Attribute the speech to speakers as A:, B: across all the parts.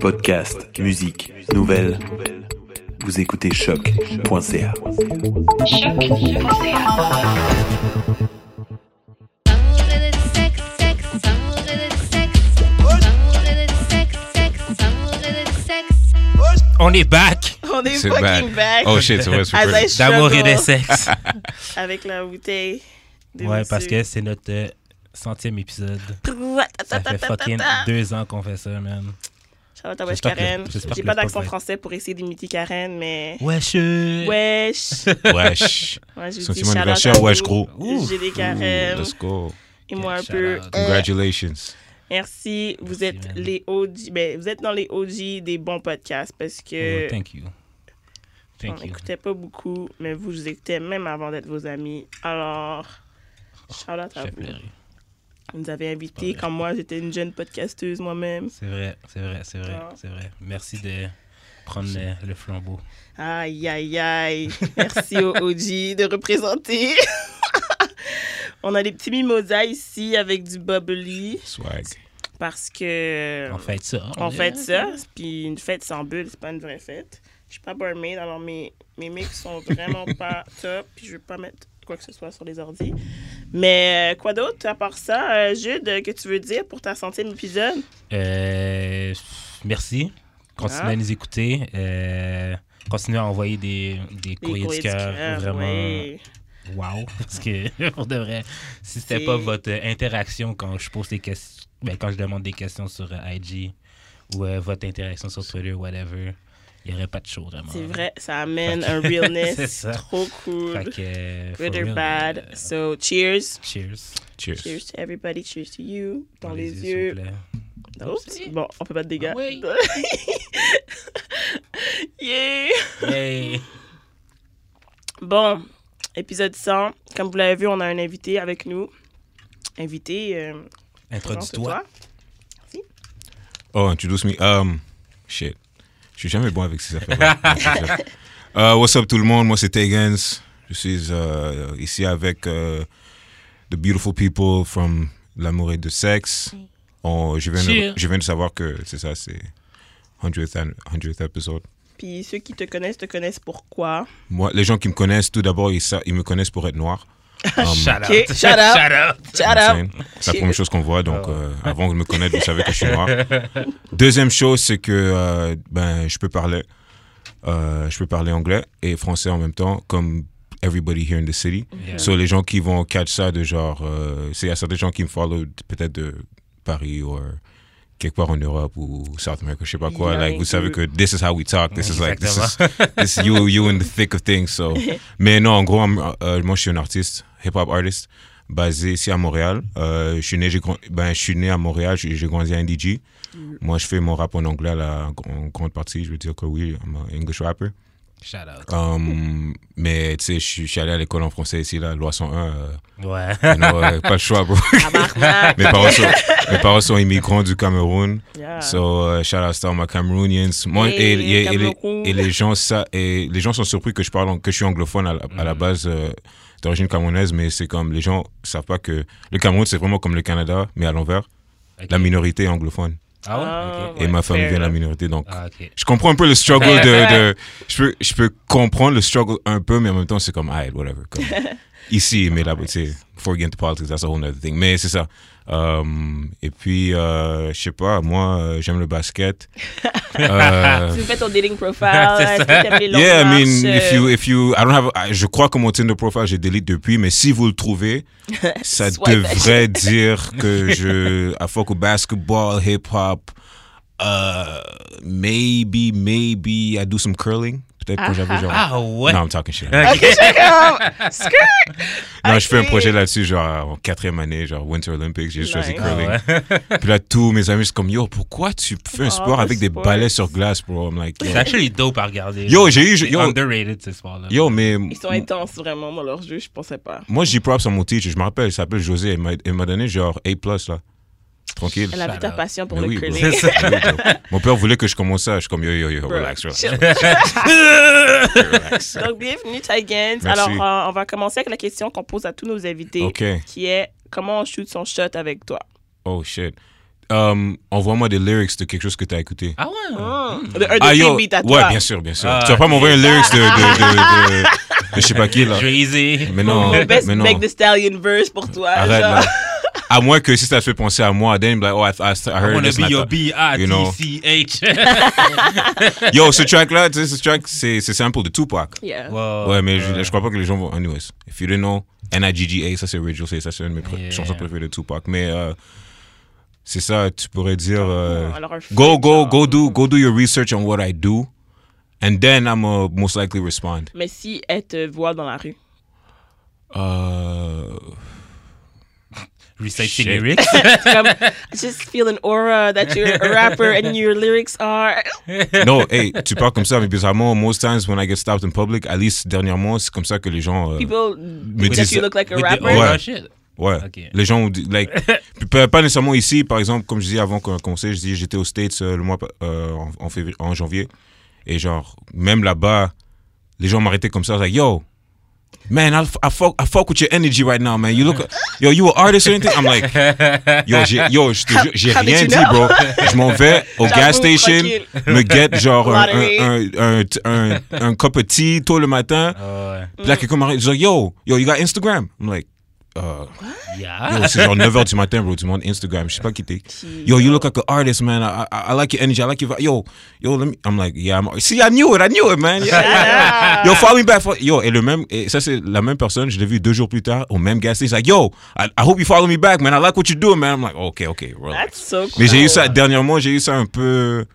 A: Podcast, musique, nouvelles. Vous écoutez choc.ca.
B: On est back
C: On est
D: C'est
C: fucking back
D: Oh shit, ça va super.
C: As I
B: d'amour et
C: struggle
B: de sexe.
C: avec la bouteille. de
B: ouais, parce
C: monsieur.
B: que c'est notre euh, centième épisode.
C: Ça
B: Ça fait fucking deux ans qu'on fait ça, man.
C: Charlotte Wesh
B: J'espère que-
C: Karen.
B: j'espère
C: J'ai
B: que
C: pas
B: le
C: d'accent
B: podcast-
C: français pour essayer d'imiter Karen, mais.
B: Wesh!
C: Wesh!
D: Wesh.
C: Moi, je vous dis
D: Sentiment
C: shout-out
D: anniversaire,
C: à
D: wesh
C: vous. Euh,
D: gros.
B: Ouf.
C: J'ai des Karen.
D: Let's go.
C: Et moi un
B: Shout
C: peu.
B: out.
D: Euh, Congratulations.
C: Merci. Vous
B: Merci,
C: êtes
B: man.
C: les OG. Ben, vous êtes dans les OG des bons podcasts parce que.
B: Oh, thank you.
C: on
B: Thank you.
C: n'écoutait pas beaucoup, mais vous, je vous écoutais même avant d'être vos amis. Alors. Charlotte
B: Je
C: à
B: fais
C: vous.
B: pleurer.
C: Vous nous avez invités
B: vrai.
C: quand moi, j'étais une jeune podcasteuse moi-même.
B: C'est vrai, c'est vrai, c'est vrai,
C: Ah.
B: c'est vrai. Merci de prendre euh, le flambeau.
C: Aïe, aïe, aïe. Merci au OG de représenter. On a des petits mimosas ici avec du bubbly
D: Swag.
C: parce que
B: On fait ça.
C: Ah.
B: Oh,
C: on
B: est-
C: fête ça. Puis une fête sans bulle, c'est pas une vraie fête. Je suis pas barmaid, alors mes, mes mix sont vraiment pas top. Puis je veux pas mettre quoi que ce soit sur les ordi. Mais euh, quoi d'autre à part ça, euh, Jude, euh, que tu veux dire pour ta centième épisode?
B: Euh, merci. Continuez
C: Ah.
B: à nous écouter. Euh, continuez à envoyer des, des
C: Les
B: courriers du cœur. Vraiment.
C: ouais.
B: Wow! Parce que, pour de vrai,
C: C'est-
B: si c'était pas votre euh, interaction quand je pose des questions, ben, quand je demande des questions sur euh, IG ou euh, votre interaction sur Twitter, whatever, il n'y aurait pas de show vraiment.
C: C'est vrai, ça amène
B: Fait
C: un
B: que- c'est
C: realness
B: ça.
C: trop cool.
B: Fait que, euh, for
C: Good or
B: real,
C: bad.
B: euh,
C: So, cheers.
B: cheers.
D: Cheers.
C: Cheers to everybody. Cheers to you. Dans les,
B: s'il
C: yeux.
B: vous plaît.
C: Oups. Bon, on peut pas de dégâts.
B: Ah oui.
C: yeah.
B: Hey.
C: Bon, épisode 100. Comme vous l'avez vu, on a un invité avec nous. Invité. Euh,
B: Introduis-toi.
D: Oh, introduce me. Um, shit. Je suis jamais bon avec ces affaires. uh, what's up tout le monde? Moi c'est Tegans. Je suis euh, ici avec euh, the beautiful people from l'amour et de sexe. Oh, je, viens
B: Cheers.
D: de, je viens de savoir que c'est ça, c'est 100th, an- 100th episode.
C: Puis ceux qui te connaissent, te connaissent pourquoi.
D: Moi, les gens qui me connaissent, tout d'abord, ils, sa- ils me connaissent pour être noir. Um,
B: Shout
C: Ok,
B: out.
C: shout out. Shout
D: You know what I'm
C: out.
D: saying? C'est la première chose qu'on voit. Donc, euh, avant de me connaître, vous savez que je suis noir. Deuxième chose, c'est que euh, ben, je peux parler, euh, je peux parler anglais et français en même temps, comme everybody here in the city.
B: Yeah.
D: So les gens qui vont catch ça de genre, euh, c'est il y a certains gens qui me follow de- peut-être de Paris ou quelque part en Europe ou South America, je sais pas quoi.
C: Yeah,
D: like, vous savez que uh, this is how we talk. This is like this is
B: Exactement.
D: this is you you in the thick of things. So, mais non, en gros, euh, euh, moi je suis un artiste, hip hop artist, basé ici à Montréal. Euh, je suis né, j'ai grand- ben je suis né à Montréal, j'ai j'ai grandi à NDG. Moi, je fais mon rap en anglais là, en grande partie. Je veux dire que oui, I'm an English rapper.
B: Shout out.
D: Um, mais tu sais, je suis- je suis allé à l'école en français ici, là, loi 101. euh,
B: Ouais.
D: you know, euh, pas le choix, bro.
C: Tabarnak.
D: mes, parents sont, mes parents sont immigrants du Cameroun.
C: Yeah.
D: So, uh, shout out to all my Cameroonians. Moi, et,
C: Hey,
D: et- et les,
C: Cameroun.
D: et les gens, ça, et les gens sont surpris que je parle, en- que je suis anglophone à, la- à la base euh, d'origine camerounaise, mais c'est comme les gens savent pas que le Cameroun, c'est vraiment comme le Canada, mais à l'envers.
B: Ok.
D: La minorité est anglophone.
B: Ah ouais? Ok.
D: et
C: Ouais,
D: ma famille
C: fair
D: vient de la
C: enough.
D: minorité, donc
B: Ah, ok.
D: je comprends un peu le struggle de. de- je, peux, je peux comprendre le struggle un peu, mais en même temps, c'est comme, alright, whatever. comme ici, mais là, tu sais, before we get into politics, that's a whole other thing. Mais c'est ça. Um, et puis, euh, je sais pas, moi, euh, j'aime le basket. Euh,
C: Tu me fais ton dating profile.
B: C'est
C: Est-ce que t'aimes les longues
D: yeah, I mean,
C: marches,
D: if
C: euh,
D: you, if you, I don't have, I- je crois que mon Tinder profile, j'ai delete depuis, mais si vous le trouvez, ça
C: Swipe.
D: devrait dire que je, I fuck with basketball, hip hop, uh, maybe, maybe I do some curling. Peut-être que j'avais genre.
B: Ah ouais?
D: Non, I'm talking shit.
B: Ok.
D: Non, je fais un
C: ok.
D: projet là-dessus, genre en quatrième année, genre Winter Olympics, j'ai choisi
C: Nice.
B: Ah
D: curling.
B: ouais.
D: Puis là, tous mes amis sont comme, yo, pourquoi tu fais un
C: Oh,
D: sport avec des
C: sports.
D: balais sur glace, bro? I'm like, yo,
B: C'est actually dope à regarder.
D: Yo, j'ai eu-
B: C'est
D: yo-
B: underrated ce sport-là.
D: yo, mais
C: Ils sont intenses, vraiment, moi, leur jeu, je pensais pas.
D: moi, j'ai props à mon teacher. Je me rappelle, il s'appelle José. Il m'a- il m'a donné genre A+, là. Tranquille.
C: Elle avait
B: Shout
C: ta
B: out.
C: passion pour
D: Mais
C: le
D: oui, bro.
C: curling.
D: Mais oui, bro. Mon père voulait que je commence ça. Je suis comme, yo, yo, yo,
C: Bro,
D: relax, relax,
C: chill.
D: relax.
C: Donc, bienvenue, Tigans.
D: Merci.
C: Alors, euh, on va commencer avec la question qu'on pose à tous nos invités,
D: OK.
C: qui est comment on shoot son shot avec toi
D: Oh, shit. euh, envoie-moi des lyrics de quelque chose que t'as écouté.
B: Ah ouais?
C: De, un de
D: Ah,
C: tes
D: yo,
C: beats à toi.
D: ouais, bien sûr, bien sûr.
B: Ah,
D: tu vas pas m'envoyer un lyrics de, de, de, de, de- de je sais pas qui, là.
B: Je vais easy.
D: Mais non,
C: Le best
D: mais non.
C: Meg The Stallion verse pour toi.
D: Arrête,
C: genre.
D: là. À moins que si ça te fait penser à moi, then you'll be like, oh, I, I, I
B: I
D: heard
B: wanna
D: this. and
B: be
D: I
B: your
D: thought- you know.
B: B-I-T-C-H.
D: Yo, ce track-là, tu sais, ce track, c'est c'est sample de Tupac.
C: Yeah.
B: Wow.
D: Ouais, mais
C: Euh,
D: je, je crois pas que les gens vont. Anyways, if you didn't know, N.I.G.G.A., ça c'est Rachel, c'est ça, c'est une de mes pr-
B: Yeah.
D: chansons préférées de Tupac. Mais euh, c'est ça, tu pourrais dire. euh,
C: Alors, un
D: go,
C: feat,
D: go,
C: genre.
D: go do, go do your research on what I do, and then I'm uh, most likely respond.
C: Mais si elle te voit dans la rue.
D: Euh,
B: Recite
D: Shit.
B: tes lyrics.
C: C'est comme, I just feel an aura that you're a rapper and your lyrics are.
D: non, hey, tu parles comme ça, mais bizarrement, most times when I get stopped in public, at least dernièrement, c'est comme ça que les gens. euh,
C: People
D: Mais
C: that
D: dis-
C: you look like a
B: With the
C: rapper.
B: old
D: Ouais.
B: and shit.
D: Ouais.
B: Ok.
D: Les gens ont dit, like, puis pas pas nécessairement ici, par exemple, comme je disais avant qu'on commençait, je dis j'étais aux States euh, le mois euh, en, en février, en janvier, et genre, même là-bas, les gens m'arrêtaient comme ça, like, yo, man, I, f- I fuck, I fuck with your energy right now, man. You look, yo, you an artist or anything? I'm like, yo, j'ai, yo, je te jure, j'ai
C: How did
D: rien
C: you
D: dit,
C: know?
D: bro. Je m'en vais au gas
C: J'avoue,
D: station,
C: tranquille.
D: me get genre un,
C: Lottery.
D: un, un, un, un, un cup of tea tôt le matin.
B: Ah ouais.
D: Puis là, quelqu'un m'arrête, je dis, yo, yo, you got Instagram? I'm like, euh,
B: Yeah.
D: Yo, c'est genre 9h du matin, bro. Tu demandes Instagram. Je sais pas qui t'es. Yo, you look like an artist, man. I, I, I like your energy. I like your vibe. Yo, yo, let me. I'm like, yeah, I'm. See, I knew it. I knew it, man.
C: Ah,
D: Yeah. yo, follow me back. Follow, yo, et le même. Et ça, c'est la même personne. Je l'ai vu deux jours plus tard au même gas station. He's like, yo, I, I hope you follow me back, man. I like what you do, man. I'm like, okay, okay, relax.
C: That's so cool.
D: Mais j'ai eu ça, dernièrement, j'ai eu ça un peu.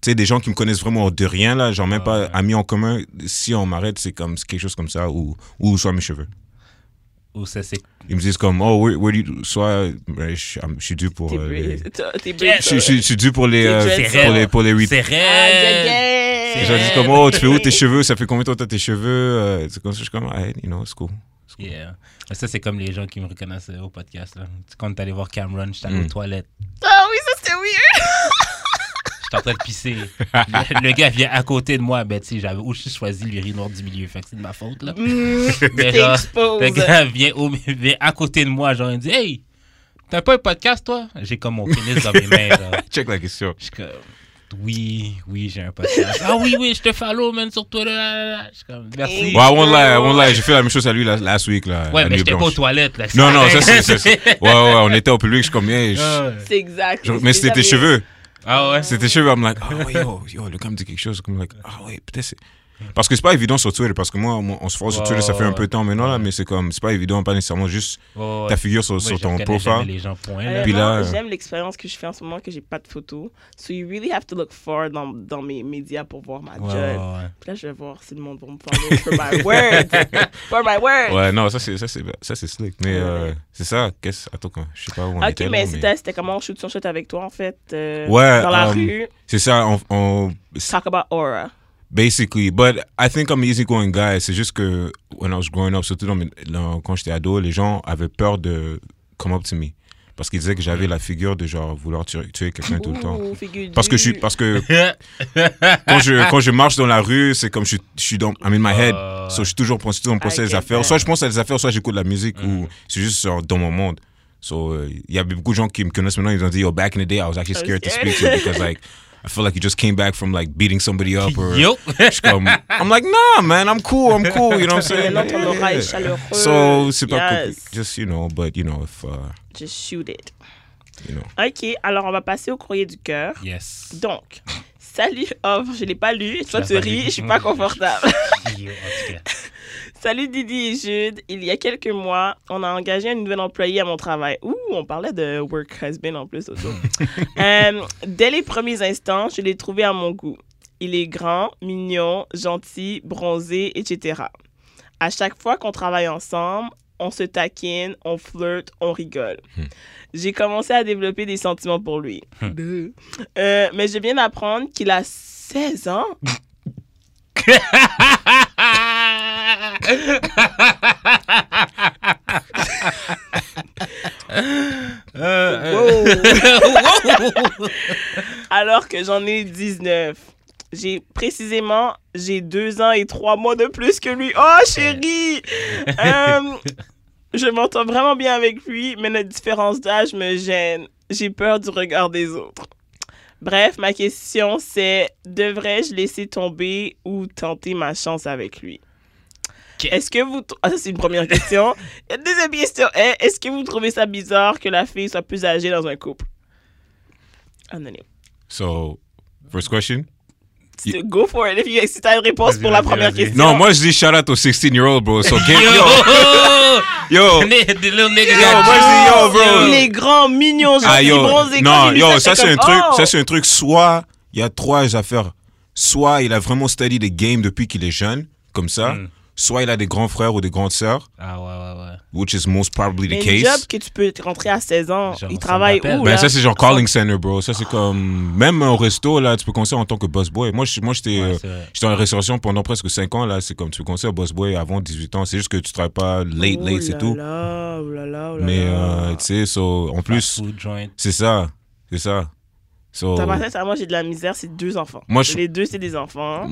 D: Tu sais, des gens qui me connaissent vraiment de rien, là. Genre, même pas amis en commun. Si on m'arrête, c'est comme c'est quelque chose comme ça. Ou, ou soit mes cheveux.
B: Ou Oh, ça, c'est
D: Ils me disent comme, oh, where, where do you, soit, ben, je, je suis dû pour,
C: T'es
D: euh, les,
C: brave. T'es- T'es
D: je, je- je- je suis dû pour les, euh,
C: Tes dreads.
D: pour les, pour les,
B: C'est
D: les
C: Ah,
B: réel.
D: les gens disent comme, oh, tu fais où tes cheveux, ça fait combien de temps que t'as tes cheveux, euh, c'est comme ça, je suis comme, ah, you know, it's cool. It's cool.
B: Yeah. Mais Ça, c'est comme les gens qui me reconnaissent euh, au podcast. Là. Tu sais, Quand t'es allé voir Cameron, j'étais
D: Mm.
B: allé aux toilettes.
C: Ah oui, ça c'était weird.
B: J'étais en train de pisser. le, le gars vient à côté de moi. Ben, tu sais, j'avais aussi choisi l'urine noire du milieu. Fait que c'est de ma faute, là. Mais
C: t'es
B: genre,
C: exposed.
B: le gars vient, au- vient à côté de moi. Genre, il dit Hey, t'as pas un podcast, toi J'ai comme mon pénis dans mes mains. Là.
D: Check la question.
B: Je suis comme, oui, oui, j'ai un podcast. ah oui, oui, je te follow, man, sur Twitter. là, là, là. Je suis comme, merci.
D: Bon, I won't lie, I won't lie, j'ai fait la même chose à lui la- last week, là.
B: ouais,
D: la
B: mais
D: nuit
B: j'étais pas aux
D: blanche.
B: toilettes. Là.
D: Non, non, ça, c'est, ça, c'est- ouais, ouais, ouais, on était au public, je suis comme, yeah, je-
B: Ah ouais.
C: C'est exact.
D: je- mais c'était tes cheveux.
B: Ah ouais.
D: C'était cheveux, I'm like, ah ouais, yo, yo, le gars me dit quelque chose. Comme, like, ah ouais, peut-être c'est. Parce que c'est pas évident sur Twitter, parce que moi, on, on se voit sur
B: Ouais,
D: Twitter, ça fait
B: ouais,
D: un peu de temps maintenant, là, mais c'est comme, c'est pas évident, pas nécessairement juste ta figure sur, sur ton profil.
B: les gens, point. là.
D: Puis là-
C: Honnêtement, Euh, J'aime l'expérience que je fais en ce moment que j'ai pas de photos. So you really have to look far dans, dans mes médias pour voir ma
B: Ouais,
C: job.
B: ouais, ouais.
C: Puis là, je vais voir si le monde va me follow for my words. for my words.
D: Ouais, non, ça c'est, ça c'est, ça c'est slick. Mais euh, c'est ça, qu'est-ce. Attends, quand- je sais pas où on
C: Ok,
D: était. là,
C: mais c'était c'était comment shoot son shot avec toi, en fait. euh,
D: Ouais,
C: Dans la
D: um,
C: rue.
D: C'est ça, on, on-
C: Talk about aura.
D: Basically, but I think I'm an easygoing guy. C'est juste que when I was growing up, surtout dans mes- dans- quand j'étais ado, les gens avaient peur de come up to me. Parce qu'ils disaient que j'avais la figure de genre vouloir tuer, tuer quelqu'un tout le temps.
C: Ouh, figure
D: Parce que je suis, parce que quand je, quand je marche dans la rue, c'est comme je, suis- je suis dans, I'm in my head.
B: ouais.
D: So, je suis toujours, pensé- toujours en pensée à des
C: get
D: affaires.
C: that.
D: Soit je pense à des affaires, soit j'écoute de la musique, ou c'est juste genre, dans mon monde. So, euh, il y a beaucoup de gens qui me connaissent maintenant, ils ont dit, yo, back in the day, I was actually
C: I was
D: scared to
C: scared.
D: speak to you because like, I feel like you just came back from like beating somebody up or.
B: Yo.
D: Je suis comme, I'm like, nah, man, I'm cool, I'm cool, you know what I'm
C: Mais
D: saying?
C: non, ton aura est
D: Yeah.
C: chaleureuse.
D: So, c'est pas
C: Yes.
D: cool. Just, you know, but, you know, if, uh,
C: Just shoot it.
D: you know.
C: Ok, alors on va passer au courrier du cœur.
B: Yes.
C: Donc, salut, oh, je l'ai pas lu, toi
B: l'as
C: tu
B: pas
C: ris,
B: lu.
C: je suis pas confortable.
B: Yo, en tout cas.
C: salut Didi et Jude, il y a quelques mois, on a engagé un nouvel employé à mon travail. Ouh, on parlait de work husband en plus autour. Euh, dès les premiers instants, je l'ai trouvé à mon goût. Il est grand, mignon, gentil, bronzé, etc. À chaque fois qu'on travaille ensemble, on se taquine, on flirte, on rigole. J'ai commencé à développer des sentiments pour lui. Deux. Euh, mais je viens d'apprendre qu'il a 16 ans. Wow. Alors que j'en ai 19. J'ai précisément, j'ai deux ans et trois mois de plus que lui. Oh, chérie! Euh, je m'entends vraiment bien avec lui, mais notre différence d'âge me gêne. J'ai peur du regard des autres. Bref, ma question c'est devrais-je laisser tomber ou tenter ma chance avec lui
B: Ok.
C: Est-ce que vous. Ah, ça, c'est une première question. La deuxième question est est-ce que vous trouvez ça bizarre que la fille soit plus âgée dans un couple Anonyme.
D: So, first question.
C: So, Go for it. If you, si t'as une réponse
B: Vas-y,
C: pour la
B: vas-y,
C: première
B: vas-y.
C: question.
D: Non, moi je dis shout out aux 16 year old bro. So, get,
B: Yo!
D: yo, yo,
B: The little nigga
D: Yo,
B: got
D: moi, je dis yo,
B: juice,
D: bro.
B: yo.
C: Il est grand, mignon,
D: Ah,
C: gentil,
D: yo.
C: bronzé.
D: Non,
C: quand j'ai lu
D: yo, ça
C: j'étais
D: c'est un
C: comme,
D: truc,
C: oh!
D: ça c'est un truc. Soit il y a trois affaires. Soit il a vraiment study the game depuis qu'il est jeune, comme ça.
B: Mm.
D: Soit il a des grands frères ou des grandes sœurs,
B: Ah ouais, ouais, ouais.
D: which is most probably
C: Mais
D: the
C: le job
D: case.
C: que tu peux rentrer à 16 ans,
B: Genre,
C: il
B: on s'en
C: travaille
B: rappelle.
C: où
D: Ben
C: là?
D: ça c'est genre calling center, bro. Ça c'est comme même au resto là, tu peux commencer en tant que boss boy. Moi, je- moi j'étais,
B: Ouais,
D: euh,
B: c'est vrai.
D: j'étais en restauration pendant presque 5 ans là. C'est comme tu peux commencer en boss boy avant 18 ans. C'est juste que tu travailles pas late,
C: Oh
D: late, c'est
C: là
D: tout.
C: là, oh là là, oh là
D: Mais
C: là.
D: euh, tu sais, so, en plus,
B: Food joint.
D: c'est ça, c'est ça. So,
C: T'as pensé ça, moi j'ai de la misère, c'est deux enfants.
D: Moi, je- Mm.
C: Les deux, c'est des enfants.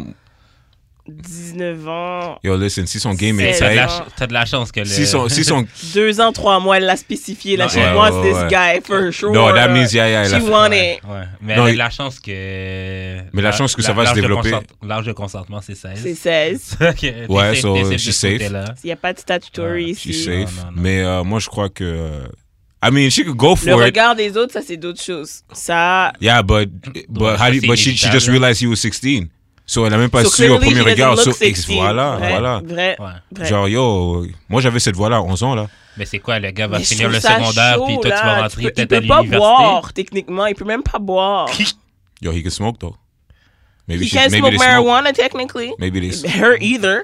C: 19 ans,
D: yo, listen, si son game est
C: C'est
B: T'as de,
D: tight,
B: la ch- t'as de la chance que le.
D: si son, si son,
C: 2 ans, 3 mois, elle l'a spécifié. Là,
B: Ouais,
C: she
B: ouais,
C: wants
D: ouais,
C: this guy for sure.
D: no, that means yeah, yeah, il a
C: She
D: fait-
C: want
B: Ouais,
C: it.
B: ouais. Mais
D: Non,
B: avec
D: il-
B: la chance que.
D: Mais la chance que ça va se
B: l'âge de
D: développer.
B: consent- L'âge de consentement, c'est 16.
C: C'est 16.
B: Ok,
D: Ouais,
B: t'es
D: so,
B: safe,
D: she's
B: t'es safe de ce
D: safe.
B: côté-là.
C: Il n'y a pas de statutory
B: Ouais,
D: she's
C: ici.
D: safe.
B: Non, non, non.
D: Mais euh, moi, je crois que, euh, I mean, she could go
C: Le
D: for it.
C: regard des autres, ça, c'est d'autres choses. Ça,
D: Yeah, but, but,
B: Ouais,
D: how do,
B: c'est
D: but she, she
B: inévitable.
D: just realized he was 16. So elle a même pas
C: So
D: su
C: clearly,
D: au premier
C: she doesn't
D: regard.
C: look
D: So,
C: 16.
D: voilà,
C: Vrai,
D: voilà.
C: Vrai,
B: Ouais.
C: vrai.
D: Genre, yo, moi j'avais cette voix-là, 11 ans là.
B: Mais c'est quoi, le gars va
C: Mais je
B: finir
C: trouve
B: le
C: ça
B: secondaire,
C: chaud,
B: puis toi,
C: là.
B: tu vas rentrer
C: peux-
B: peut-être à
C: Il peut pas
B: l'université.
C: boire, techniquement. Il peut même pas boire.
D: Yo, he can smoke though. Maybe,
C: He
D: she,
C: can't
D: maybe
C: smoke
D: they smoke.
C: marijuana, technically.
D: Maybe they smoke.
C: Her either.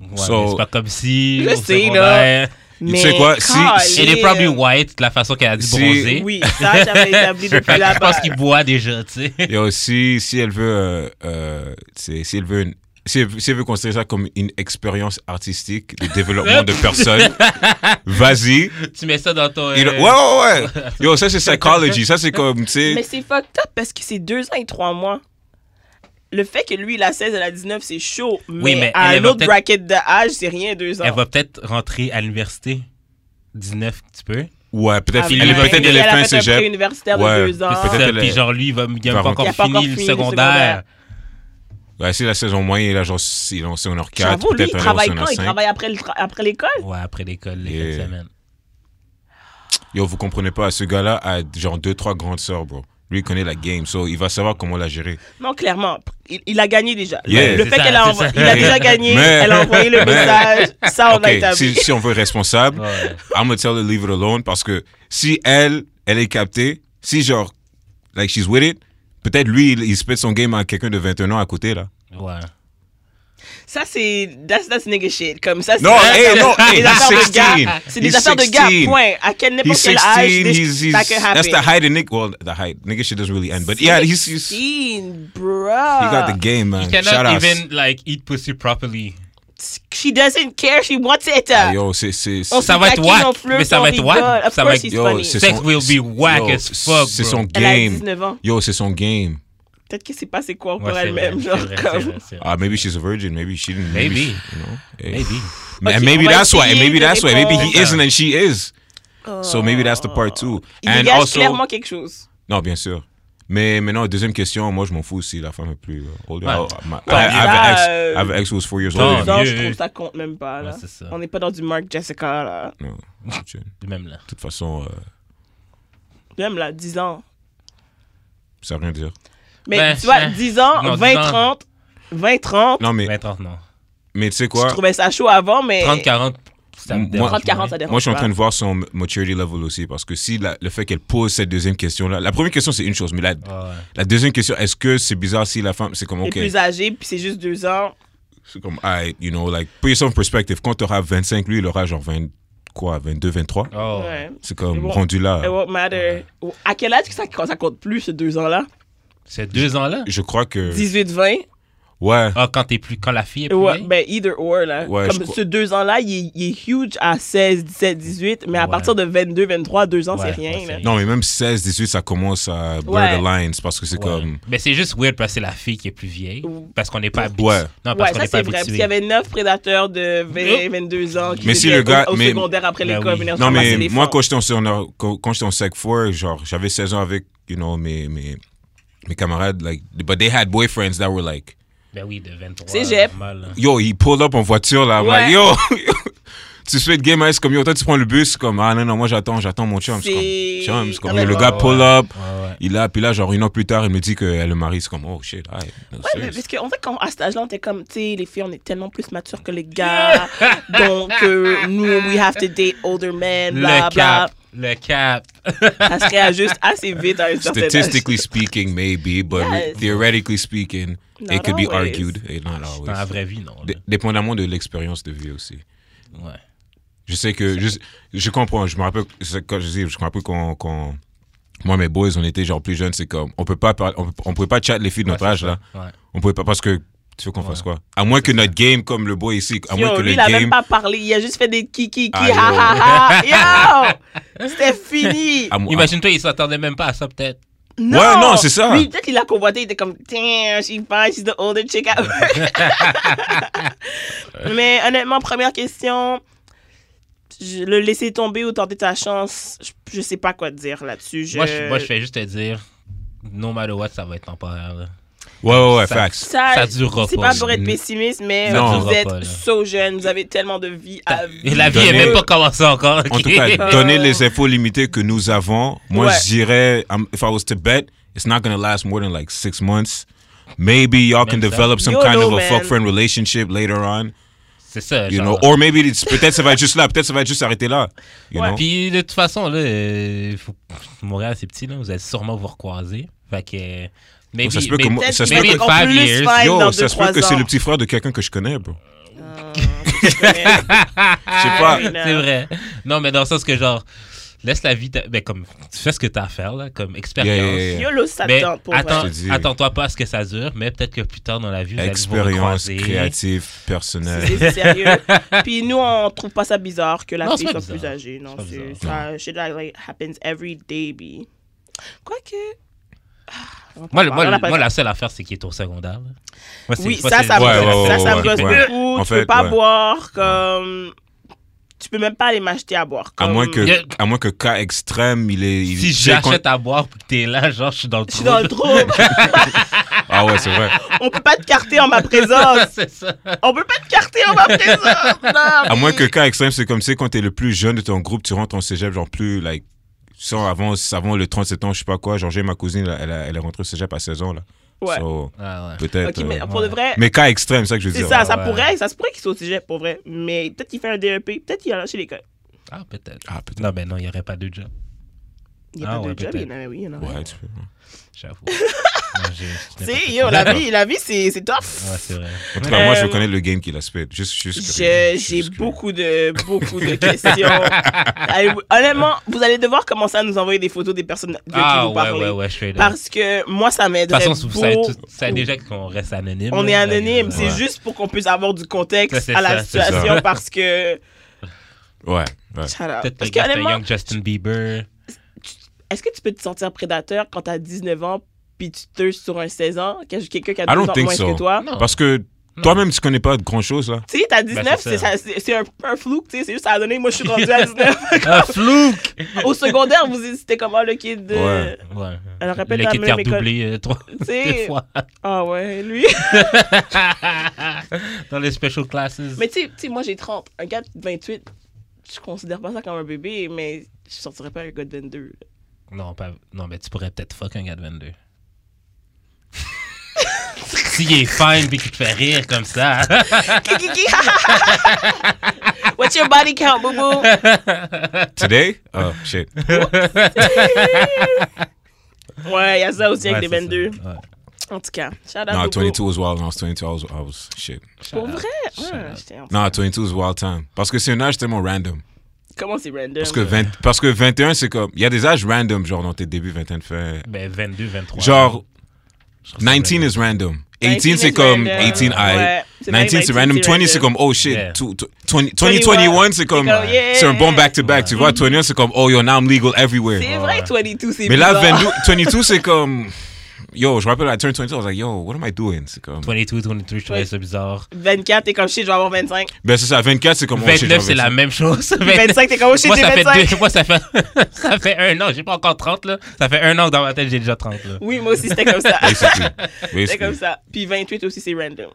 B: Ouais,
D: So-
B: mais c'est pas comme si.
C: Je
B: au
C: sais, là.
B: secondaire-
C: Mais
D: sais quoi, si- si-
B: Elle
C: calé.
B: est probably white, la façon qu'elle a dit
D: Si-
B: bronzer.
C: Oui, ça, j'avais établi depuis
B: Fait que
C: la
B: je pense
C: base.
B: qu'il boit déjà, tu sais.
D: Yo, si, si elle veut, euh, euh, c'est- si elle veut, une- si elle, si elle veut considérer ça comme une expérience artistique de développement de personne, vas-y.
B: Tu mets ça dans ton.
D: Il-
B: euh,
D: Ouais, ouais, ouais. Yo, ça c'est psychology. Ça c'est comme, tu
C: Mais
D: sais.
C: c'est fucked up parce que c'est deux ans et trois mois. Le fait que lui, il a 16, elle a 19, c'est chaud. Mais,
B: Oui, mais
C: à
B: elle
C: un
B: va
C: autre
B: peut-être-
C: bracket d'âge, c'est rien, deux ans.
B: Elle va peut-être rentrer à l'université. 19, tu peux.
D: Ouais, peut-être.
C: Ah,
D: Elle
B: ouais.
D: est peut-être
B: Et
D: elle
C: a
D: est
C: fait
D: fin
C: un
D: cégep.
C: préuniversitaire
D: Ouais,
C: de deux ans.
D: c'est peut-être-
B: Ça,
D: elle est-
B: Puis genre, lui, il va il a
C: Ah.
D: va rentrer.
B: même pas
C: Il a
B: encore
C: pas encore
B: fini le
C: fini le
B: secondaire.
D: Ouais, si la saison moyenne, il a genre, il est en secondaire 4,
C: J'avoue, lui, il
D: peut-être elle est en
C: travaille quand
D: secondaire
C: Il
D: 5.
C: travaille après le tra- après l'école
B: Ouais, après l'école, les
D: Yeah.
B: fins de semaine.
D: Yo, vous comprenez pas, ce gars-là a genre 2-3 grandes sœurs, bro. Lui, il connaît la game, so il va savoir comment la gérer.
C: Non, clairement. Il, il a gagné déjà. Le-
D: Yeah.
C: le
B: C'est
C: fait
B: ça,
C: qu'elle a
B: c'est
C: envoyé.
B: ça.
C: Il a déjà
D: Mais-
C: gagné. Elle a envoyé le
D: mais-
C: message. Ça, on
D: Ok,
C: a établi.
D: si, si on veut être responsable,
B: Ouais.
D: I'm gonna tell her leave it alone parce que si elle, elle est captée, si genre, like she's with it, peut-être lui, il, il spit son game à quelqu'un de 21 ans à côté là.
B: Ouais.
C: Ça, c'est. That's, that's nigga shit. Comme ça, c'est.
D: Non, hey, non,
C: C'est
D: hey,
C: des
D: he's
C: affaires de
D: 16.
C: gars. C'est des
D: He's
C: affaires de gars,
D: 16.
C: point. À quel n'importe
D: He's
C: quel âge,
D: 16, he's,
C: this-
D: he's,
C: that could happen.
D: that's the height of Nick. Well, the height. Nigga shit doesn't really end, but yeah, he's, he's he
C: 16, bro.
D: got the game, man.
B: You cannot
D: Shout out.
B: even, like, eat pussy properly.
C: She doesn't care, she wants it.
D: Ah, yo, c'est, c'est,
C: On
D: c'est,
B: Ça
C: se
B: va être
C: taquine,
B: whack,
C: on flirte,
B: mais ça
C: on
B: va être
C: rigole.
B: whack,
C: Of
B: ça va
C: course, Oh,
B: être-
C: he's
D: yo,
C: funny.
D: c'est
B: Sex
D: son,
B: will be
D: c'est-
B: whack
D: yo,
B: as fuck,
D: C'est
B: bro.
D: son
C: Elle a
D: game.
C: 19 ans.
D: Yo, c'est son game.
C: Peut-être que c'est pas c'est quoi
B: Ouais,
C: pour
B: c'est vrai,
C: elle-même.
B: c'est
C: Genre,
B: vrai, c'est
C: comme.
B: vrai, c'est vrai.
D: Ah, maybe she's a virgin. Maybe she didn't.
B: Maybe.
D: she- you know. Hey.
B: Maybe.
D: And
C: Okay,
D: maybe
C: on va
D: that's why.
C: essayer
D: Maybe
C: de
D: that's why. Maybe he
B: répondre.
D: isn't and she is. So maybe that's the part too.
C: Oh. Il
D: And
C: dégage
D: also,
C: clairement quelque chose.
D: non, bien sûr. Mais maintenant, deuxième question, moi je m'en fous si la femme est plus euh, older.
B: Ouais.
D: Oh, my- I,
B: Ouais,
D: I have an ex,
C: ça,
D: I have an ex who was four years older.
B: Tant
C: Deux
D: than me.
C: ans,
B: Ah, mieux.
C: je trouve ça compte même pas.
B: Ouais,
C: Là.
B: c'est ça.
C: On n'est pas dans du Mark Jessica. Là.
D: Non, je- de
B: Même là.
D: toute façon, euh,
C: Même là, 10 ans.
D: ça veut rien dire.
C: Mais
B: Ben,
C: tu vois,
B: hein.
C: 10 ans,
B: Non,
C: 20,
B: 10 ans.
C: 30, 20, 30.
D: Non, mais,
B: 20, 30, non.
D: mais tu sais
C: Je
D: quoi?
C: trouvais ça chaud avant, mais.
B: 30, 40, ça me
D: Moi-
B: dérange
C: 30, 40,
B: moins.
C: ça dérange.
D: Moi, je suis en
C: pas.
D: train de voir son maturity level aussi parce que si la- le fait qu'elle pose cette deuxième question-là, la première question c'est une chose, mais la,
B: Ouais, ouais.
D: la deuxième question, est-ce que c'est bizarre si la femme, c'est comme
C: Il est
D: ok,
C: plus âgé, puis c'est juste 2 ans.
D: C'est comme, I, you know, like, put yourself in perspective. Quand t'auras 25, lui, il aura genre 20, quoi, 22, 23.
B: Oh, Ah.
C: Ouais.
D: C'est comme
C: Et bon.
D: rendu
C: It
D: là.
C: won't matter. À quel âge que ça, ça compte plus, ces 2 ans-là
B: Ces deux ans-là?
D: Je crois que.
C: 18, 20.
D: Ouais.
B: Ah, quand, t'es plus, quand la fille est plus
C: Ouais,
B: vieille?
C: ben, either or, là.
D: Ouais, je
C: Comme
D: crois-
C: ce deux ans-là, il, est- il est huge à 16, 17, 18, mais à
B: Ouais.
C: partir de 22, 23, deux ans,
B: Ouais,
C: c'est
B: ouais,
C: rien,
B: c'est
C: là.
B: rien.
D: Non, mais même 16, 18, ça commence à blur
C: Ouais.
D: the lines parce que c'est
B: Ouais.
D: comme.
B: Mais c'est juste weird parce que c'est la fille qui est plus vieille. Parce qu'on n'est pas habitué.
D: Ouais.
B: Non, Ah, parce
C: ouais,
B: qu'on
C: ça
B: n'est pas
C: c'est vrai. Parce qu'il
B: habitué. Oh.
C: y avait 9 prédateurs de 20, 22 ans qui
D: Mais si
C: étaient
D: le gars-
C: au, au
D: mais-
C: secondaire après
B: Ben
C: l'école
B: oui.
C: venir
D: Non,
C: ramasser
D: mais
C: les
D: moi,
C: fonds.
D: quand j'étais en secondaire- quand quand j'étais en sec 4, genre, j'avais 16 ans avec, you know, mes, mes, mes camarades, like, but they had boyfriends that were like,
B: Ben oui, de 23.
C: Cégep.
B: normal, hein. là.
D: yo, he pulled up en voiture, là, I'm
C: Ouais.
D: like, yo, tu fais de game ice comme, yo, toi, tu prends le bus, comme, ah, non, non, moi, j'attends, j'attends mon chum. C'est
C: C'est-
D: comme, chum, c'est comme,
C: Ouais, bah,
D: le
C: ouais,
D: gars
B: ouais.
D: pull up,
B: Ouais, ouais.
D: il a, puis là, genre, une heure plus tard, il me dit qu'elle le marie, c'est comme, oh, shit, aye, no,
C: Ouais, mais
D: serious.
C: parce qu'on sait qu'à cet âge-là, on était comme, tu sais, les filles, on est tellement plus matures que les gars. donc, euh, nous, we have to date older men, bla,
B: Le
C: bla.
B: cap. Le cap.
C: Ça se réajuste assez vite à un certain âge.
D: Statistically speaking, maybe, but
C: Yes.
D: theoretically speaking, it
C: Not
D: could be
C: always. Ah,
D: argued. Eh, Not
B: Dans la
D: always.
B: vraie vie, non. là.
D: Dé- Dépendamment de l'expérience de vie aussi.
B: Ouais.
D: Je sais que. Je, je comprends. Je me rappelle. que c'est- Quand je dis, je me rappelle quand. quand- moi, mes boys, on était genre plus jeunes. C'est comme. On peut pas parler- on, on pouvait pas chat les filles de notre
B: Ouais,
D: âge,
B: c'est
D: là.
B: ça. Ouais.
D: On pouvait pas parce que. Tu veux qu'on fasse quoi À moins que notre game, comme le boy ici, à moins
C: Yo,
D: que
C: lui,
D: le
C: il a même
D: game.
C: pas parlé. Il a juste fait des kiki, kiki,
D: Ah, yo.
C: ha, ha, ha. Yo! C'était fini.
D: à mo-
B: Imagine-toi, il s'attendait même pas à ça, peut-être.
C: Non.
D: Ouais, non, c'est ça.
C: Lui, peut-être qu'il l'a convoité, il était comme, damn, she's fine, she's the older chick at work. Mais honnêtement, première question, je- le laisser tomber ou tenter ta chance, je, je sais pas quoi te dire là-dessus. Je...
B: Moi, je, moi, je fais juste te dire, no matter what, ça va être temporaire. là.
D: à- Ouais, ouais, ouais,
B: Ça-
D: facts.
C: ça,
B: ça durera
C: C'est
B: pas.
C: pas pour être pessimiste, mais
D: Ça
C: vous
B: durera
C: êtes
B: pas, là.
C: so jeune, vous avez tellement de vie à
B: Et
C: vivre.
B: la vie est
D: Donnez-
B: même pas commencée encore.
D: En
B: ok?
D: tout cas,
C: Euh,
D: donner les infos limitées que nous avons, moi,
C: Ouais.
D: je dirais, um, if I was to bet, it's not going to last more than like six months. Maybe y'all can
B: Même ça.
D: develop some
C: YOLO,
D: kind of a
C: man.
D: fuck friend relationship later on,
B: c'est ça.
D: you know,
B: genre.
D: or maybe it's peut-être ça va être juste là, peut-être ça va être juste arrêter là, you
C: Ouais.
D: know.
B: Puis de toute façon, là, euh, faut- Montréal, c'est petit, là. Vous allez sûrement vous recroiser. Fait que. euh, Maybe,
D: ça se peut que
B: maybe-
D: moi- ça se
B: maybe
D: peut
B: in
C: qu'on
B: five
C: plus
B: years.
C: fasse-
D: Yo,
C: dans
D: ça
C: deux,
D: se peut que
C: trois
D: c'est
C: ans.
D: le petit frère de quelqu'un que je connais, bro.
C: Euh, je connais.
D: Je sais pas.
C: I know.
B: Ah, C'est vrai. Non, mais dans le sens que, genre, laisse la vie. t'a- Ben, comme, tu fais ce que t'as à faire, là, comme expérience.
D: Yeah, yeah, yeah.
C: YOLO, ça
B: Mais
C: tente pour euh,
B: attends,
D: Je
C: vrai.
D: te dis.
B: attends-toi pas à ce que ça dure, mais peut-être que plus tard dans la vie, vous allez vous
D: Expérience
B: recroiser.
D: créative, personnelle.
C: C'est sérieux. Puis nous, on trouve pas ça bizarre que la
B: Non,
C: fille
B: c'est
C: soit
B: pas
C: plus
B: bizarre.
C: âgée. Non,
B: C'est pas
C: c'est
B: bizarre.
C: ça. Shit like, like, happens every day, be. Quoique. Ah, on
B: Moi,
C: parle,
B: le- moi,
C: on
B: le-
C: a pas-
B: moi, la seule affaire, c'est qu'il est au secondaire. là. Moi, c'est-
C: Oui,
B: moi,
C: ça,
B: c'est-
C: ça me
D: Ouais,
C: gosse.
D: ouais,
C: ça, ça me
D: ouais,
C: gosse
D: ouais.
C: beaucoup.
D: En
C: tu
D: fait,
C: peux pas
D: ouais.
C: boire comme. Tu peux même pas aller m'acheter à boire.
D: À
C: comme-
D: moins que,
B: Yeah.
D: à moins que cas extrême, il est. il-
B: Si
D: je sais
B: j'achète à boire puis que t'es là, genre, je suis dans le
C: Je suis dans le
B: trou.
C: trouble.
D: qu'on- Ah ouais, c'est vrai.
C: On peut pas te carter en ma présence.
B: c'est ça.
C: On peut pas te carter en ma présence. Non,
D: À moins
C: be.
D: que cas extrême, c'est comme si quand t'es le plus jeune de ton groupe, tu rentres en cégep, genre plus, like, sans avant, avant le 37 ans, je sais pas quoi. Genre, j'ai ma cousine, là, elle, a- elle est rentrée au cégep à 16 ans, là.
C: Ouais.
D: So,
B: Ah, ouais.
D: peut-être.
C: Ok, mais
D: euh,
C: pour de
B: ouais.
C: vrai,
D: mais cas extrême, c'est ça que je veux
C: C'est
D: dire.
C: ça,
B: ouais,
C: ça
B: ouais.
C: pourrait, ça se pourrait qu'il soit au cégep pour vrai, mais peut-être qu'il fait un DEP, peut-être qu'il a lâché l'école.
B: Ah, peut-être.
D: Ah, peut-être.
B: Non, mais non, il n'y aurait pas de job.
C: Il n'y a
B: Ah
C: pas
B: ouais,
C: de job, il y en
B: peut-être.
C: a, oui, il y en a.
D: Ouais, tu peux.
B: J'avoue. Non,
C: Tu
B: j'ai- je n'ai pas
C: sais,
B: fait
C: yo,
B: ça.
C: la vie, la vie c'est c'est tough.
B: Ouais, c'est vrai.
D: En tout cas, moi, je
C: Euh,
D: connais le game qu'il a spit. Juste, juste.
C: Je-
D: curieux.
C: J'ai
D: Juste curieux.
C: beaucoup de, beaucoup de questions. Allez, vous- Honnêtement, vous allez devoir commencer à nous envoyer des photos des personnes de qui
B: Ah,
C: vous
B: ouais,
C: parlez.
B: ouais, ouais, je suis là. De
C: Parce que moi, ça
B: toute
C: m'aiderait
B: façon, vous savez,
C: beaucoup.
B: tout, vous savez déjà qu'on reste anonyme.
C: On
B: là,
C: est
B: là,
C: anonyme,
B: ouais.
C: c'est juste pour qu'on puisse avoir du contexte
B: Ça, c'est
C: à la
B: ça, c'est ça.
C: situation parce que.
D: Ouais, ouais.
C: Shut up. Parce
B: Peut-être que
C: que,
B: c'était
C: honnêtement,
B: Young Justin Bieber.
C: Est-ce que tu peux te sentir prédateur quand t'as 19 ans puis tu te sur un 16 ans, qu'il y a quelqu'un qui a
D: I
C: 12
D: don't
C: ans
D: think
C: moins
D: so.
C: que toi?
B: Non.
D: Parce que toi-même, tu connais pas grand chose, là.
C: Tu sais, t'as 19,
B: Ben, c'est
C: c'est,
B: ça.
C: ça- c'est- c'est un peu un flou, tu sais, c'est juste à donner. Moi, je suis rendu à 19.
B: Ah, flouk!
C: Au secondaire, vous c'était comment le kid de...
D: Ouais.
B: Ouais.
C: Elle répète
B: Le
C: la
B: kit
C: même école.
B: redoublé euh, trois
C: Tu
B: deux
C: sais,
B: fois
C: ah ouais, lui.
B: dans les special classes.
C: mais tu sais- tu sais, moi, j'ai 30. Un gars de 28, je considère pas ça comme un bébé, mais je sortirais pas un gars de 22. là.
B: Non, pas... non, mais tu pourrais peut-être fuck un gars de 22. S'il est fine puis qu'il te fait rire comme ça.
C: Kikiki, ha, ha, ha. What's your body count, boubou?
D: Today? Oh, shit.
C: Ouais, il y a ça aussi
B: Ouais,
C: avec les
B: c'est
C: 22.
B: ça, ouais.
C: En tout cas, shout out
D: No,
C: boubou.
D: 22 was wild. When I was 22, I was, I was shit.
C: Pour vrai?
B: Shout
C: Ouais,
B: out.
C: j'étais en-
D: No, 22 was wild time. Parce que c'est un âge tellement random.
C: Comment c'est random?
D: Parce que, 20 parce que 21, c'est comme. Il y a des âges random, genre dans tes débuts, 21, fin.
B: Ben 22, 23.
D: Genre,
B: Je trouve ça
D: 19
B: random.
D: is random. 18, c'est comme 18, I. 19, c'est random. 20, c'est comme, oh shit.
B: Yeah.
D: Two- tw- 20, 2021, c'est
C: comme,
D: comme,
C: yeah.
D: c'est un bon back-to-back. Tu vois, 21, c'est comme, oh yo, now I'm legal everywhere.
C: C'est vrai, 22, c'est
D: Mais là,
C: bizarre.
D: 22, 22 c'est comme, yo, je me rappelle, I turned 22, I was like, yo, what am I doing? C'est comme,
B: 22, 23, je trouvais ça bizarre.
C: 24, t'es comme shit, je vais avoir 25.
D: ben c'est ça, 24, c'est comme, oh shit.
B: 29, c'est
D: j'avais
B: la
D: ça.
B: même chose.
C: 25, t'es comme, oh shit,
B: Moi,
C: j'ai
B: ça fait
C: 25.
B: deux- moi, ça fait, ça fait un an. J'ai pas encore 30, là. Ça fait un an que dans ma tête, j'ai déjà 30, là.
C: Oui, moi aussi, c'était comme ça.
D: Basically.
C: c'était comme
D: Basically.
C: ça. Puis 28 aussi, c'est random.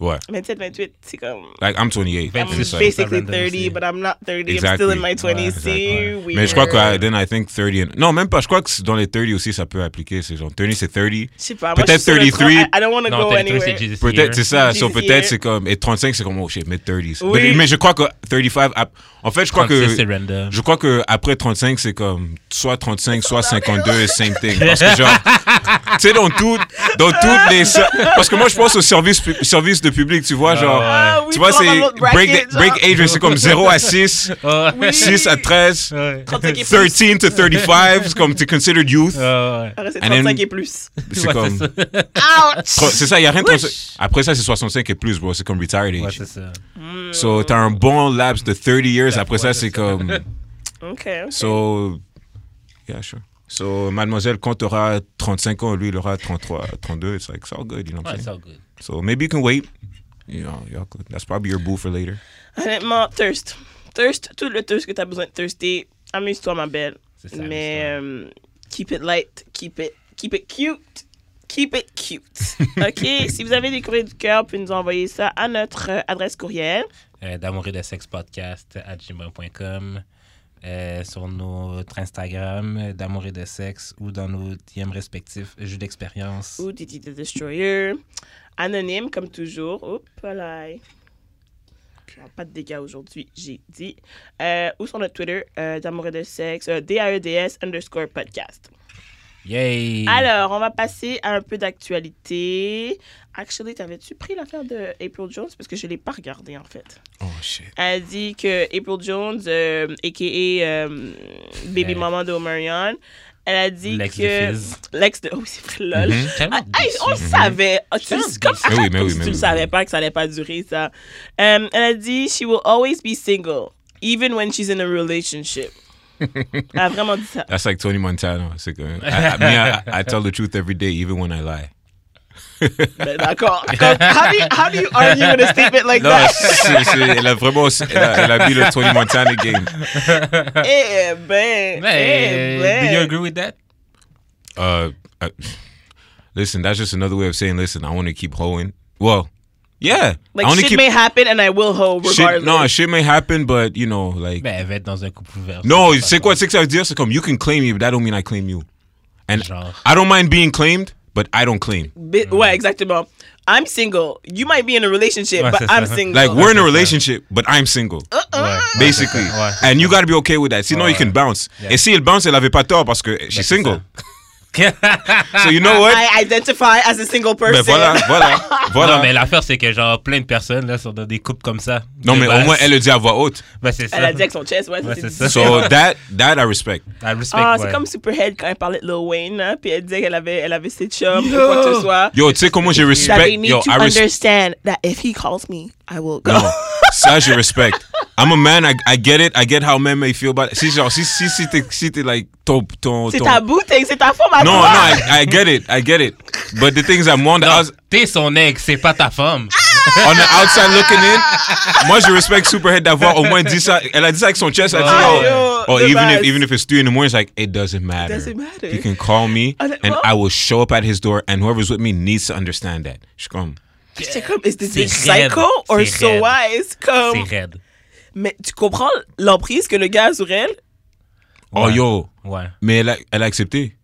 D: Ouais.
C: 27, 28, c'est comme. mm,
D: Like, I'm 28.
B: Ben,
D: and
B: c'est
D: it's
B: ça.
D: like-
C: Basically
B: random
C: 30,
B: aussi.
C: but I'm not 30. I'm
D: Exactly.
C: still in my 20s.
B: Ouais,
C: c'est
B: exactly.
C: weird.
D: Mais je crois que uh, then I think 30 and... Non, même pas. Je crois que c'est dans les 30 aussi, ça peut appliquer. C'est genre 30, c'est 30.
C: Je sais pas. moi,
D: peut-être
C: je suis sur le
D: 33.
C: front, I, I don't want to
B: Non,
C: go
B: 33,
C: anywhere.
B: c'est Jesus
D: Peut-être, c'est ça.
C: Year.
D: So,
C: This
D: peut-être,
C: year.
D: c'est comme... Et 35, c'est comme, oh shit, mid-30s.
C: Oui.
D: Mais, mais je crois que 35... ap- En fait, je crois que...
B: c'est random.
D: Je crois que après 35, c'est comme soit 35, soit 52, same thing. Parce que genre, tu sais, dans tout, dans toutes les, ser- parce que moi je pense au service, pu- service de public, tu vois, genre,
C: Ah, oui,
D: tu vois,
C: tu rentres
D: c'est
C: dans l'autre
D: break,
C: bracket,
D: the- break
C: genre.
D: age, c'est comme 0 à 6,
B: Ah, ouais.
C: Oui.
D: 6 à 13,
B: Ouais.
C: 35 et plus.
D: 13 to 35, c'est comme, t'es considered youth.
B: Ah, ouais.
C: Après, c'est
D: And then-
C: 35 et plus.
D: C'est
B: Ouais,
D: comme,
B: ça.
D: Tro- C'est ça, il n'y a rien de
B: Wesh.
D: 35. Après ça, c'est 65 et plus, bro. C'est comme retired
B: Ouais,
D: age.
B: c'est ça.
D: so, t'as un bon laps de 30 years. Après ça,
B: ouais,
D: c'est
B: c'est
D: comme.
C: OK.
D: So, yeah, sure. So, mademoiselle, quand t'auras 35 ans, lui, il aura 33, 32. It's like, it's all good, you know what
B: Ouais,
D: I'm
B: it's
D: saying?
B: all good.
D: So, maybe you can wait. You know, y'all could- that's probably your boo for later.
C: Honnêtement, thirst. Thirst, tout le thirst que t'as besoin de thirster. Amuse-toi, ma belle.
B: C'est ça,
C: Mais euh, keep it light, keep it, keep it cute. Keep it cute. OK? si vous avez des courriers du cœur, vous pouvez nous envoyer ça à notre euh, adresse courriel.
B: euh, d'amour et de sexe podcast à gmail.com euh, sur notre Instagram euh, d'amour et de sexe ou dans nos DM respectifs jeux d'expérience
C: Ou Didi the Destroyer. Anonyme, comme toujours. Oups, là. Pas de dégâts aujourd'hui, j'ai dit. Euh, ou sur notre Twitter, euh, d'amour et de sexe, euh, D-A-E-D-S underscore podcast.
B: yay
C: Alors, on va passer à un peu d'actualité. Actually, t'avais-tu pris l'affaire de April Jones? Parce que je ne l'ai pas regardée, en fait.
D: Oh, shit.
C: Elle dit que April Jones, euh, a.k.a. euh, Baby
B: Ouais.
C: Mama d'Omarion, elle a dit
B: L'ex de
C: que...
B: Fizz.
C: L'ex de... Oh, c'est vrai, lol.
B: Mhm. Tellement
C: Ah, hey,
B: déçu.
C: on le savait. Ah, tu
B: Tellement
C: c'est comme-
B: déçu.
D: Mais oui,
C: arrête
D: mais
C: comme
D: oui,
C: si
D: mais
C: tu ne
D: oui.
C: savais pas que ça allait pas durer, ça. Euh, elle a dit « She will always be single, even when she's in a relationship. » Elle a vraiment dit ça.
D: That's like Tony Montana. C'est comme, I, I, me, I, I tell the truth every day, even when I lie.
C: Ben, D'accord. Comme, How do, you, how do you argue with a statement like
D: Non,
C: that?
D: c'est- c'est- elle a vraiment. Elle a, elle a mis le Tony Montana game.
C: Eh ben,
B: mais
C: eh
B: euh, do you
C: ben.
B: agree with that
D: uh, I, listen, that's just another way of saying, listen, I want to keep hoeing. Well, yeah, I
C: Like
D: want
C: shit
D: to keep.
C: may happen and I will hoe
D: shit,
C: regardless.
D: no, shit may happen, but you know, like,
B: ben elle va être dans un couple ouvert
D: no,
B: Ça,
D: c'est
B: ça,
D: quoi,
B: ça.
D: c'est que ça veut dire, c'est comme, you can claim me, but that don't mean I claim you. And
B: Genre.
D: I don't mind being claimed, but I don't claim.
C: Bi- Ouais, exactement. I'm single. You might be in a relationship,
B: Ouais,
C: but
B: c'est
C: I'm
B: ça.
C: single.
D: Like, we're in a
B: that's fair.
D: relationship, but I'm single.
C: Uh-uh. Ah.
B: Ouais.
D: Basically, Ah,
B: Ouais.
D: and you gotta be okay with that. Sinon, you can bounce. Et si elle bounce, elle avait pas tort parce que she's
B: c'est
D: single. so
C: Ah,
D: you know what?
C: I identify as a single person.
D: Ben voilà, voilà, voilà.
B: non mais l'affaire c'est que genre plein de personnes là sont dans des couples comme ça
D: non
B: De
D: mais au
B: base.
D: moins elle le dit à voix haute.
B: ben, c'est ça
C: Elle a dit avec son chest, ouais, ça,
B: Ouais,
C: c'est
B: c'est
C: difficile.
B: ça.
D: So that that I respect.
B: I respect
C: Ah,
B: ouais.
C: c'est comme Superhead quand elle parlait de Lil Wayne, hein, puis elle disait qu'elle avait, elle avait ses chums ou quoi que ce soit.
D: Yo, tu sais comment je
C: That
D: respect.
C: they need
D: Yo,
C: to
D: I respect.
C: understand that if he calls me, I will go.
D: No, ça je respect. I'm a man. I, I get it. I get how men may feel about it. Si genre si si si t'es si t'es like ton ton.
C: C'est
D: ton-
C: ta bouteille, c'est ta forme à
D: No, no,
C: toi.
D: I, I get it. I get it. But the thing is, I'm on the, outs-
B: t'es son ex c'est pas ta femme
C: Ah!
D: on the outside looking in. Moi, je respecte Superhead d'avoir au moins dit ça. Elle a dit ça avec son chest. Elle a
B: Ah,
D: dit,
C: yo,
D: oh, oh,
C: the
D: even if
C: best.
D: even if it's three in the morning, it's like it doesn't matter.
C: doesn't matter.
D: You can call me,
C: Ah, that-
D: and
C: well-
D: I will show up at his door, and whoever's with me needs to understand that. Je suis comme,
C: J'étais comme, is this bitch
B: C'est raide.
C: psycho or
B: C'est
C: so
B: raide.
C: wise? Comme,
B: c'est raide
C: mais tu comprends l'emprise que le gars a sur elle?
D: oh
B: Ouais.
D: yo.
B: ouais
D: Mais elle a, elle a accepté.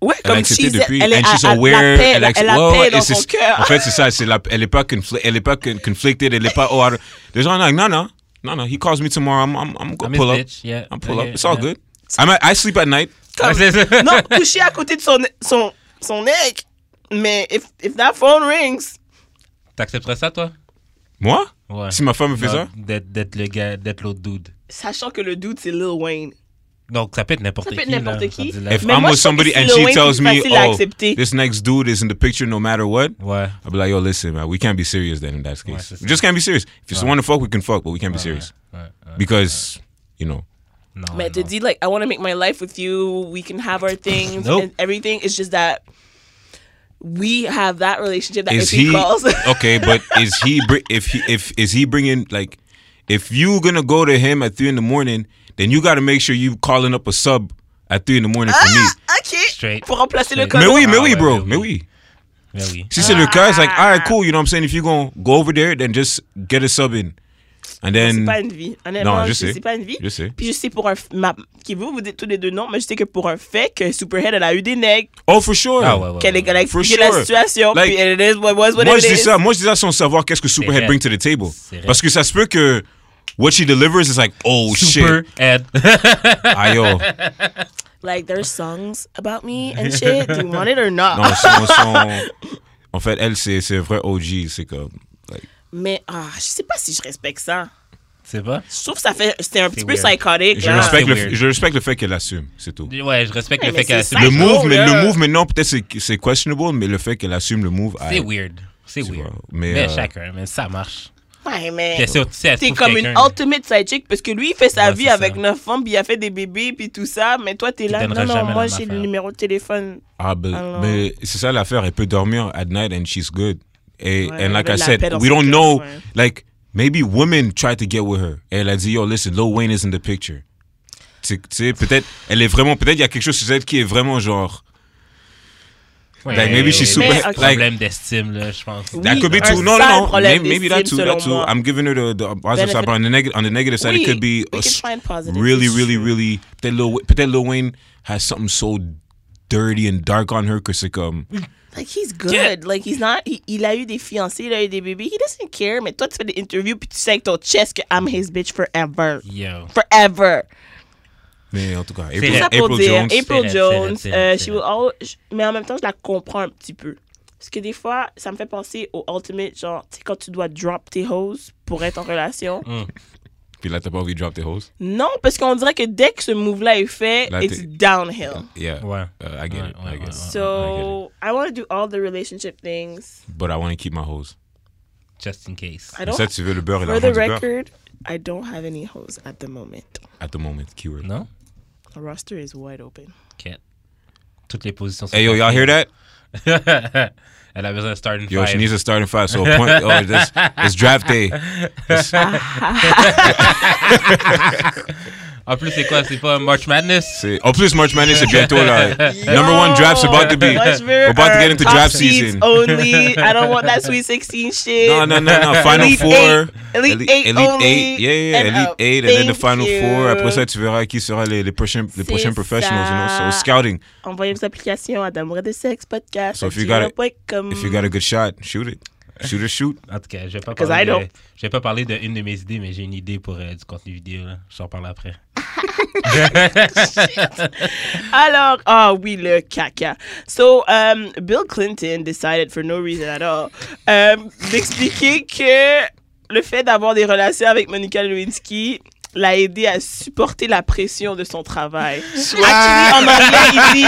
C: Ouais,
D: Elle a
C: comme
D: accepté
C: she's-
D: depuis.
C: elle est
D: And she's
C: à- à-
D: aware.
C: la paix,
D: elle
C: elle
D: a
C: a
D: accepté.
C: la
D: Ouais, ouais,
C: paix dans
D: et c'est-
C: son cœur.
D: En fait, c'est ça. c'est la- elle n'est pas, confli- elle est pas con- conflicted. Elle n'est pas. Oh, I don't- les gens sont like, non, non. Non, non. He calls me tomorrow. I'm, I'm, I'm
B: I'm
D: going
B: his
D: to pull up.
B: bitch, yeah.
D: I'm pull up.
B: Okay,
D: It's all
B: yeah.
D: good. I'm at, I sleep at night.
B: Ouais, c'est ça.
C: Non, coucher à côté de son, son, son neck. Mais if, if that phone rings,
B: t'accepterais ça toi
D: Moi?
B: Ouais.
D: Si ma femme me fait
B: Non,
D: ça?
B: D'être d'être le gars, d'être l'autre dude.
C: sachant que le dude, c'est Lil Wayne.
B: Donc, ça peut être n'importe
C: Ça
B: qui.
C: peut être
B: là,
C: n'importe qui.
B: rendu là.
D: If
C: Mais
D: I'm
C: moi,
D: with
C: je trouve que
D: somebody
C: c'est
D: and
C: le
D: she
C: way
D: tells
C: plus
D: me,
C: facile à
D: oh,
C: accepter.
D: this next dude is in the picture no matter what,
B: Ouais.
D: I'll be like, yo, listen, man, we can't be serious then in that case.
B: c'est ça.
D: we just can't be serious. If it's
B: Ouais.
D: want to fuck, we can fuck, but we can't be serious.
B: Ouais, ouais.
D: Because, you know,
B: Non,
C: Mais elle te
B: non.
C: dit, like, I want to make my life with you. We can have our things
B: Nope.
C: and everything. It's just that we have that relationship that
D: is
C: if he,
D: he
C: calls.
D: okay? But is he br- if he if is he bringing like if you gonna go to him at three in the morning, then you got to make sure you calling up a sub at three in the morning for me.
C: OK.
B: Straight.
C: Pour remplacer le
B: Straight.
D: Mais
C: code.
D: oui, mais
B: Ah
D: oui,
B: ouais,
D: bro,
B: mais
D: mais oui.
B: oui. Mais oui.
D: Si c'est le cas, it's like, all right, cool. You know what I'm saying? If you gonna go over there, then just get a sub in,
C: C'est
D: and then
C: pas une vie. Honnêtement,
D: Non, je
C: c'est
D: sais.
C: pas une vie.
D: Je sais.
C: Puis je sais pour un. f- ma- qui vous, vous dites tous les deux non, mais je sais que pour un fait que Superhead, elle a eu des nègres,
D: oh for sure.
B: Ah, ouais, ouais,
C: qu'elle
B: ouais,
C: est qu'elle a
D: For
C: expliqué la
D: sure.
C: situation,
D: Like,
C: puis it is what was what
D: Moi
C: it
D: je dis
C: is.
D: ça, moi je dis ça sans savoir qu'est-ce que Superhead
B: vrai.
D: bring to the table.
B: C'est vrai.
D: Parce que ça se peut que what she delivers is like, oh
B: Super
D: shit,
B: Ed.
D: ah yo,
C: Like, there's songs about me and shit. Do you want it or not?
D: Non, son, son- En fait, elle, c'est c'est un vrai OG. C'est comme. like,
C: Mais ah, je sais pas si je respecte ça.
B: C'est pas?
C: Je trouve que ça fait. C'est un petit peu
B: weird.
C: psychotique.
D: je,
C: là.
D: respecte
B: c'est
D: le,
B: weird.
D: je respecte le fait qu'elle assume, c'est tout.
B: Ouais, je respecte
C: Ouais,
B: le
C: mais
B: fait qu'elle
C: c'est
B: assume.
C: ça.
D: Le
C: je
D: move,
C: trouve,
D: mais
C: là.
D: le move maintenant, peut-être c'est- c'est questionable, mais le fait qu'elle assume le move.
B: C'est
D: aïe.
B: weird. C'est
D: Tu
B: weird.
D: vois,
B: Mais,
D: mais, euh,
B: chacun, mais ça marche.
C: Ouais, mais.
B: Bien sûr, tu sais, elle
C: T'es
B: trouve
C: comme une
B: quelqu'un,
C: ultimate side chick parce que lui, il fait sa
B: Ouais,
C: vie
B: c'est ça.
C: avec neuf femmes, puis il a fait des bébés, puis tout ça. Mais toi, t'es là.
B: donnera
C: Non, non,
B: jamais
C: moi,
B: la même
C: j'ai le
B: affaire.
C: numéro de téléphone.
D: Ah, ben,
C: Alors-
D: mais c'est ça l'affaire. Elle peut dormir at night and she's good. Et,
C: Ouais,
D: and like
C: elle a
D: I
C: de la
D: said,
C: paix dans
D: we
C: son cœur,
D: don't know.
C: ouais.
D: Like, maybe women tried to get with her. Et elle a dit, yo, listen, Lil Wayne is in the picture. Tu tu sais, peut-être, elle est vraiment, peut-être il y a quelque chose sur elle qui est vraiment genre.
B: Ouais,
D: Like, Ben, maybe she's
B: ouais,
C: super-
B: mais
C: like-
B: Problème d'estime, là, je pense.
C: Oui.
D: That could be
C: un
D: too. No, no,
C: side
D: no. May-
C: problem
D: Maybe
C: is
D: that
C: seen
D: too. That
C: selon
D: too.
C: moi.
D: I'm giving her the, the positive
C: Benefit.
D: side, but on the, neg- on the negative side,
C: Oui,
D: it could be
C: we
D: a
C: can
D: s-
C: find positive,
D: really,
C: it's
D: really,
C: true.
D: really. Peut-être Lil, Wa- peut-être Lil Wayne has something so dirty and dark on her um, que c'est comme.
C: Like, he's good.
B: Yeah.
C: Like, he's not. he- il a eu des fiancés, il a eu des bébés. He doesn't care. Mais toi, tu fais des interviews, puis tu sais avec ton chest que I'm his bitch forever.
B: Yo.
C: Forever.
D: Mais en tout cas, oh April,
B: la-
C: ça pour
D: April
C: dire
D: Jones.
B: C'est
C: April
B: vrai,
C: Jones,
B: c'est vrai,
C: euh,
B: c'est vrai,
C: she
B: c'est
C: will all- je- mais en même temps, je la comprends un petit peu. Parce que des fois, ça me fait penser au ultimate, genre, tu sais, quand tu dois drop tes hoses pour être en relation.
D: Mm. Puis là, t'as pas envie de drop tes hoses.
C: Non, parce qu'on dirait que dès que ce move-là est fait,
D: Là,
C: it's
D: t'es-
C: downhill.
D: Yeah.
B: Ouais.
D: Uh, I get it.
B: Ouais, ouais,
D: I get
B: ouais,
D: it.
B: ouais.
C: So, I want to do all the relationship things.
D: But I want to keep my hose.
B: Just in case.
C: I
D: Mais
C: don't,
D: Ça, tu veux le beurre et
C: for
D: l'argent
C: the
D: du beurre
C: record, I don't have any hose at the moment.
D: at the moment. Keyword.
B: Non?
C: The roster is wide open.
B: Ok. Toutes les positions sont.
D: Hey yo, y'all hear that?
B: that? Elle a besoin de starting
D: Yo, she
B: five.
D: needs a starting five. So a point. Oh, this, it's draft day. It's-
B: En plus, c'est quoi? C'est pas March Madness?
D: c'est- En plus, Oh, March Madness c'est bientôt là. Number one draft's about to be.
C: Moi, je veux
D: We're about to
C: un
D: get into
C: top
D: draft
C: seeds
D: season.
C: Only, I don't want that Sweet 16 shit.
D: No, no, no, no. Final
C: Elite
D: four.
C: eight. Elite eight only
D: Yeah, yeah,
C: and
D: Elite
C: up.
D: eight, and uh, then the
C: Thank
D: final
C: you.
D: four. Après ça, tu verras qui sera les, les prochains, les
C: C'est
D: prochains professionals, you
C: ça.
D: know. So scouting.
C: Envoyez vos applications à d'amour et de sexe podcast.
D: So if you got it-
C: gmail.com.
D: If you got a good shot, shoot it. Shoot or shoot.
B: En tout cas, je vais pas
C: 'Cause
B: parler.
C: I don't.
B: De, je vais pas parler d'une de mes idées, mais j'ai une idée pour euh, du contenu vidéo. Là. Je t'en parle après.
C: Alors, ah oui, le caca. So, um, Bill Clinton decided for no reason at all um, d'expliquer que le fait d'avoir des relations avec Monica Lewinsky l'a aidé à supporter la pression de son travail. Actually, en anglais, il dit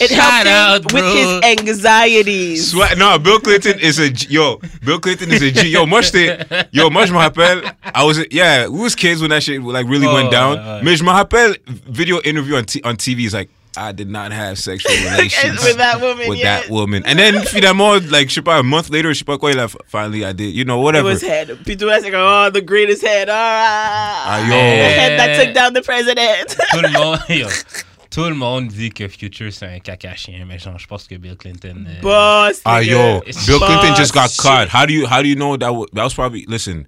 C: It helped him
B: out,
C: with
B: bro.
C: his anxieties.
D: Soit, non, Bill Clinton is a G- yo. Bill Clinton is a G. Yo, moi j'étais, yo, moi je me rappelle. I was, yeah, we was kids when that shit like really
B: Oh,
D: went down.
B: ouais, ouais.
D: Mais je me rappelle video interview on t- on TV. He's like, I did not have sexual relations
C: with that woman,
D: with
C: yes.
D: that woman. And then finalement, like, je sais pas, a month later, je sais pas quoi, il a f- finally I did, you know,
C: It
D: whatever.
C: was head. Puis tout là, c'est comme, oh, the greatest head. Ah,
D: Ah, yo.
C: the head that took down the president.
B: Tout le monde. yo, tout le monde dit que Future c'est un caca chien, mais genre, je pense que Bill Clinton. euh,
C: Boss.
D: Ah, yo,
C: nigga.
D: Bill Clinton just got
C: Boss.
D: caught. How do you how do you know that was, that was probably listen?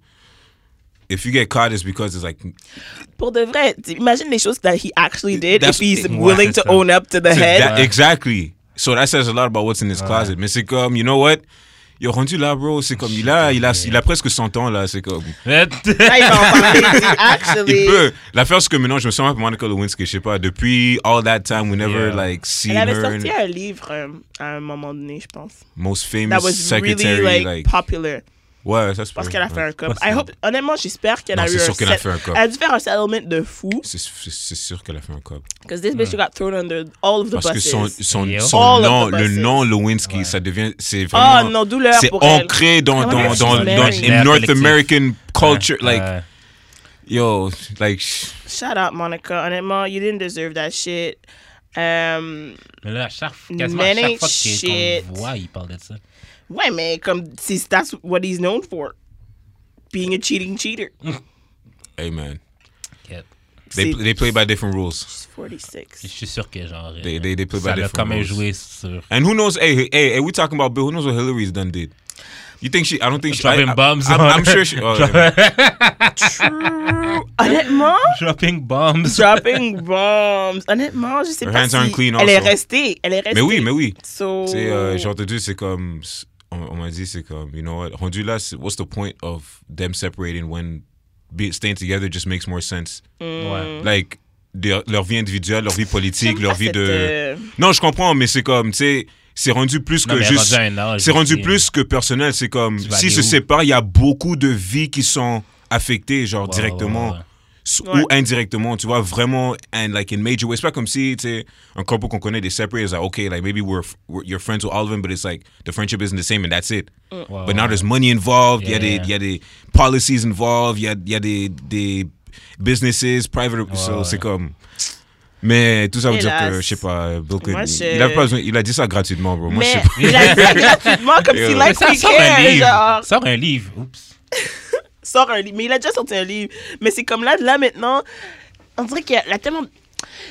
D: If you get caught, it's because it's like
C: Pour de vrai, tu- imagine les choses that he actually did
D: That's-
C: if he's
D: Ouais,
C: willing
B: c'est
C: to
B: ça.
C: own up to the
D: to
C: head.
D: that- exactly. So that says a lot about what's in his closet. Mais c'est comme, you know what? Yo, rendu là, bro, c'est comme, il a, il, a, il a presque 100 ans, là, c'est comme...
C: Là, il va en parler, il dit, actually.
D: Il peut... L'affaire, c'est que maintenant, je me sens un peu Monica Lewinsky, je sais pas, depuis all that time, we never,
B: Yeah.
D: like, seen
C: Elle avait
D: her in
C: sorti un livre euh, à un moment donné, je pense.
D: most
C: That
D: famous
C: was
D: secretary,
C: really like,
D: like...
C: popular.
D: Ouais, ça se
C: Parce
D: peut,
C: qu'elle a fait
D: ouais.
C: un cop.
B: Ouais, c'est-
C: Honnêtement, j'espère qu'elle
D: Non,
C: a eu
D: c'est sûr
C: un
D: qu'elle a
C: set-
D: fait un cop.
C: Elle a dû faire un settlement de fou.
D: C'est- C'est c'est sûr qu'elle a fait un cop.
C: Because this bitch got thrown under all of the
D: Parce que
C: buses.
D: son, son,
B: Yo.
D: son
C: All of
D: nom,
C: the
D: le
C: buses.
D: nom Lewinsky,
B: Ouais.
D: ça devient. C'est
C: Oh
D: vraiment.
C: non, douleur
D: c'est
C: pour elle.
D: ancré dans,
C: I wonder
D: dans,
C: if
D: dans,
C: she's
D: dans
C: married.
D: in North American culture.
B: Ouais,
D: like,
B: ouais.
D: yo, like,
C: Shout out, Monica. Honnêtement, you didn't deserve that shit. Um,
B: mais là, à chaque, quasiment à
C: Many
B: chaque fois que-
C: shit.
B: qu'on le voit, il parle de ça.
C: ouais, mais comme, si that's what he's known for. Being a cheating cheater.
D: hey man,
B: Yep.
D: they,
C: C'est-
D: they play by different rules.
C: She's
B: Je
C: 46.
B: suis sûr que genre.
D: They- they- they play by
B: ça l'a
D: different
B: quand même
D: rules.
B: joué sur.
D: And who knows? Hey, hey, hey, we talking about Bill. Who knows what Hillary's done did? You think she? I don't think she. I,
B: Dropping
D: I,
B: bombs
D: I'm,
B: on
D: I'm sure
B: her.
D: she. Oh,
B: Drop-
D: yeah.
C: Honnêtement,
B: Dropping bombs.
C: dropping bombs. Honnêtement, je sais
D: Her
C: pas
D: hands
C: si
D: aren't clean
C: elle est
D: also.
C: restée. Elle est restée.
D: mais oui, mais oui.
C: So,
D: Tu sais, euh, j'ai entendu, c'est comme. On, on m'a dit, c'est comme, you know what? Rendu là, c'est- what's the point of them separating when be, staying together just makes more sense?
C: Mm.
B: Ouais.
D: Like, de- leur vie individuelle, leur vie politique,
C: J'aime
D: leur
C: pas
D: vie
C: cette,
D: de.
C: euh,
D: Non, je comprends, mais c'est comme, tu sais, c'est rendu plus
B: Non,
D: que
B: mais
D: juste.
B: rendu à un âge
D: C'est rendu
B: aussi.
D: plus que personnel. C'est comme,
B: vas
D: s'ils
B: aller
D: se
B: où?
D: séparent, il y a beaucoup de vies qui sont affectées, genre
B: Ouais,
D: directement
B: ouais, ouais.
D: s-
C: Ouais.
D: ou indirectement, tu vois, vraiment, and like in major ways. C'est pas comme si, tu sais, un couple qu'on connaît, they separate, it's like, okay, like maybe we're, f- we're you're friends with all of them, but it's like the friendship isn't the same and that's it.
B: Ouais,
D: But now
B: ouais.
D: there's money involved, il y, a
B: Yeah,
D: des-
B: yeah.
D: il y a des policies involved, il y a, il y a des, des businesses, private, so
B: ouais.
D: c'est comme. Mais tout ça veut dire que,
C: Hélas.
D: je sais pas, Bill Clinton,
C: Moi, je-
D: il, a pas besoin- il a dit ça gratuitement, bro. Moi, je sais
C: mais
D: pas.
C: il a dit ça gratuitement comme
D: Yo.
C: si like
B: Ça
C: we
B: sort un
C: care,
B: livre.
C: genre.
B: Sort un livre. Oups.
C: sort un livre. Mais il a déjà sorti un livre. Mais c'est comme là, là maintenant, on dirait qu'il y a la tellement.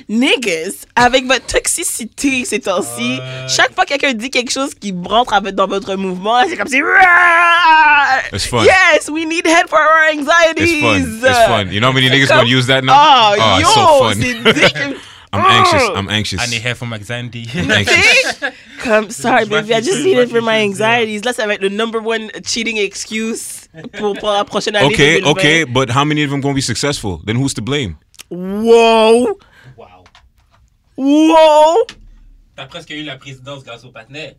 C: Niggas, avec votre toxicité ces temps-ci, chaque fois que quelqu'un dit quelque chose qui rentre avec- dans votre mouvement, c'est comme si.
D: It's fun.
C: Yes, we need help for our anxieties.
D: It's fun. It's fun. You know how many niggas gonna use that now?
C: Oh,
D: Ah,
C: yo,
D: it's so fun.
C: c'est dick.
D: I'm anxious.
C: Oh,
D: I'm anxious.
B: I need help for my Xandy.
D: I'm anxious.
C: Comme, sorry,
B: Je vois
C: baby, I
B: quelque
C: just
B: chose,
C: need
B: je
C: it
B: vois
C: for my
B: quelque chose, yeah.
C: anxieties. Là, ça va être le number one cheating excuse pour, pour la prochaine année.
D: Okay,
C: 2020.
D: okay, but how many of them gonna be successful? Then who's to blame?
C: Wow!
B: wow.
C: Wow!
B: T'as presque eu la présidence grâce au partenaire.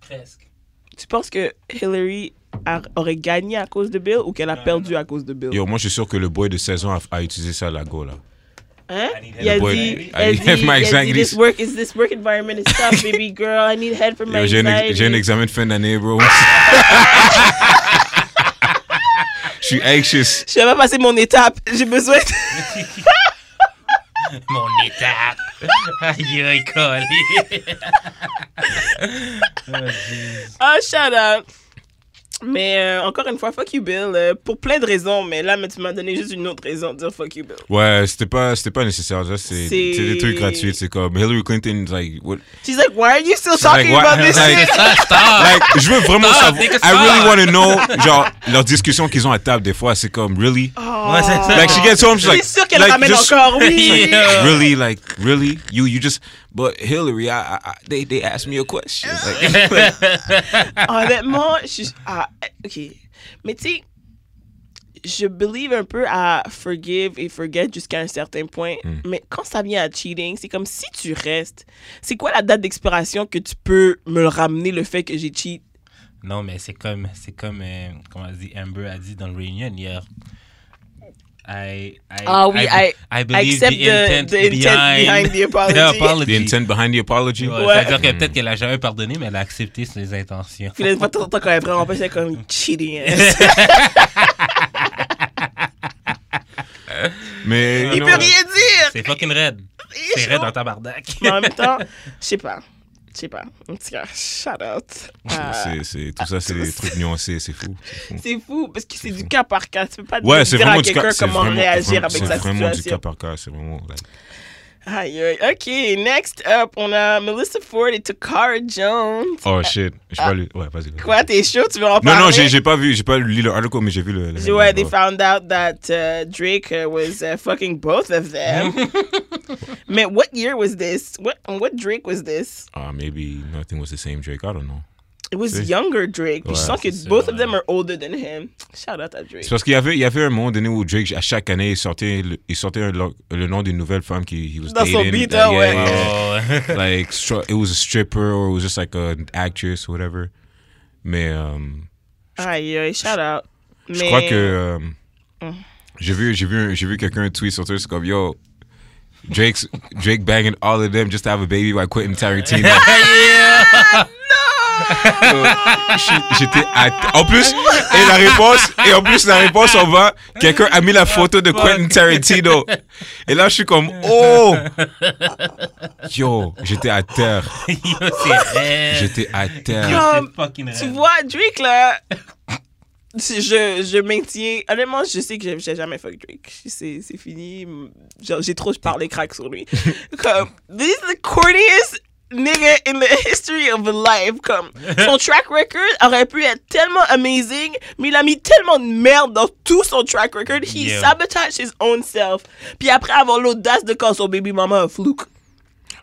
B: Presque.
C: Tu penses que Hillary a- aurait gagné à cause de Bill ou qu'elle a perdu à cause de Bill?
D: Yo, moi je suis sûr que le boy de 16 ans a, a utilisé ça à la go là.
C: Hein?
B: I need
C: Il a
B: help.
C: dit,
D: I
C: elle
D: need
C: dit,
D: help my
C: il a dit,
D: anxieties.
C: this work is this work environment is tough, baby girl. I need help for my
D: Yo, j'ai un, ex- j'ai un
C: anxiety.
D: examen de fin d'année, bro. Je suis anxious.
C: Je vais pas passer mon étape. J'ai besoin. de-
B: Mon étape. Aïe, aïe, collé.
C: Oh, shout out. Mais euh, encore une fois, fuck you, Bill. euh, pour plein de raisons, mais là, mais tu m'as donné juste une autre raison de dire fuck you, Bill.
D: Ouais, c'était pas, c'était pas nécessaire. ça, C'est,
C: C'est-
D: c'est des trucs gratuits. C'est comme Hillary Clinton, like, what-
C: She's like, why are you still
D: like,
C: talking
D: why-
C: about this
D: like-
C: shit?
B: Ça, stop.
D: like, je veux vraiment
B: Stop,
D: savoir.
B: nigga,
D: I really want to know, genre, leurs discussions qu'ils ont à table des fois, c'est comme really.
B: Ouais, c'est ça.
D: Like she gets home, she's
C: Je
D: like,
C: suis sûre Oh. qu'elle
D: like,
C: ramène
D: just-
C: encore, oui.
B: Yeah.
D: really like really you you just but Hillary I, I, I they they asked me a question like,
C: Honnêtement, je suis. Ah, ok. Mais tu sais, je believe un peu à forgive et forget jusqu'à un certain point.
D: Hmm.
C: Mais quand ça vient à cheating, c'est comme si tu restes. C'est quoi la date d'expiration que tu peux me le ramener le fait que j'ai cheat?
B: Non, mais c'est comme, c'est comme, euh, comment on dit, Amber a dit dans le réunion hier. I, I,
C: Ah oui, I-
B: believe
C: accept
B: the intent,
C: the- the intent behind the apology.
D: the intent behind the apology
B: Ouais,
C: Ouais.
B: C'est-à-dire que peut-être qu'elle a jamais pardonné, mais elle a accepté ses intentions.
C: Puis là, de temps en temps, quand elle vraiment pas, c'est comme cheating. hein.
D: mais you
C: Il
D: know,
C: peut rien dire!
B: C'est fucking raide. C'est raide dans ta bardaque.
C: Mais en même temps, je sais pas. Je sais pas. En tout cas, shout out. à-
D: c'est, c'est, tout ça c'est
C: Ah,
D: des trucs nuancés c'est fou, c'est fou.
C: C'est fou parce que c'est du cas par cas. Tu peux pas
D: ouais c'est
C: dire à
D: vraiment du
C: quelqu'un
D: cas c'est
C: comment
D: vraiment,
C: réagir
D: vraiment-
C: avec
D: c'est
C: sa
D: vraiment du cas
C: situation.
D: par cas c'est vraiment like,
C: Aïe, aïe. OK, next up, on a Melissa Ford et Takara Jones.
D: oh shit je vais pas lu ouais vas-y vas-y.
C: Ah. Quoi, t'es chaud? Tu veux en
D: non
C: parler?
D: non j'ai, j'ai pas vu j'ai pas lu le article mais j'ai vu le, le
C: So, uh,
D: headline,
C: they
D: bro.
C: found out that uh, Drake uh, was uh, fucking both of them. Man, what year was this? What what Drake was this?
D: Ah, maybe nothing was the same Drake I don't know
C: It was
D: C'est-
C: younger Drake. Puis je
D: Ouais,
C: sens que
B: c'est
C: both
B: sûr,
C: of them
B: ouais.
C: are older than him. Shout out à Drake.
D: c'est parce qu'il y avait il y avait un moment donné où Drake à chaque année il sortait le, il sortait un lo- le nom d'une nouvelle femme qui he was
C: Dans son
D: dating.
C: beat,
D: Yeah,
C: hein, ouais.
D: yeah, yeah.
B: Oh.
D: like str- it was a stripper or it was just like an actress or whatever. Mais um,
C: Aïe, aïe, shout out. Mais...
D: Je crois que euh, j'ai vu, j'ai vu, j'ai vu quelqu'un tweet sur Twitter c'est comme yo. Drake's, Drake banging all of them just to have a baby by Quentin Tarantino. J'ai- J'étais à- En plus, et la réponse, et en plus, la réponse en bas, quelqu'un a mis la photo de Quentin Tarantino. Et là, je suis comme, oh! Yo, j'étais à terre.
B: Yo, c'est vrai.
D: J'étais à
B: Yo,
D: terre.
B: c'est
C: Comme,
B: fucking vrai.
C: Tu vois, Drake, là, je, je maintiens. Honnêtement, je sais que j'ai- j'ai jamais fuck Drake. C'est c'est fini. Genre, J'ai trop parlé crack sur lui. Comme, this is the corniest nigga in the history of life. Comme, son track record aurait pu être tellement amazing, mais il a mis tellement de merde dans tout son track record. He
B: Yeah.
C: sabotaged his own self. Puis après avoir l'audace de call son baby mama un fluke.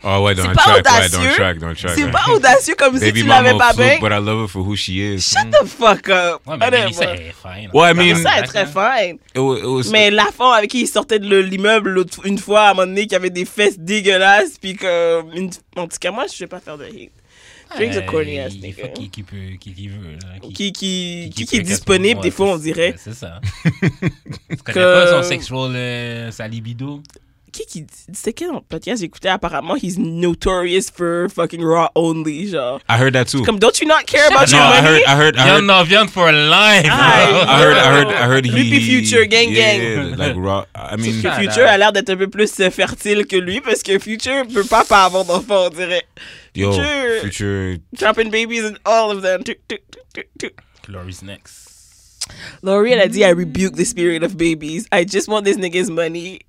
D: Oh ouais, dans
C: C'est
D: le
C: pas
D: track, ouais,
C: audacieux.
D: dans le track, dans le track.
C: C'est
D: ouais.
C: pas audacieux comme si
D: Baby
C: tu l'avais
D: mama
C: pas
D: fluke,
C: bien.
D: but I love her for who she is.
C: Shut the fuck up.
B: Ouais, mais
C: Honnêtement.
B: Mélissa est fine.
D: Ouais, I mean,
C: Ça, elle est très fine.
D: it wa- it was-
C: Mais la femme avec qui il sortait de le- l'immeuble l'autre- une fois, à un moment donné, qui avait des fesses dégueulasses, puis que... une- En tout cas, moi, je vais pas faire de hate. Drake's a
B: Euh,
C: corny ass
B: il- il
C: nigga.
B: fuck qui, qui peut, qui, qui veut. là, qui,
C: Qui, qui, qui,
B: peut
C: est
B: qu'à ce
C: disponible,
B: moment,
C: des
B: ouais,
C: fois, on
B: c'est-
C: dirait.
B: ouais, C'est ça. tu connais
C: Que-
B: pas son sexual, euh, sa libido?
C: Qui qui... dit- C'est quel autre podcast j'écoutais? Apparemment, he's notorious for fucking raw only, genre.
D: I heard that too.
C: Comme, don't you not care about
D: No,
C: your
D: I heard,
C: money?
D: I heard, I heard,
B: Viande en viande for
C: Aïe.
B: life, bro.
D: I heard, I heard, I heard he.
C: Loopy Future, gang,
D: yeah, Like raw. I mean,
C: Que Future a l'air d'être un peu plus euh, fertile que lui, parce que Future peut pas pas avoir d'enfant, on dirait.
D: yo,
C: Future.
D: Future.
C: Dropping babies and all of them. Tuk, tuk, tuk, tuk, tuk.
B: Glory's next.
C: Laurie, elle a dit, I rebuke the spirit of babies. I just want this nigga's money.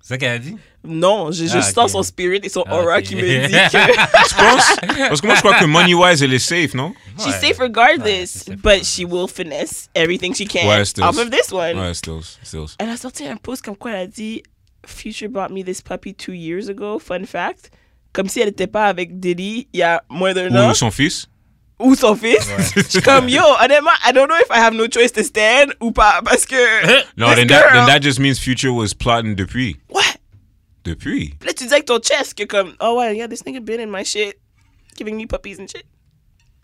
B: C'est ça qu'elle a dit?
C: Non, je, je
B: Ah,
C: sens
B: ok.
C: son spirit et son
B: Ah,
C: aura
B: ok.
C: qui me Oh, dit que
D: Tu penses? Parce que moi, je crois que money wise, elle est safe, non?
C: she's
B: Ouais.
C: safe regardless,
B: Ouais, c'est safe.
C: but she will finesse everything she can
D: Ouais, c'est-
C: off of this one.
D: Ouais, still, still.
C: Elle a sorti un post comme quoi elle a dit, Future bought me this puppy two years ago, fun fact. Comme si elle n'était pas avec Diddy il y a moins d'un an
D: Ou son fils?
C: ou son fils. Je suis comme, yo, honnêtement, I don't know if I have no choice to stand ou pas parce que.
D: No,
C: this
D: then that,
C: girl-
D: then that just means Future was plotting depuis.
C: Ouais.
D: Depuis.
C: Puis là, tu dis avec ton chest que comme, oh ouais, yeah, this nigga been in my shit, giving me puppies and shit.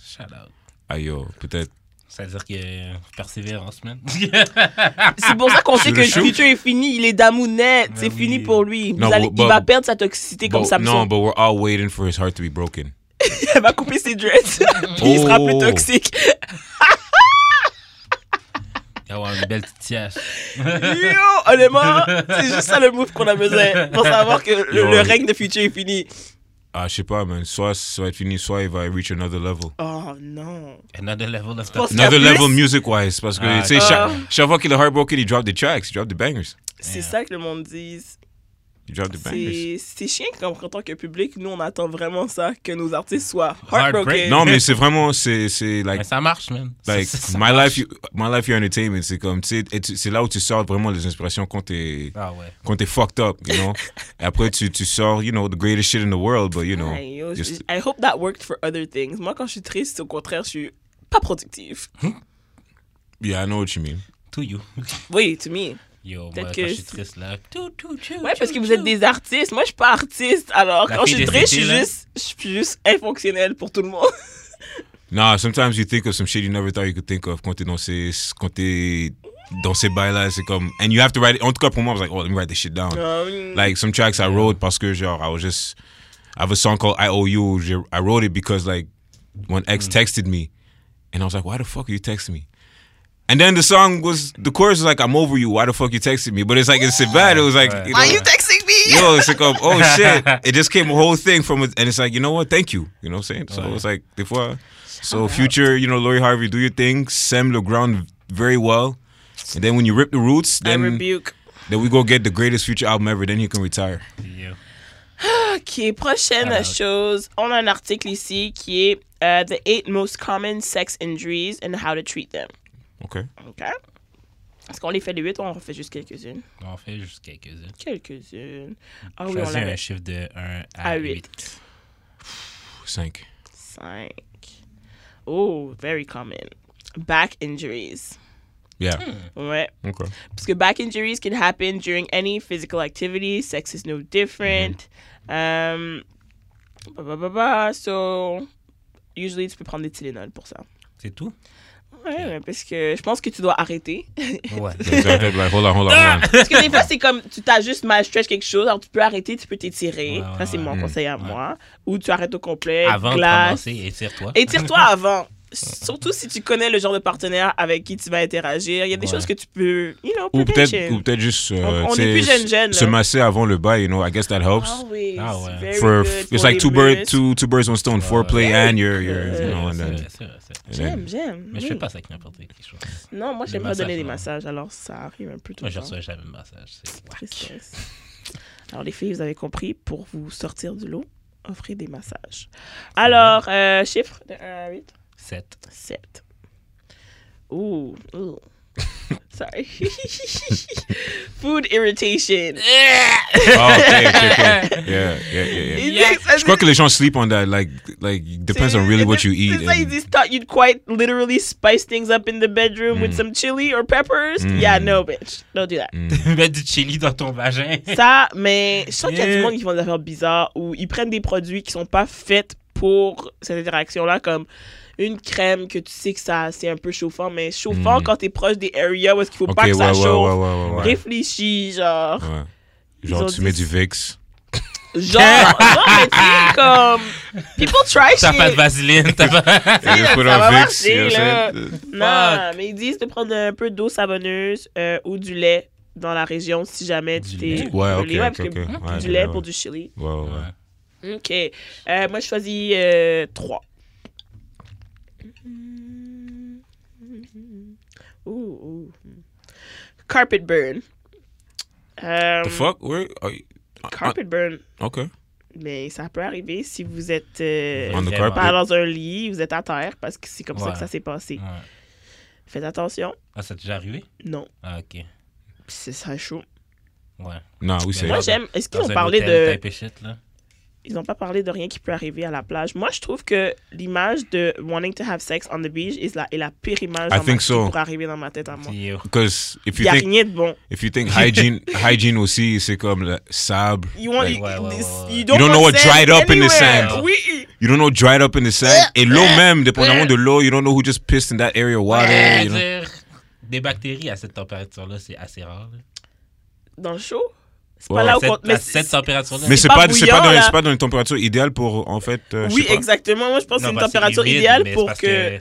B: Shout out.
D: Ah yo, peut-être.
B: C'est-à-dire que persévérance, man.
C: C'est pour ça qu'on sait
D: le
C: que le
D: show.
C: futur est fini, il est d'amour net, c'est
B: oui.
C: fini pour lui. Vous
D: Non,
C: allez-
D: but-
C: il va perdre sa toxicité comme
D: But-
C: ça.
D: no, but we're all waiting for his heart to be broken.
C: Elle va couper ses dreads, puis il sera plus
D: Oh.
C: toxique.
B: Il va avoir une belle petite tiache.
C: Yo, honnêtement, c'est juste ça le move qu'on a besoin pour savoir que le,
D: Yo.
C: le règne de futur est fini.
D: Ah, je sais pas, man. Soit, soit être fini, soit il va reach another level.
C: Oh non.
B: Another level of
C: Parce
B: toxic.
C: que-
D: Another
C: plus-
D: level music wise. Parce que,
B: Ah,
D: tu sais,
C: ok.
D: chaque, chaque fois qu'il est heartbroken, il drop the tracks, il drop the bangers.
C: C'est
B: Yeah.
C: ça que le monde dit.
D: Il drop the bangers.
C: C'est c'est chiant comme en tant que public, nous on attend vraiment ça, que nos artistes soient
B: Heartbreak.
C: heartbroken.
D: Non, mais c'est vraiment, c'est, c'est, like,
B: Mais ça marche, man.
D: like,
B: Ça- ça- ça
D: my
B: marche.
D: life, you, my life, your entertainment. C'est comme, tu sais, et tu- c'est là où tu sors vraiment les inspirations quand t'es,
B: Ah ouais.
D: quand t'es fucked up, you know. Et après, tu, tu sors, you know, the greatest shit in the world, but, you know.
C: Aïe, yo,
D: you're st-
C: I hope that worked for other things. Moi, quand je suis triste, au contraire, je suis pas productive.
D: Yeah, I know what you mean.
B: To you.
C: Oui, to me.
B: Yo, moi,
C: Peut-être
B: quand
C: que
B: je suis
C: c'est-
B: triste, là. Tout, tout, tout.
C: Ouais, parce que vous êtes des artistes. Moi, je suis pas artiste. Alors,
B: La
C: quand je suis
B: fille des
C: triste, je suis
B: étés, là.
C: juste, je suis juste infonctionnelle pour tout le monde.
D: Nah, sometimes you think of some shit you never thought you could think of quand t'es dans ces, quand t'es dans ces bails-là, c'est comme, and you have to write it. En tout cas, pour moi, I was like, oh, let me write this shit down.
C: Um,
D: Like, some tracks I wrote parce que, genre, I was just, I have a song called I Owe You. J'ai- I wrote it because, like, when
C: Mm.
D: ex texted me, and I was like, why the fuck are you texting me? And then the song was, the chorus was like, I'm over you. Why the fuck you texted me? But it's like, it's bad. It was like,
B: Right.
D: you
C: Why
D: know,
C: you texting me?
D: yo, it's like, um, oh shit. It just came a whole thing from it. And it's like, you know what? Thank you. You know what I'm saying? So it's like, before. So, future, you know, Lori Harvey, do your thing, Sam LeGrand very well. And then when you rip the roots,
C: I
D: then,
C: rebuke.
D: then we go get the greatest future album ever. Then you can retire.
B: Yo.
C: Ok, prochaine
B: Alors.
C: chose. On a un article ici qui est euh, The 8 Most Common Sex Injuries and How to Treat Them.
D: Okay.
C: Ok? Est-ce qu'on les fait les 8 ou on en fait juste quelques-unes?
B: On fait juste quelques-unes.
C: Quelques-unes. Ah oui, on
B: Choisis
C: l'avait.
B: un chiffre de 1
C: À
B: à
C: huit.
B: 8.
D: Cinq.
C: 5. Oh, very common. Back injuries.
D: Yeah.
C: Ouais.
D: Okay.
C: Parce que back injuries can happen during any physical activity. Sex is no
B: Mm-hmm.
C: different. Um, bah, bah, bah, bah. So, usually, tu peux prendre des Tylenol pour ça.
B: C'est tout?
C: Ouais, mais parce que je pense que tu dois arrêter.
B: Ouais.
D: Exactly. Like, hold on, hold on, hold on.
C: Parce que des fois, c'est comme tu t'as juste mal stretch quelque chose, alors tu peux arrêter, tu peux t'étirer.
B: Ouais, ouais,
C: ça, c'est
B: ouais.
C: mon
D: Mm.
C: conseil à moi. Ou tu arrêtes au complet,
B: Avant de
C: glace.
B: commencer, étire-toi.
C: Étire-toi avant. Surtout si tu connais le genre de partenaire avec qui tu vas interagir. Il y a des
B: Ouais.
C: choses que tu peux. You know,
D: Ou peut-être,
C: prevention.
D: ou peut-être juste, euh,
C: On- on
D: tu
C: est
D: sais,
C: plus jeune, jeune,
D: se
C: là.
D: masser avant le bail, you know, I guess that helps.
C: Always.
B: Ah ouais.
C: Very
D: for
C: good
D: it's
C: for
D: like two
C: les
D: birds,
C: muscles.
D: two two birds on stone, foreplay and your your you
B: C'est
D: know,
B: vrai,
D: and
B: c'est
D: then,
B: vrai, c'est vrai, c'est vrai.
D: and
C: J'aime,
D: then
C: j'aime.
B: Mais je fais
C: oui.
B: pas ça avec n'importe qui, je pense.
C: Non, moi,
B: Des
C: j'aime pas donner des
B: massages, non.
C: massages, alors ça arrive un peu tout
B: Moi,
C: le
B: je
C: temps.
B: reçois jamais de massage. c'est-
C: Tristesse. Alors, les filles, vous avez compris, pour vous sortir du lot, offrez des massages. Alors, euh, chiffre de 1 à 8
B: Sept.
C: 7. Ooh. ooh. Sorry. Food irritation.
D: oh, okay, okay, okay. yeah, yeah, yeah, yeah.
C: Je
D: Je crois que les gens sleep on that. Like, like it depends on really what you eat.
C: It's like
D: and-
C: you thought you'd quite literally spice things up in the bedroom with
D: Mm.
C: some chili or peppers.
D: Mm.
C: Yeah, no, bitch. Don't do that.
B: Mettre du chili dans ton vagin.
C: ça, mais je sens qu'il y a du
B: Yeah.
C: monde qui font des affaires bizarres où ils prennent des produits qui sont pas faits pour cette interaction-là, comme une crème que tu sais que ça c'est un peu chauffant, mais chauffant
D: Mm.
C: quand t'es proche des areas où est-ce qu'il faut
D: Ok,
C: pas que
D: ouais,
C: ça
D: ouais, ouais,
C: chauffe.
D: ouais, ouais, ouais.
C: Réfléchis, genre.
D: Ouais.
C: Ils ont
D: Genre, tu
C: dit-
D: mets du Vicks.
C: Genre, genre, mais tu sais, comme. People try shit.
B: T'as pas de vaseline, t'as pas.
D: You just
C: ça
D: put on
C: va
D: Vicks,
C: marcher,
D: you know what
C: là.
D: I'm saying?
C: Non, mais ils disent de prendre un peu d'eau savonneuse euh, ou du lait dans la région si jamais tu
B: Du
C: t'es.
B: lait?
D: Ouais, ok,
C: brûlé.
D: ok,
C: parce que
D: ok. Ouais,
C: Du
D: ouais,
C: lait
D: ouais.
C: pour du chili.
D: Ouais, ouais, ouais.
C: Ok. Euh, moi, je choisis euh, 3. Ooh, ooh. Carpet burn. Euh,
D: The fuck? Where are you?
C: Carpet burn.
D: Okay.
C: Mais ça peut arriver si vous êtes euh,
D: On the
B: Vraiment.
C: pas
D: carpet.
C: dans un lit, vous êtes à terre, parce que c'est comme ça
B: Ouais.
C: que ça s'est passé.
B: Ouais.
C: Faites attention.
B: Ah, ça t'est déjà arrivé?
C: Non,
B: Ah, ok.
C: c'est ça chaud.
B: Ouais.
D: Nah, we say.
C: Moi,
B: dans-
C: j'aime. Est-ce qu'ils
B: Dans
C: ont
B: un
C: parlé
B: hôtel
C: de.
B: type et shit, là.
C: ils n'ont pas parlé de rien qui peut arriver à la plage. Moi, je trouve que l'image de wanting to have sex on the beach is la, est la pire image
D: I
C: dans ma-
D: think so.
C: qui pourrait arriver dans ma tête à moi.
B: Puis, euh,
D: Because
C: Il
D: if you
C: n'y a
D: think
C: rien de bon.
D: if you think hygiene hygiene aussi, c'est comme le sable.
C: You, want,
B: Ouais, ouais, ouais,
C: this-
B: ouais, ouais.
C: you
B: You
C: don't,
D: don't know
C: want
D: what
C: sand
D: dried up in the
C: anywhere.
B: sand.
C: Oui.
D: You don't know dried up in the sand. Et l'eau même, dépendamment de l'eau, you don't know who just pissed in that area of water.
B: Ouais,
D: You know?
B: dire, Des bactéries à cette température-là, c'est assez rare. là.
C: Dans le chaud. C'est
D: Ouais.
C: pas là où
B: Cette-
C: on- mais
B: à cette
C: c'est-
B: température-là.
D: Mais c'est pas, c'est
C: bouillant,
D: pas, dans-
C: là.
D: c'est pas dans une température idéale pour, en fait, euh, je
C: Oui,
D: sais pas.
C: exactement. Moi, je pense que c'est une
B: Non, parce que
C: température
B: c'est humide,
C: idéale
B: mais c'est
C: pour
B: parce
C: que.
B: Tu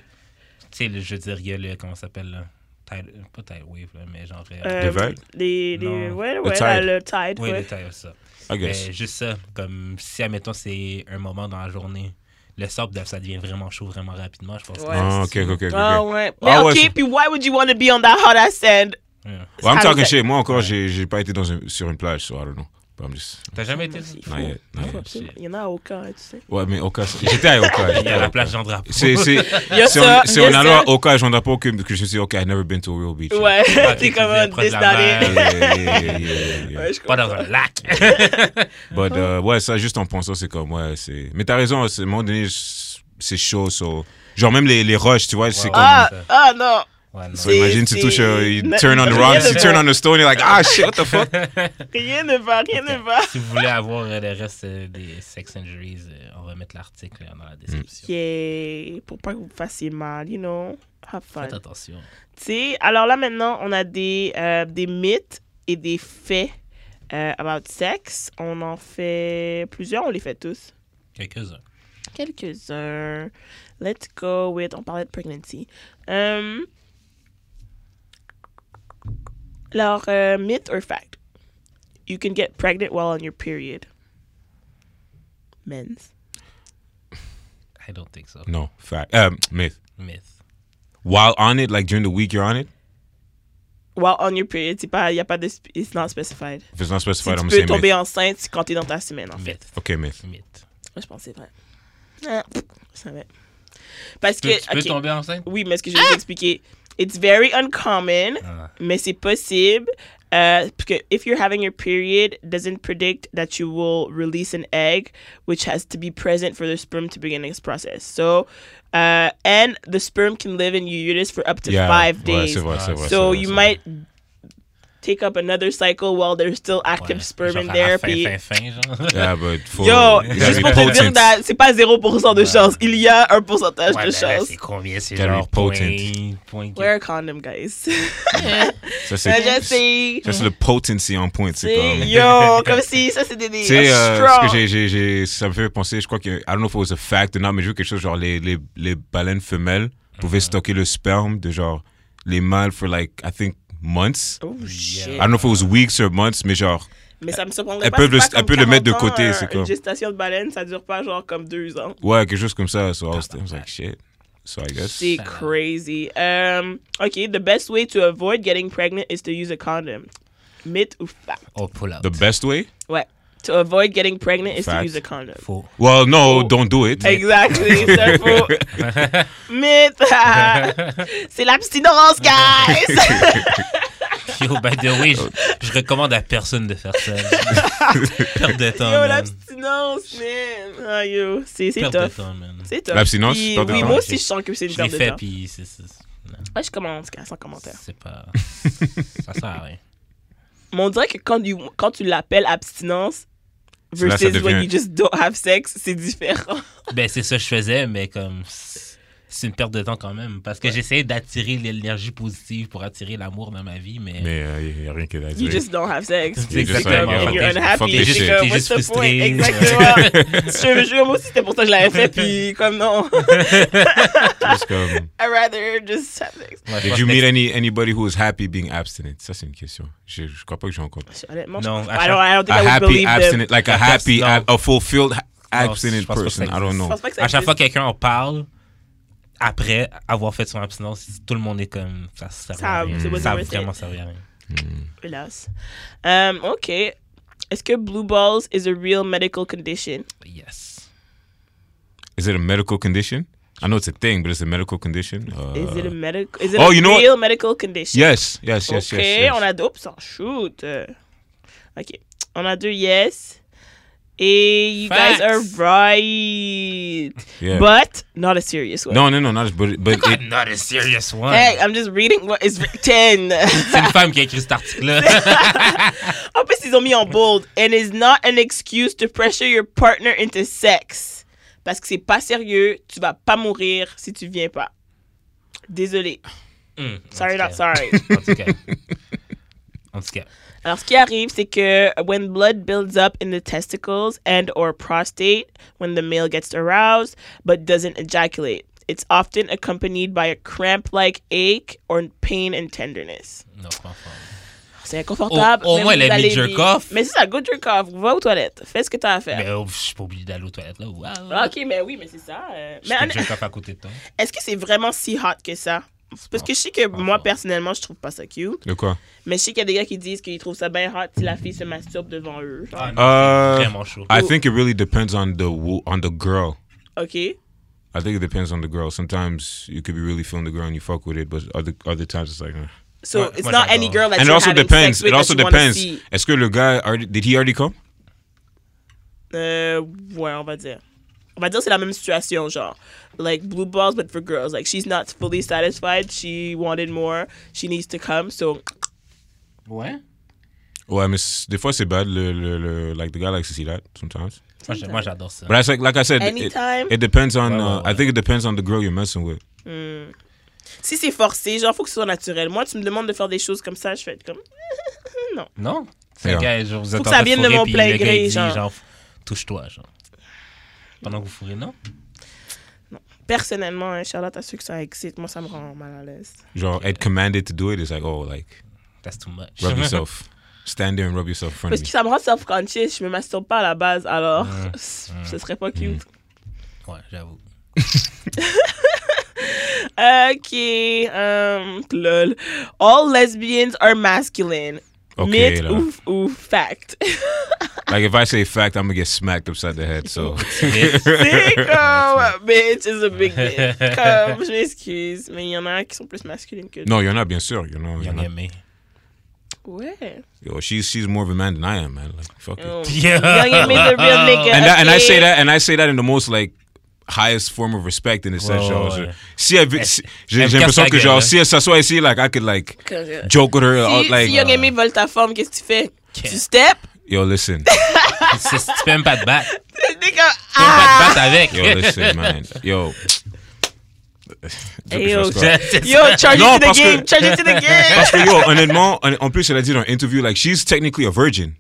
B: sais, le- je veux dire, il y a le. Comment ça s'appelle, là? Tidal- pas Tidal Wave, là, mais genre. euh,
C: euh,
D: Des vagues?
C: les, les,
B: Non.
C: ouais,
D: Le
C: ouais, là,
D: tide.
C: le tide.
B: Oui,
C: ouais.
B: le Tidal, ça.
D: I guess.
B: Mais juste ça, comme si, admettons, c'est un moment dans la journée, le sable, ça devient vraiment chaud vraiment rapidement, je pense.
C: Ouais.
D: Ah, ok, ok, ok. ok.
C: Ah ouais. Mais
D: Ah,
C: ok,
D: ouais, c'est-
C: puis why would you want to be on that hot ass sand?
B: Ouais.
D: Well, I'm
C: Ah,
D: talking
C: ok.
D: shit. Moi encore, j'ai j'ai pas été dans un- sur une plage, so I don't know. But I'm just,
B: T'as jamais été.
D: not yet, not
C: Faut
D: yet.
C: absolument- Il y en a aucun, tu sais.
D: Ouais, mais Oka, c'est- j'étais à Oka.
B: Il y
D: j'étais
B: a
D: à
B: la
D: Oka.
B: plage Jean Drapeau.
D: C'est c'est-
C: a
D: c'est
C: ça,
D: en, c'est
C: il y a
D: en
C: ça.
D: allant à Oka, j'en drapeau que que je me suis dit, OK, I've never been to a real beach.
C: Ouais,
B: Ah,
C: t'es
B: ok,
C: comme
B: tu viens
C: un
B: proche de la mer.
C: distant.
D: Yeah, yeah, yeah, yeah, yeah.
C: Ouais, je
B: Pas dans un lac.
D: But, euh, ouais, ça, juste en pensant, c'est comme, ouais, c'est. Mais t'as raison, c'est- à un moment donné, c'est chaud, so- Genre, même les, les rushs, tu vois, c'est
B: Ouais,
D: comme.
C: Ah,
B: ça.
C: ah non.
B: Ouais, non.
D: So imagine
C: c'est-
D: tu touches, euh, you
C: c'est-
D: turn on the
C: rien
D: rock,
C: de
D: you turn
C: bon.
D: on the stone, you're like, ah shit, what the fuck?
C: Rien ne va, rien ne va.
B: Si vous voulez avoir euh, le reste euh, des sex injuries, euh, on va mettre l'article euh, dans la description.
C: Yeah, pour pas que vous fassiez mal, you know. Have fun.
B: Faites attention.
C: Tu sais, alors là maintenant, on a des, euh, des mythes et des faits euh, about sex. On en fait plusieurs, on les fait tous.
B: Quelques-uns.
C: Quelques-uns. Let's go with. On parlait de pregnancy. Um, alors, euh, myth or fact? You can get pregnant while on your period. Men's.
B: I don't think so.
D: No, fact. Um, myth.
B: Myth.
D: While on it, like during the week you're on it,
C: While on your period, c'est pas, y a pas de, sp- it's not specified.
D: if it's not
C: Si
D: specified,
C: tu
D: I'm
C: peux
D: gonna say
C: tomber
D: myth.
C: enceinte c'est quand t'es dans ta semaine, en fait.
B: Myth.
D: Okay, myth.
B: Myth.
C: Moi, je pense que c'est vrai. Ah, je savais. Parce
B: Tu,
C: que,
B: tu peux
C: ok.
B: tomber enceinte?
C: oui, mais ce que je vais vous expliquer, it's very uncommon.
B: Ah.
C: mais c'est possible euh, parce que if you're having your period doesn't predict that you will release an egg which has to be present for the sperm to begin its process so uh, and the sperm can live in your uterus for up to
D: Yeah,
C: five
D: ouais,
C: days
D: c'est vrai, c'est vrai, c'est
C: so
D: vrai,
C: you
D: c'est
C: might take up another cycle while there's still active sperm in
B: Genre à
C: there.
B: Fin,
C: puis- ben
B: fin, fin, genre.
D: Yeah, but for,
C: Yo,
D: it's
C: juste
D: gotta
C: pour
D: be
C: te dire,
D: potent.
C: that c'est pas 0% de chance. Il y a un pourcentage
B: Ouais,
C: de
B: ben là,
C: chance.
B: c'est combien? C'est
D: Gotta be
B: genre
D: potent.
B: point, point quelque
C: Wear a condom, guys.
D: Ça,
C: Ça,
D: c'est-
C: Ben, je sais.
D: ça, c'est le potency en point. C'est
C: C'est-
D: comme.
C: Yo, comme si ça c'était des.
D: Tu sais, euh, ce
C: strong.
D: que j'ai- j'ai- j'ai- ça me fait penser, je crois que, I don't know if it was a fact or not, mais j'ai vu quelque chose genre les, les, les baleines femelles
C: Mm-hmm.
D: pouvaient stocker le sperme de genre les mâles for like, I think, months.
C: Oh shit.
D: I don't know if it was weeks or months, mais genre,
C: Mais ça me surprendrait
D: Elle
C: pas.
D: peut
C: c'est
D: le-
C: pas
D: elle
C: comme
D: peut le mettre de
C: 40 ans,
D: côté,
C: un-
D: c'est comme-
C: Une gestation de baleine, ça dure pas genre comme deux ans.
D: ouais, quelque chose comme ça. So I was, I was like, shit. So I guess.
C: C'est crazy. Um, ok, the best way to avoid getting pregnant is to use a condom. Mythe ou fact?
B: Oh, pull out.
D: The best way?
C: Ouais. To avoid getting pregnant is to
D: Fact.
C: use a condom.
B: Faux.
D: Well, no,
C: Oh.
D: don't do it.
C: Exactly, c'est faux. Mythe. c'est l'abstinence, guys.
B: Yo, by the way, je, je recommande à personne de faire ça. Perte de temps,
C: Yo,
B: man.
C: l'abstinence, man. Ah, yo, c'est c'est
B: Perte de
C: tough.
B: temps, man.
C: C'est tough.
D: L'abstinence,
C: Puis,
D: perte de
C: Oui,
D: temps.
C: moi aussi, je sens que c'est une
B: Je l'ai
C: perte de
B: fait,
C: temps.
B: puis c'est... c'est- non,
C: Ouais, je commence, guys, sans commentaire.
B: C'est pas... Ça sert à rien.
C: Mais on dirait que quand tu, quand tu l'appelles abstinence
D: Là, ça
C: versus when
D: devient-
C: you just don't have sex, c'est différent.
B: Ben, c'est ça que je faisais, mais comme... c'est- C'est une perte de temps quand même, parce que j'essayais d'attirer l'énergie positive pour attirer l'amour dans ma vie, mais...
D: Mais il n'y a rien qui est
C: You just don't have sex.
B: C'est
D: just
B: exactement.
D: like,
C: And
D: fuck
C: you're
D: this- fuck
C: unhappy.
D: this
C: C'est
D: shit.
C: comme, what's
B: T'es juste
C: the point?
B: frustré.
C: Exactement. je, je, moi aussi, c'était pour ça que je l'avais fait, puis comme non.
D: Just comme,
C: I'd rather just have sex.
B: Ouais, je
D: Did
B: pense
D: you
B: que-
D: meet any, anybody who was happy being abstinent? Ça, c'est une question. Je je crois pas que j'ai encore.
C: Honnêtement,
B: Non,
C: je,
B: à
C: I, don't, I don't think
D: a
C: I would
D: happy
C: believe them.
D: abstinent, like a
B: Like that's-
D: happy,
B: no.
D: ab- a fulfilled ha-
B: No, je
D: abstinent
B: pense pas que ça
D: person. I don't
B: existe.
C: Je
D: know.
C: pense pas que ça
B: À chaque
C: existe.
B: fois que quelqu'un en parle, après avoir fait son abstinence, tout le monde est comme ça sert
C: Ça-
B: à rien.
C: c'est pas
B: Ça a
C: worth it.
B: vraiment servi à rien.
C: Hélas. Um, OK. Est-ce que blue balls is a real medical condition?
B: Yes.
D: Is it a medical condition? I know it's a thing, but it's a medical condition. Uh,
C: Is it a medical... Is it
D: Oh,
C: a
D: you know what?
C: real medical condition?
D: Yes, yes, yes,
C: OK,
D: yes. yes.
C: on a deux. Oups, on shoot. Euh, OK. On a deux yes. Et you guys
B: Facts.
C: are right.
D: Yeah.
C: But not a serious one.
D: no, no, no, not as- but but it,
B: not a serious one.
C: Hey, I'm just reading what is written.
B: C'est une femme qui a écrit cet article-là.
C: en plus, ils ont mis en bold. And is not an excuse to pressure your partner into sex. Parce que c'est pas sérieux. Tu vas pas mourir si tu viens pas. Désolé.
B: Hmm,
C: Sorry,
B: en
C: not
B: tout
C: sorry.
B: cas. En tout cas. En tout cas.
C: Alors, ce qui arrive, c'est que when blood builds up in the testicles and or prostate, when the male gets aroused but doesn't ejaculate, it's often accompanied by a cramp-like ache or pain and tenderness.
B: Non, je pense pas.
C: Ah. C'est inconfortable.
B: Au- au
C: mais
B: moins,
C: vous
B: elle a mis
C: allez
B: jerk
C: vivre.
B: off.
C: Mais c'est ça, go jerk off. Va aux toilettes. Fais ce que t'as à faire. Ah,
B: Mais oh, je suis pas obligé d'aller aux toilettes, là. Wow.
C: Ok, mais oui, mais c'est ça. euh.
B: Je
C: Mais Euh,
B: peux
C: hon-
B: te jerk off à côté de toi.
C: est-ce que c'est vraiment si hot que ça? Parce que je sais que
B: pas
C: moi,
B: fort.
C: personnellement, je trouve pas ça cute.
D: de quoi?
C: Mais je sais qu'il y a des gars qui disent qu'ils trouvent ça bien hot si la fille se masturbe devant eux. Genre,
B: Ah, non,
D: Uh,
B: Vraiment chaud.
D: I think it really depends on the wo- on the girl.
C: Ok.
D: I think it depends on the girl. Sometimes you could be really feeling the girl and you fuck with it, but other other times it's like. eh.
C: So
B: Ouais,
C: it's
B: moi,
C: not
B: j'adore.
C: any girl that
D: And it
C: you're
D: also
C: having
D: depends.
C: sex with
D: It also
C: that you wanna
D: depends.
C: see.
D: Est-ce que le gars already, did he already come?
C: Euh, ouais, on va dire. On va dire c'est la même situation, genre. Like blue balls, but for girls. Like she's not fully satisfied. She wanted more. She needs to come. So
B: Ouais.
D: Ouais, ah, mais c- des fois c'est bad. Le, le, le, like the guy likes to see that sometimes.
B: Moi, j'a- Moi, j'adore ça.
D: But that's like like I said, it,
C: Anytime.
D: it depends on.
B: Ouais,
D: uh,
B: ouais, ouais.
D: I think it depends on the girl you're messing with.
C: si c'est forcé, genre faut que ce soit naturel. Moi, tu me demandes de faire des choses comme ça, je fais comme non.
B: Non? C'est
D: Yeah.
B: un gars, genre, vous êtes
C: que
B: en
C: ça
B: train
C: vienne de
B: fourrer,
C: mon
B: puis
C: plein
B: le gars,
C: gré,
B: il dit,
C: genre.
B: genre, touche-toi, genre. Pendant que vous fourrez, non?
C: Personnellement, hein, Charlotte, à ceux que ça excite, moi ça me rend mal à l'aise.
D: Genre, être commanded to do it, it's like, oh, like,
B: That's too much.
D: rub yourself. Stand there and rub yourself in front
C: Parce
D: of
C: que
D: me.
C: ça me rend self-conscious. Je me masturbe pas à la base, alors
D: Mm.
C: ce serait pas cute.
B: ouais, j'avoue.
C: Okay, um, lol. All lesbians are masculine.
D: Okay,
C: Myth
D: là.
C: ou, ou fact?
D: Like, if I say fact, I'm gonna get smacked upside the head. So,
C: C'est comme, bitch is a big bitch. Comme, je m'excuse, mais il y en a qui sont plus masculines que d'autres.
D: no, you're not being sûr. You know, you're
B: Bien
D: not,
B: aimé.
C: Ouais.
D: yo, she's she's more of a man than I am, man. Like, fuck it.
C: Oh.
B: Yeah.
C: Young and me, the real nigga.
D: And, that, and I say
C: okay?
D: that, and I say that in the most like highest form of respect in a sense.
B: Ouais,
D: genre,
B: ouais,
D: je-
B: ouais.
D: si elle, vi- si- j'ai
B: elle
D: j'ai
B: casse
D: l'impression
B: la
D: que
B: gueule,
D: genre,
B: là.
D: si elle s'assoit ici, like I could like
C: Que-
D: joke with her, out,
C: Si,
D: like uh,
C: si Young Amy vole ta forme, qu'est-ce que tu fais? Tu step?
D: yo listen,
B: C'est- Tu peux même pas te battre. Tu
C: T'es comme,
B: peux même pas te
C: ah!
B: battre avec.
D: yo listen, man, yo.
C: Hey, yo.
B: C'est-
C: Yo, charge
D: Non,
C: it to the
D: parce que-
C: game! Charge it to the game!
D: Parce que yo, honnêtement, en- en plus elle a dit dans une interview, like she's technically a virgin.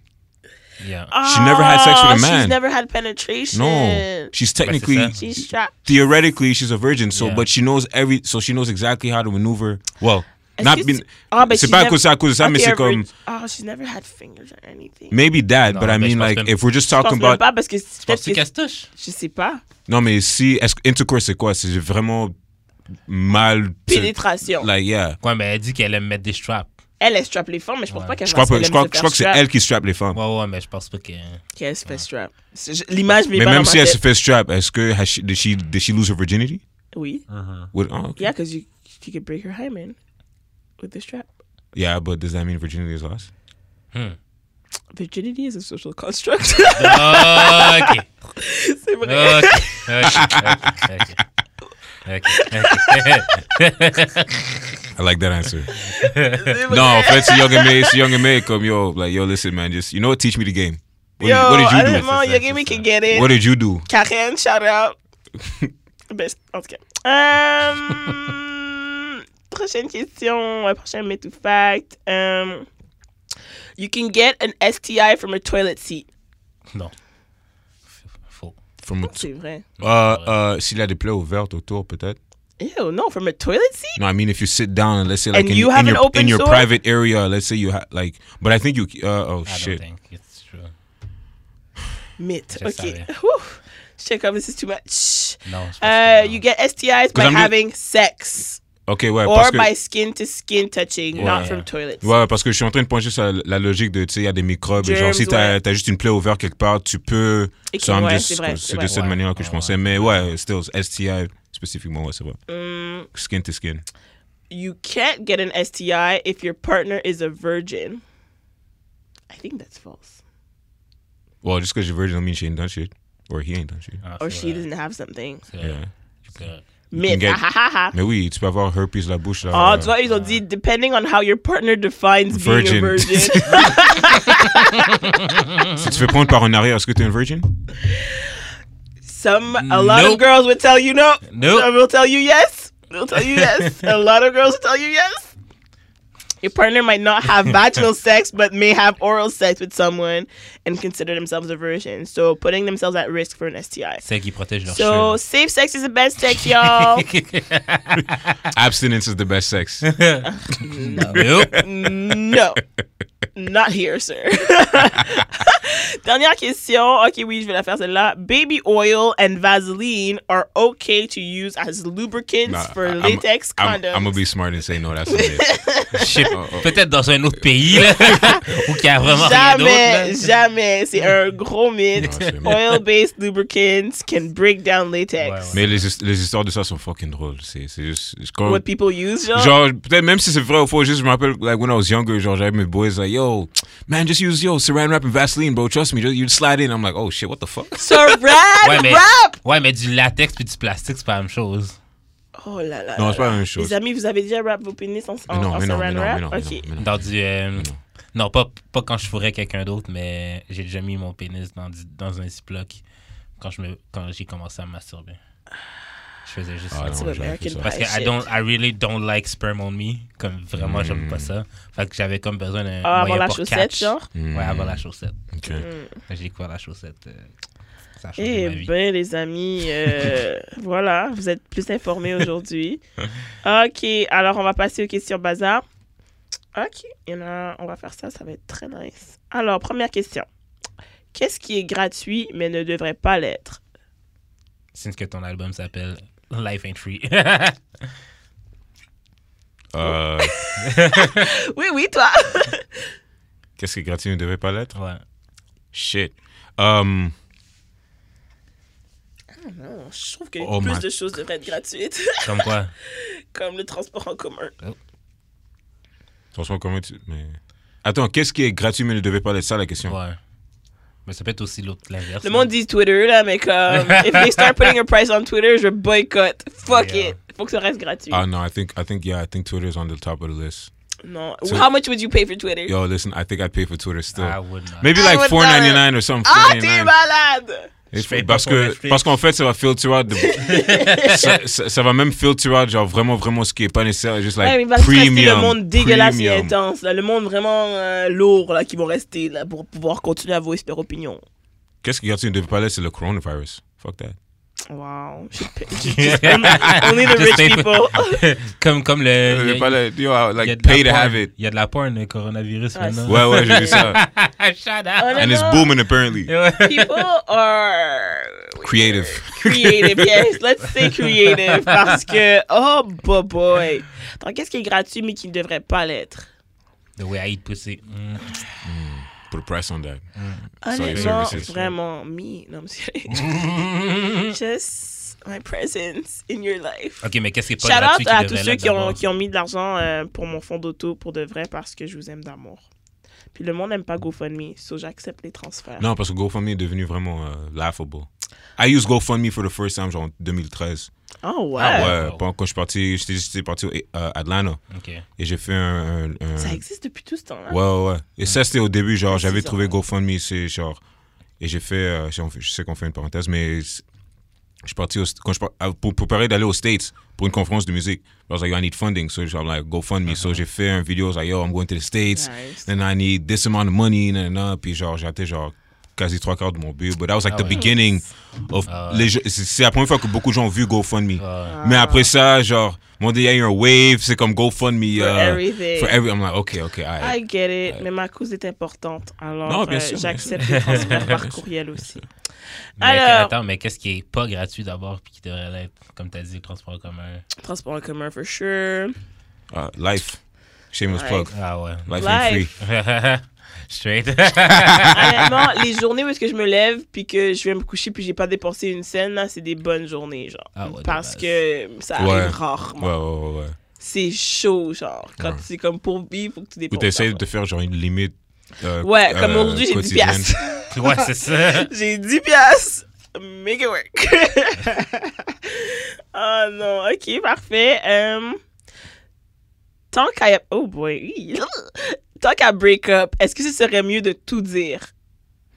B: Yeah.
C: ah,
D: She never had sex with a
C: Oh,
D: man.
C: She's never had penetration.
D: No, she's technically,
B: ça.
C: She's trapped.
D: theoretically, she's a virgin. So,
B: Yeah.
D: but she knows every, so she knows exactly how to maneuver. Well,
C: Est-ce
D: not
C: que
D: been.
C: c'est- Ah, ben,
D: c'est
C: she's
D: pas à
C: never-
D: cause de ça, à cause de ça, mais
C: Ok,
D: c'est
C: elle
D: comme
C: veut- Oh, she's never had fingers or anything.
D: maybe that,
B: Non,
D: but I
B: mais je
D: mean
B: pense
D: like
B: que-
D: if we're just
C: Je pense
D: talking
C: même
D: about
C: pas parce que c'est peut-être
B: Penses-tu
C: que-
B: qu'elle se touche?
C: je sais pas.
D: Non, mais si, est-ce que intercourse, c'est quoi? C'est vraiment mal. c'est-
C: Pénétration.
D: Like, yeah.
B: Ouais, mais elle dit qu'elle aime mettre des straps.
C: Elle, elle strappe les femmes, mais je pense
B: Ouais.
C: pas qu'elle
D: Je
C: va
D: crois,
C: se
D: pas- je,
C: elle
D: crois,
C: aime se
D: je
C: faire
D: crois que c'est
C: strap.
D: elle qui strappe les femmes.
B: Ouais, ouais, mais je pense pas que.
C: Qu'elle se fait strap. C'est- je- L'image, mais
D: mais
C: pas
D: même
C: dans
D: si
C: ma
D: elle se
C: tête.
D: fait strap, est-ce que has she, did, she, did she lose her virginity?
C: Oui.
D: With, oh, okay.
C: Yeah, because you, you could break her hymen with the strap.
D: Yeah, but does that mean virginity is lost?
C: Virginity is a social construct.
B: Ah, ok.
C: c'est
B: Ok.
C: vrai.
B: Ok. Ok. Ok.
D: I like that answer.
C: C'est vrai.
D: no, en fait, c'est Young and May, c'est Young and May comme yo, like yo, listen man, just you know what, teach me the game. What,
C: Yo,
D: did, what did you do?
C: honnêtement, Young Amy can get it.
D: What did you do?
C: Karen, shout out. Best, en tout cas. Euh, prochaine question, euh, prochain myth to fact. Um, you can get an STI from a toilet seat.
B: Non. Faux.
D: From a
C: C'est vrai.
D: uh, uh, s'il a des plaies ouvertes autour, peut-être.
C: Ew, no, from a toilet seat?
D: No, I mean if you sit down and let's say like
C: And
D: in,
C: you
D: in
C: have an
D: your
C: open
D: in your
C: sore?
D: private area, let's say you have like, but I think you uh, oh
B: I
D: shit.
B: don't think it's true.
C: Myth.
B: Je
C: okay.
B: savais.
C: Whew. Shit, this is too much.
B: Non, je pense
C: Uh,
B: que non.
C: you get STIs by
D: I'm just-
C: having sex
D: Ok, ouais,
C: or
D: parce que,
C: by skin to skin touching, not
B: Ouais.
C: from toilets.
D: ouais, parce que je suis en train de pencher sur la, la logique de, tu sais, il y a des microbes. et genre,
C: Germs,
D: si t'as
C: ouais.
D: as juste une plaie ouverte quelque part, tu peux.
C: Et que-
D: So, I'm
C: ouais,
D: just-
C: c'est vrai, c'est
D: C'est de
C: vrai.
D: cette
B: Ouais.
D: manière que je
B: Ouais,
D: pensais. Mais ouais, still, STI spécifiquement, ouais, c'est vrai.
C: Mm,
D: Skin to skin.
C: you can't get an STI if your partner is a virgin. I think that's false.
D: Well, just because you're virgin don't mean she ain't done shit. Or he ain't done shit.
B: Ah,
C: Or Oh,
B: c'est
C: she
B: vrai.
C: doesn't have something.
B: C'est vrai.
D: Yeah.
B: C'est correct.
C: Myth.
D: get-
C: Ah, ah, ah, ah.
D: Mais oui, tu peux avoir herpes la bouche, là.
C: Oh,
D: euh,
C: tu vois, ils ont dit, depending on how your partner defines being a
D: Virgin.
C: virgin.
D: si tu fais prendre par en arrière, est-ce que t'es une virgin?
C: Some, a lot of
B: Nope.
C: girls would tell you no.
B: Nope.
C: Some will tell you yes. They'll tell you yes. a lot of girls will tell you yes. Your partner might not have vaginal sex, but may have oral sex with someone and consider themselves a virgin. So putting themselves at risk for an STI.
B: Celles qui protègent leurs
C: So safe sex is the best sex, y'all.
D: Abstinence is the best sex.
B: cheveux. Nope.
C: no. Not here, sir. Dernière question. Ok, oui, je vais la faire celle-là. Baby oil and Vaseline are okay to use as lubricants
D: Nah,
C: for
D: I'm-
C: latex
D: I'm,
C: condoms.
D: I'm gonna be smart and say no, that's not it.
B: Je sais
D: Oh,
B: pas. Peut-être dans un autre pays, là. Ou qu'il y a vraiment rien d'autre, là.
C: Jamais, jamais. C'est un gros mythe.
D: Non, c'est mythe.
C: Oil-based lubricants can break down latex.
B: Ouais, ouais.
D: Mais les, his- les histoires de ça sont fucking drôles. C'est c'est juste. c'est comme-
C: What people use, genre.
D: Genre, peut-être même si c'est vrai ou faux, juste je me rappelle, like, when I was younger, genre, j'avais mes boys, like, yo, man, just use, yo, saran wrap and Vaseline, bro, trust me, just, you slide in. I'm like, oh shit, what the fuck?
C: Saran
B: Ouais, mais,
C: wrap!
B: ouais, mais du latex puis du plastique, c'est pas la même chose.
C: Oh là là.
D: Non,
C: là
D: c'est pas la
C: là.
D: même chose.
C: Les amis, vous avez déjà wrap vos pénis en, en,
D: Mais non,
C: en
D: mais non,
C: saran
D: mais non,
C: wrap?
D: mais non, mais non,
C: Ok.
D: mais non.
B: Dans du. euh, non, pas, pas quand je fourrais quelqu'un d'autre, mais j'ai déjà mis mon pénis dans, du- dans un ziploc quand je me- quand j'ai commencé à me masturber. Je faisais juste
D: Ah,
B: ça.
D: non,
C: C'est
D: j'aurais
C: American
D: fait ça.
C: Pie.
B: Parce que
C: Ah,
B: I,
C: shit.
B: don't, I really don't like sperm on me. Comme vraiment, j'aime
D: Hmm.
B: pas ça. Fait que j'avais comme besoin d'un.
C: Ah, avant
B: moyen
C: la
B: pour
C: chaussette,
B: catch.
C: genre? Hmm.
D: Mm.
B: Ouais, avant la chaussette.
D: Ok.
B: J'ai découvert la chaussette. euh, ça a changé
C: Eh
B: ma vie.
C: ben, les amis, euh, voilà, vous êtes plus informés aujourd'hui. OK, alors on va passer aux questions bazar. OK, il y en a, on va faire ça, ça va être très nice. Alors, première question. Qu'est-ce qui est gratuit mais ne devrait pas l'être?
B: C'est ce que ton album s'appelle Life Ain't Free.
D: Euh,
C: Oui, oui, toi!
D: Qu'est-ce que gratuit ne devait pas l'être?
B: ouais.
D: Shit. Um,
C: Non, je trouve que
D: Oh
C: plus
D: my-
C: de choses devraient être gratuites,
B: Comme quoi?
C: comme le transport en commun.
D: franchement, comment tu. mais- Attends, qu'est-ce qui est gratuit mais ne devait pas l'être? Ça, la question.
B: Ouais. Mais ça peut être aussi l'autre, l'inverse.
C: Le
B: là.
C: monde dit Twitter, là, mais comme, if they start putting a price on Twitter, je boycott. Fuck
B: Yeah. Ah,
C: it. Faut que ça reste gratuit.
D: Uh, no, I think I think yeah, I think Twitter's on the top of the list.
C: non.
D: so-
C: How much would you pay for Twitter?
D: Yo, listen, I think I pay for Twitter still.
B: I would not.
D: Maybe
C: I
D: like
C: would
D: four ninety nine or something.
C: ah, t'es
D: 4.99.
C: malade!
D: Et
B: Je
D: faut-
B: paye pas
D: parce
B: pour
D: que
B: Netflix.
D: parce qu'en fait ça va filter out de- ça, ça- ça va même filter out genre vraiment vraiment ce qui est pas nécessaire juste like
C: Ouais, mais il va se rester
D: premium
C: le monde dégueulasse et
D: premium.
C: intense, là, le monde vraiment euh, lourd là, qui vont rester là, pour pouvoir continuer à voice leur opinion.
D: qu'est-ce qui continue de parler c'est le coronavirus fuck that
C: Wow. Just- just- Only the rich people. Oh
B: comme, comme le.
D: Je
B: il y a-
D: parlais, yo, I,
B: il y a
D: like
B: de la
D: pay to
B: porn.
D: have it
B: Il y a de la porn, le coronavirus,
C: Ah,
B: maintenant.
D: ouais ouais j'ai vu ça
B: Shut
C: Ah,
B: up.
C: mais
D: and it's
C: non,
D: booming apparently
B: Ouais.
C: People are
D: creative
C: creative, yes. Let's say creative parce que, oh boy, boy. Donc, qu'est-ce qui est gratuit mais qui ne devrait pas l'être?
B: The way I eat pussy. Mm.
D: put a price on that Sorry,
C: Honnêtement,
D: services.
C: vraiment, me. Non, monsieur. Just my presence in your life.
B: Ok, mais qu'est-ce qui est pas
C: Shout
B: gratuit
C: out à
B: qui
C: tous
B: devrait
C: ceux
B: l'être
C: qui ont,
B: d'abord?
C: qui ont mis de l'argent euh, pour mon fonds d'auto pour de vrai parce que je vous aime d'amour. Puis le monde n'aime pas GoFundMe, so j'accepte les transferts.
D: non parce que GoFundMe est devenu vraiment euh, laughable I used GoFundMe for the first time genre en 2013
C: Oh ouais.
B: Ah
D: ouais
B: Wow.
D: quand je suis parti j'étais j'étais parti à Atlanta
B: Ok.
D: et j'ai fait un, un- un-
C: Ça existe depuis tout ce temps-là.
D: Ouais, ouais, ouais. Et ça, c'était au début, genre,
C: C'est
D: j'avais
C: ça.
D: trouvé GoFundMe, c'est genre. Et j'ai fait. euh, si on fait- je sais qu'on fait une parenthèse, mais c'est- je suis parti au- quand je, par- ah, pour préparer d'aller aux States pour une conférence de musique. I was like, I need funding. So, I'm like, GoFundMe. So, j'ai fait un vidéo, I was like, yo, I'm going to the States.
C: Nice.
D: And I need this amount of money. nan, nan, nan. Puis, genre, j'étais genre quasi trois quarts de mon but. But that was like
B: Ah
D: the
B: ouais.
D: beginning of.
B: Ah ouais.
D: les gens- c'est- C'est la première fois que beaucoup de gens ont vu GoFundMe.
B: Ah.
D: Mais après ça, genre, mon dieu, il y a eu un wave, c'est comme GoFundMe.
C: For
D: euh,
C: everything.
D: For every, I'm like, OK, OK, all right.
C: I get it, mais ma cause est importante. Alors,
D: Non, bien
C: euh,
D: sûr,
C: j'accepte les transferts par courriel aussi.
B: Mais
C: Alors-
B: attends, mais qu'est-ce qui est pas gratuit d'abord puis qui devrait l'être, comme t'as dit, le transport en commun?
C: Transport en commun, for sure.
D: Uh, life. Shameless
C: Life.
D: plug.
B: Ah ouais.
D: Life, ain't
C: Life.
D: free.
B: Straight.
C: Honnêtement, les journées où est-ce que je me lève puis que je vais me coucher puis j'ai pas dépensé une scène, là, c'est des bonnes journées, genre.
B: Ah ouais, de
C: Parce
B: base.
C: que ça arrive
D: Ouais.
C: rarement.
D: Ouais, ouais, ouais, ouais.
C: C'est chaud, genre. Quand
D: Ouais.
C: c'est comme pour vivre, faut que tu
D: Ou
C: dépenses.
D: t'essayes
C: d'argent.
D: de faire genre une limite. euh,
C: Ouais, comme
D: euh,
C: aujourd'hui, j'ai 10
D: quotidienne.
C: piastres.
B: ouais, c'est ça.
C: j'ai 10 piastres. Make it work. oh non, ok, parfait. Euh, tant qu'à... Oh boy. Tant qu'à break up, est-ce que ce serait mieux de tout dire?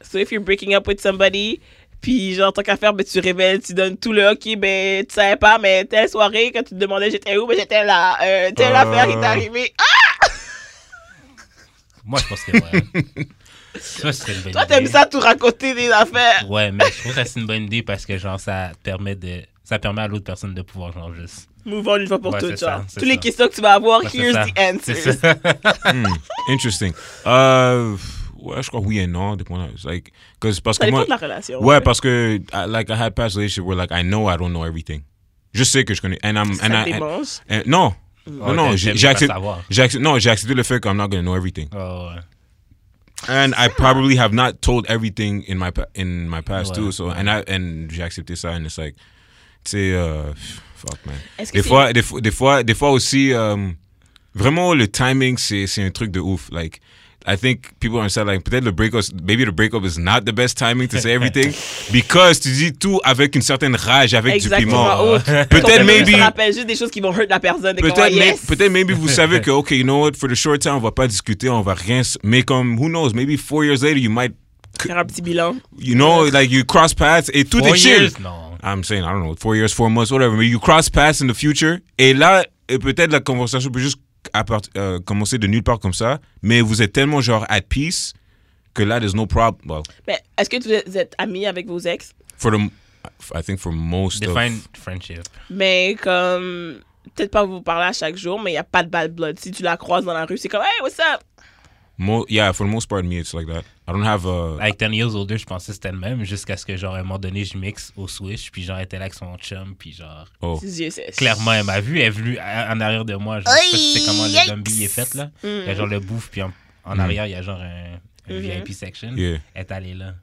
C: So if you're breaking up with somebody, puis genre tant qu'à faire, ben tu révèles, tu donnes tout le ok, ben tu savais pas, mais telle soirée, quand tu te demandais j'étais où, ben j'étais là. Euh, telle
D: Euh.
C: affaire qui t'est arrivée. Ah,
B: Moi, je pense que ouais. Ça, c'est une bonne
C: toi
B: idée.
C: t'aimes ça tout raconter des affaires.
B: Ouais, mais je trouve que c'est une bonne idée parce que genre ça permet de ça permet à l'autre personne de pouvoir genre juste.
C: Move on une fois pour
B: Ouais,
C: toutes,
B: c'est
C: genre.
B: ça, c'est
C: Toutes les
B: ça.
C: questions que tu vas avoir,
B: Ouais, c'est
C: here's
B: ça.
C: the
B: C'est
C: answers.
B: ça.
D: Hmm, Interesting. Euh, ouais, je crois oui et non. dépendant. It's Like, 'cause- parce
C: Ça
D: que
C: dépend
D: moi.
C: de la relation.
D: Ouais, parce que, I- like, I had past relationship where, like, I know I don't know everything. Je sais que je connais. And I'm.
C: ça
D: And I, and-
C: démange.
D: and- non. Non,
B: Mm. Ouais,
D: non,
B: t'aimes
D: j'ai
B: pas
D: j'ai accepté,
B: savoir.
D: j'ai accepté- non, j'ai accepté le fait que I'm not gonna know everything.
B: Oh, ouais.
D: and I probably have not told everything in my pa- in my past
B: Ouais.
D: too. So and I and j'ai accepté ça and it's like, tu sais, euh, fuck man.
C: Est-ce que
D: Des
C: c'est-
D: fois, des fois, des fois, des fois aussi, euh, vraiment le timing c'est c'est un truc de ouf. Like I think people understand like peut-être le breakup, maybe the breakup is not the best timing to say everything because tu dis tout avec une certaine rage, avec du piment.
C: Exactement.
B: hein.
C: Oh, ton
D: Peut-être
C: père
D: maybe.
C: se rappelle juste des choses qui vont hurt la personne.
D: Peut-être, may-
C: yes.
D: peut-être, maybe vous savez que, OK, you know what, for the short time, on va pas discuter, on va rien. s- Mais comme, who knows, maybe four years later, you might
C: Faire un petit bilan.
D: you know, like you cross paths et tout
B: Four
D: est chill.
B: years? Non.
D: I'm saying, I don't know, four years, four months, whatever. But you cross paths in the future. Et là, et peut-être la conversation peut juste à part- euh, commencer de nulle part comme ça. Mais vous êtes tellement genre at peace que là, there's no problem. Well,
C: Mais est-ce que vous êtes amis avec vos ex?
D: for the, I think for most
B: Define
D: of.
B: friendship.
C: Mais comme. Peut-être pas vous parler à chaque jour, mais il n'y a pas de bad blood. Si tu la croises dans la rue, c'est comme Hey, what's up?
D: Mo- yeah, for the most part, me, it's like that. I don't have a.
B: Avec 10 years older, je pensais que c'était le même jusqu'à ce que genre à un moment donné, je mixe au Switch puis genre elle était là avec son chum puis genre
D: oh.
C: Ses yeux sèches.
B: clairement elle m'a vu, elle est venue à- en arrière de moi, genre je sais pas comment le zombie est fait
C: Mm.
B: là. Il y a genre le bouffe puis en, en arrière, il y a genre un, un
C: Mm-hmm.
B: VIP section.
D: Yeah.
B: Elle est allée là.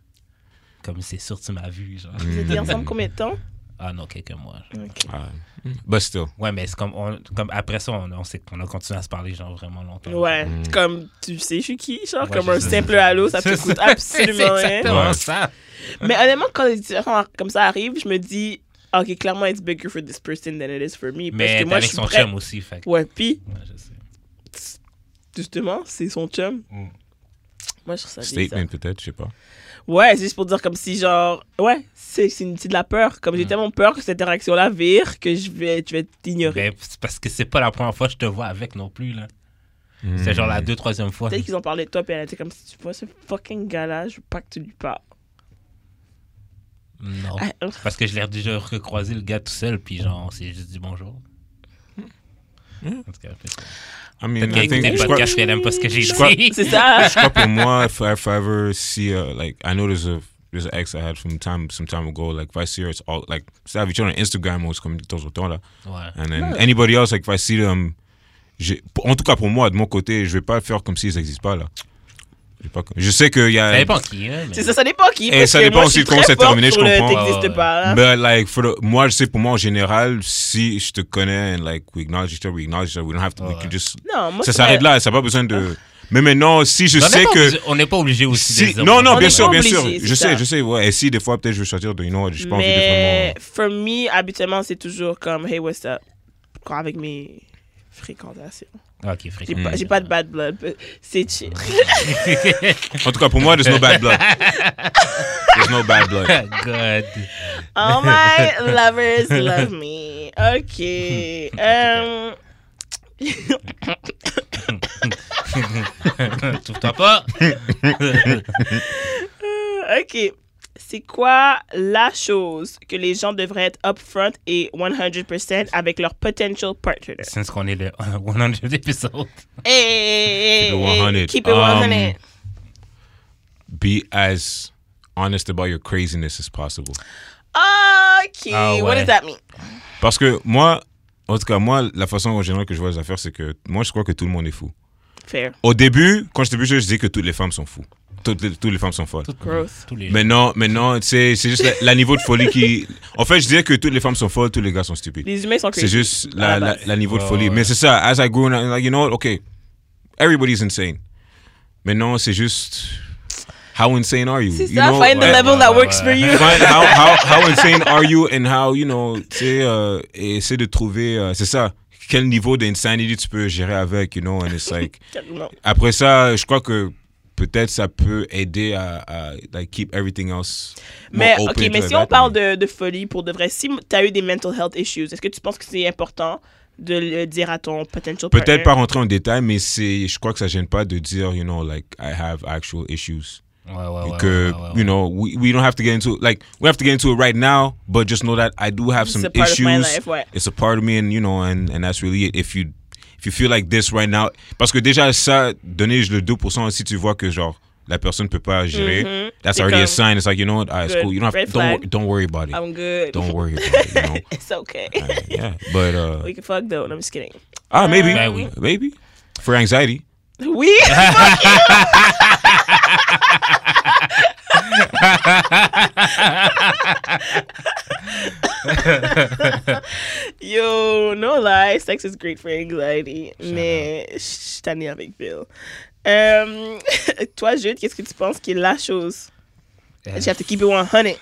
B: Comme c'est sûr tu m'as vu genre. Mm.
C: Vous étiez ensemble combien de temps?
B: Ah, Ah non, quelques mois.
C: Ok.
D: Ah, but still.
B: Ouais, mais c'est comme, on- comme après ça, on, on, s'est- on a continué à se parler genre vraiment longtemps.
C: Ouais,
D: Mm.
C: comme tu sais, je suis qui, genre,
B: Ouais,
C: Ah, comme
B: je
C: un
B: sais.
C: simple halo, ça te coûte absolument
B: C'est
C: rien.
B: exactement
D: Ouais.
B: ça.
C: Mais honnêtement, quand des situations comme ça arrivent, je me dis, ok, clairement, it's bigger for this person than it is for me. parce
B: Mais
C: que
B: t'es
C: moi, je
B: avec
C: suis
B: son
C: prête.
B: chum aussi, fait que-
C: Ouais, puis
B: Ouais, je sais.
C: justement, c'est son chum.
B: Mm.
C: Moi, je trouve ça bizarre.
D: Statement peut-être, je sais pas.
C: Ouais, c'est juste pour dire comme si, genre, ouais, c'est c'est une- c'est de la peur. Comme j'ai
B: Mm.
C: tellement peur que cette interaction-là vire que je vais, je vais t'ignorer.
B: Ben, c'est parce que c'est pas la première fois que je te vois avec non plus, là. C'est genre la
D: Hmm.
B: deux, troisième fois.
C: Peut-être qu'ils ont parlé de toi, puis elle a dit comme si tu vois ce fucking gars-là, je veux pas que tu lui parles.
B: Non.
C: Ah, euh,
B: Parce que je l'ai déjà recroisé, le gars, tout seul, puis genre, on s'est juste dit bonjour.
C: Hmm.
B: En tout cas, peut-être
D: I mean,
B: peut-être qu'elle
D: I think,
B: écoutait le
D: je crois,
B: podcast, puis elle aime pas ce que j'ai
D: Je crois-
B: dit.
C: C'est ça.
D: je crois pour moi, if, if I ever see, uh, like, I know there's a, there's an ex I had from time, some time ago, like, if I see her, it's all, like, ça, avec on Instagram, on se communique de temps en temps, là.
B: Ouais.
D: And then anybody else, like, if I see them, j'ai- en tout cas pour moi, de mon côté, je vais pas faire comme s'ils n'existent pas là. Je, pas, je sais qu'il y a.
B: Ça dépend qui, hein. mais-
C: C'est ça, ça dépend qui.
D: Et
C: parce
D: Eh, ça
C: que
D: dépend
C: moi, je
D: aussi
C: suis
D: de comment
C: très
D: c'est
C: forte
D: terminé, je
C: sur le
D: comprends.
C: T'existes
B: Ouais, ouais.
C: pas. là.
D: But like for the, moi, je sais pour moi en général, si je te connais and like we acknowledge each other, we acknowledge each other, we don't have to, we
B: Ouais.
D: can just.
C: Non, moi,
D: ça
C: je
D: s'arrête
C: serais-
D: là, ça n'a pas besoin de. Mais maintenant, si je
B: On n'est
D: sais
B: pas
D: que.
B: obligé- On n'est pas obligé aussi de
D: Si, non,
B: dire bonjour.
D: non,
C: On
D: bien
C: est
D: sûr,
C: pas
D: bien sûr.
C: obligé, c'est
D: Je
C: ça.
D: sais, je sais. Ouais. Et si des fois, peut-être, je veux sortir de. You know, what, j'ai pas envie
C: Mais
D: de
C: for me, habituellement, c'est toujours comme Hey, what's up? Quand avec mes fréquentations.
B: Ah, Ok,
C: J'ai
B: fréquent.
C: pas,
D: Hmm.
C: j'ai pas de bad blood. but C'est chill.
D: vraiment. En tout cas, pour moi, there's no bad blood. there's no bad blood.
B: God.
C: All my lovers love me. OK. Um,
B: Trouve-toi pas.
C: OK. C'est quoi la chose que les gens devraient être upfront et 100% avec leur potential partner?
B: Since qu'on est le 100 épisode.
C: Hey,
D: Keep it 100.
C: Keep it
D: Um,
C: 100.
D: Be as honest about your craziness as possible.
C: OK.
B: Ah
C: What
B: ouais.
C: does that mean?
D: Parce que moi, en tout cas, moi, la façon en général que je vois les affaires, c'est que moi, je crois que tout le monde est fou.
C: Fair.
D: Au début, quand j'étais plus jeune, je disais que toutes les femmes sont fous. Toutes les, toutes les femmes sont folles.
C: Gross.
B: Tous les jours.
D: Maintenant, maintenant, tu sais, c'est juste la, la niveau de folie qui. En fait, je disais que toutes les femmes sont folles, tous les gars sont stupides.
C: Les humains sont
D: C'est
C: crazy.
D: juste
C: à
D: la,
C: la
D: la,
C: base.
D: la niveau de
B: Ouais,
D: folie.
B: ouais.
D: Mais c'est ça, as I grew, I'm like, you know what, okay, everybody's insane. Maintenant, c'est juste, how insane are you?
C: C'est
D: You
C: ça,
D: know,
C: find the
D: like-
C: level that works for you.
D: Find how, how, how insane are you and how, you know, tu sais, euh, et essayer de trouver, euh, c'est ça, quel niveau d'insanity tu peux gérer avec, you know, and it's like,
C: Carrément.
D: après ça, je crois que peut-être ça peut aider à, à, like, keep everything else more
C: Mais,
D: open
C: ok, mais
D: to
C: si
D: that.
C: on parle de, de folie, pour de vrai, si tu as eu des mental health issues, est-ce que tu penses que c'est important de le dire à ton potential partner?
D: Peut-être pas rentrer en détail, mais c'est, je crois que ça gêne pas de dire, you know, like, I have actual issues.
B: Ouais, ouais, ouais.
D: que,
B: ouais, ouais, ouais.
D: you know, we, we don't have to get into, like, we have to get into it right now, but just know that I do have
C: It's
D: some
C: a part of
D: issues.
C: my life, ouais.
D: It's a part of me, and, you know, and, and that's really it. If you, if you feel like this right now, parce que déjà, ça, donner le 2%, si tu vois que, genre, la personne peut pas gérer,
C: Mhm.
D: that's
C: C'est
D: already a
C: comme-
D: sign. It's like, you know what, ah, it's
C: Good.
D: cool. You don't have
C: Red
D: to, don't,
C: flag.
D: wor- don't worry about it.
C: I'm good.
D: Don't worry about it, you know.
C: It's okay.
D: Uh, yeah, but, uh,
C: We can fuck though. No, I'm just kidding.
D: ah, maybe,
B: Ben oui.
D: maybe. For anxiety.
C: Oui! Yo, no lie, sex is great for anxiety. mais je suis tannée avec Bill. Euh, toi, Jude, qu'est-ce que tu penses qui est la chose?
D: Eh.
B: Euh,
C: You have to keep it 100.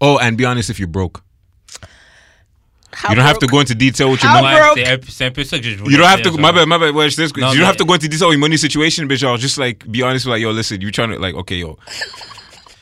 D: Oh, and be honest if you're broke. you don't have to go into detail with your
C: How
D: money.
C: Ah, broke?
B: Ah, ouais, c'est un peu- c'est un peu ça que je voulais
D: You don't have
B: dire,
D: to. My
B: genre.
D: bad. My bad. Watch this.
B: No,
D: you don't have to
B: but-
D: go into detail on your money situation, but y'all just like be honest. Like, yo, listen, you trying to like, okay, yo.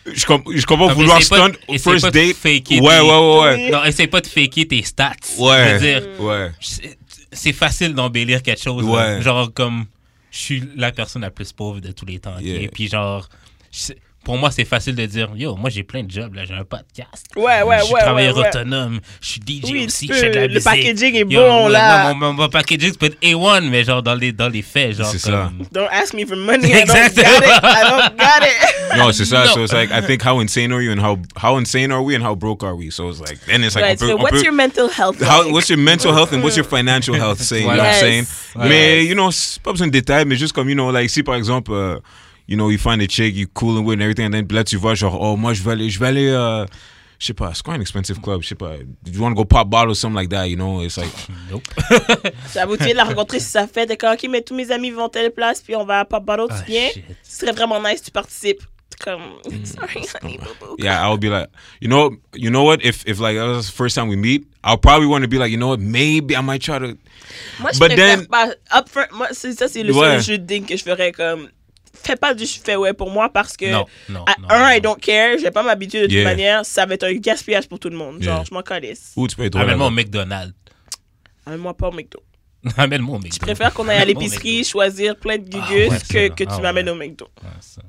D: Je, com je comprends
B: Non, mais
D: vouloir
B: essaye pas
D: stunt
B: de-
D: au
B: essaye
D: first
B: pas de
D: date. Ouais,
B: faker
D: ouais,
B: tes-
D: ouais, ouais.
B: Non, essaye pas de faker tes stats. Je veux
D: Ouais,
B: dire,
D: ouais.
B: c'est- c'est facile d'embellir quelque chose.
D: Ouais.
B: là. Genre, comme, je suis la personne la plus pauvre de tous les temps. ok?
D: Yeah.
B: Puis, genre, je- pour moi, c'est facile de dire Yo, moi, j'ai plein de jobs, là, j'ai un podcast.
C: Ouais, ouais,
B: je suis
C: ouais,
B: travailleur
C: ouais, ouais.
B: autonome, je suis DJ
C: Oui,
B: aussi,
C: tu
B: je fais de
C: peux.
B: la
C: Le
B: musique.
C: packaging est bon,
B: ouais,
C: là.
B: ouais, mon, mon- mon packaging peut être A1, mais genre dans les, dans les faits, genre
D: C'est ça.
B: comme...
C: Don't ask me for money.
B: Exactly.
C: I don't got it. I don't got it.
D: No, c'est ça.
B: No.
D: So it's like, I think how insane are you and how how insane are we and how broke are we? So it's like, then it's like,
C: right,
D: on peut-
C: so
D: on
C: what's
D: peut-
C: your mental health
D: how,
C: like?
D: what's your mental health and what's your financial health saying? You know what I'm
B: Voilà.
D: saying?
C: Yes.
D: Mais,
C: Yes.
D: you know, c'est pas besoin de détails, mais juste comme, you know, like, si par exemple, euh, you know, you find a chick, you cool and with and everything, and then là, tu vois, genre, oh, moi, je vais aller, je vais aller, euh, je sais pas, it's quite an expensive club, je sais pas. Did you want to go pop bottle or something like that, you know? It's like,
B: Nope.
C: J'avoue, tu viens de la rencontrer si ça fait. T'es comme, OK, mais tous mes amis vont à telle place, puis on va à Pop Bottle,
B: Ah,
C: tu viens?
B: shit. Hmm,
C: Ce serait vraiment nice, tu participes. T'es comme, sorry, honey, boo-boo.
D: yeah, I'll be like, you know, you know what? If if like that was the first time we meet, I'll probably want to be like, you know what? Maybe I might try to.
C: Moi, je
D: But
C: préfère
D: then-
C: pas. Up front, moi, c'est ça, c'est le
D: Ouais.
C: seul jeu de dingue que je ferais comme. Fais pas du fais ouais pour moi parce que.
B: Non, non,
C: à-
B: non,
C: un,
B: non.
C: I don't care, je vais pas m'habituer de toute
D: Yeah.
C: manière, ça va être un gaspillage pour tout le monde. Genre,
D: Yeah.
C: je m'en calisse.
D: Ooh, tu peux être drôle,
B: Amène-moi au
D: là.
B: McDonald's.
C: Amène-moi pas au McDo.
B: Amène-moi au McDonald's.
C: Je préfère qu'on aille à
B: Amène-moi au
C: l'épicerie,
B: McDo.
C: choisir plein de gugus
B: Ah ouais,
C: que,
B: ça,
C: que tu
B: ah ouais.
C: m'amènes au McDo.
B: Ouais, ça.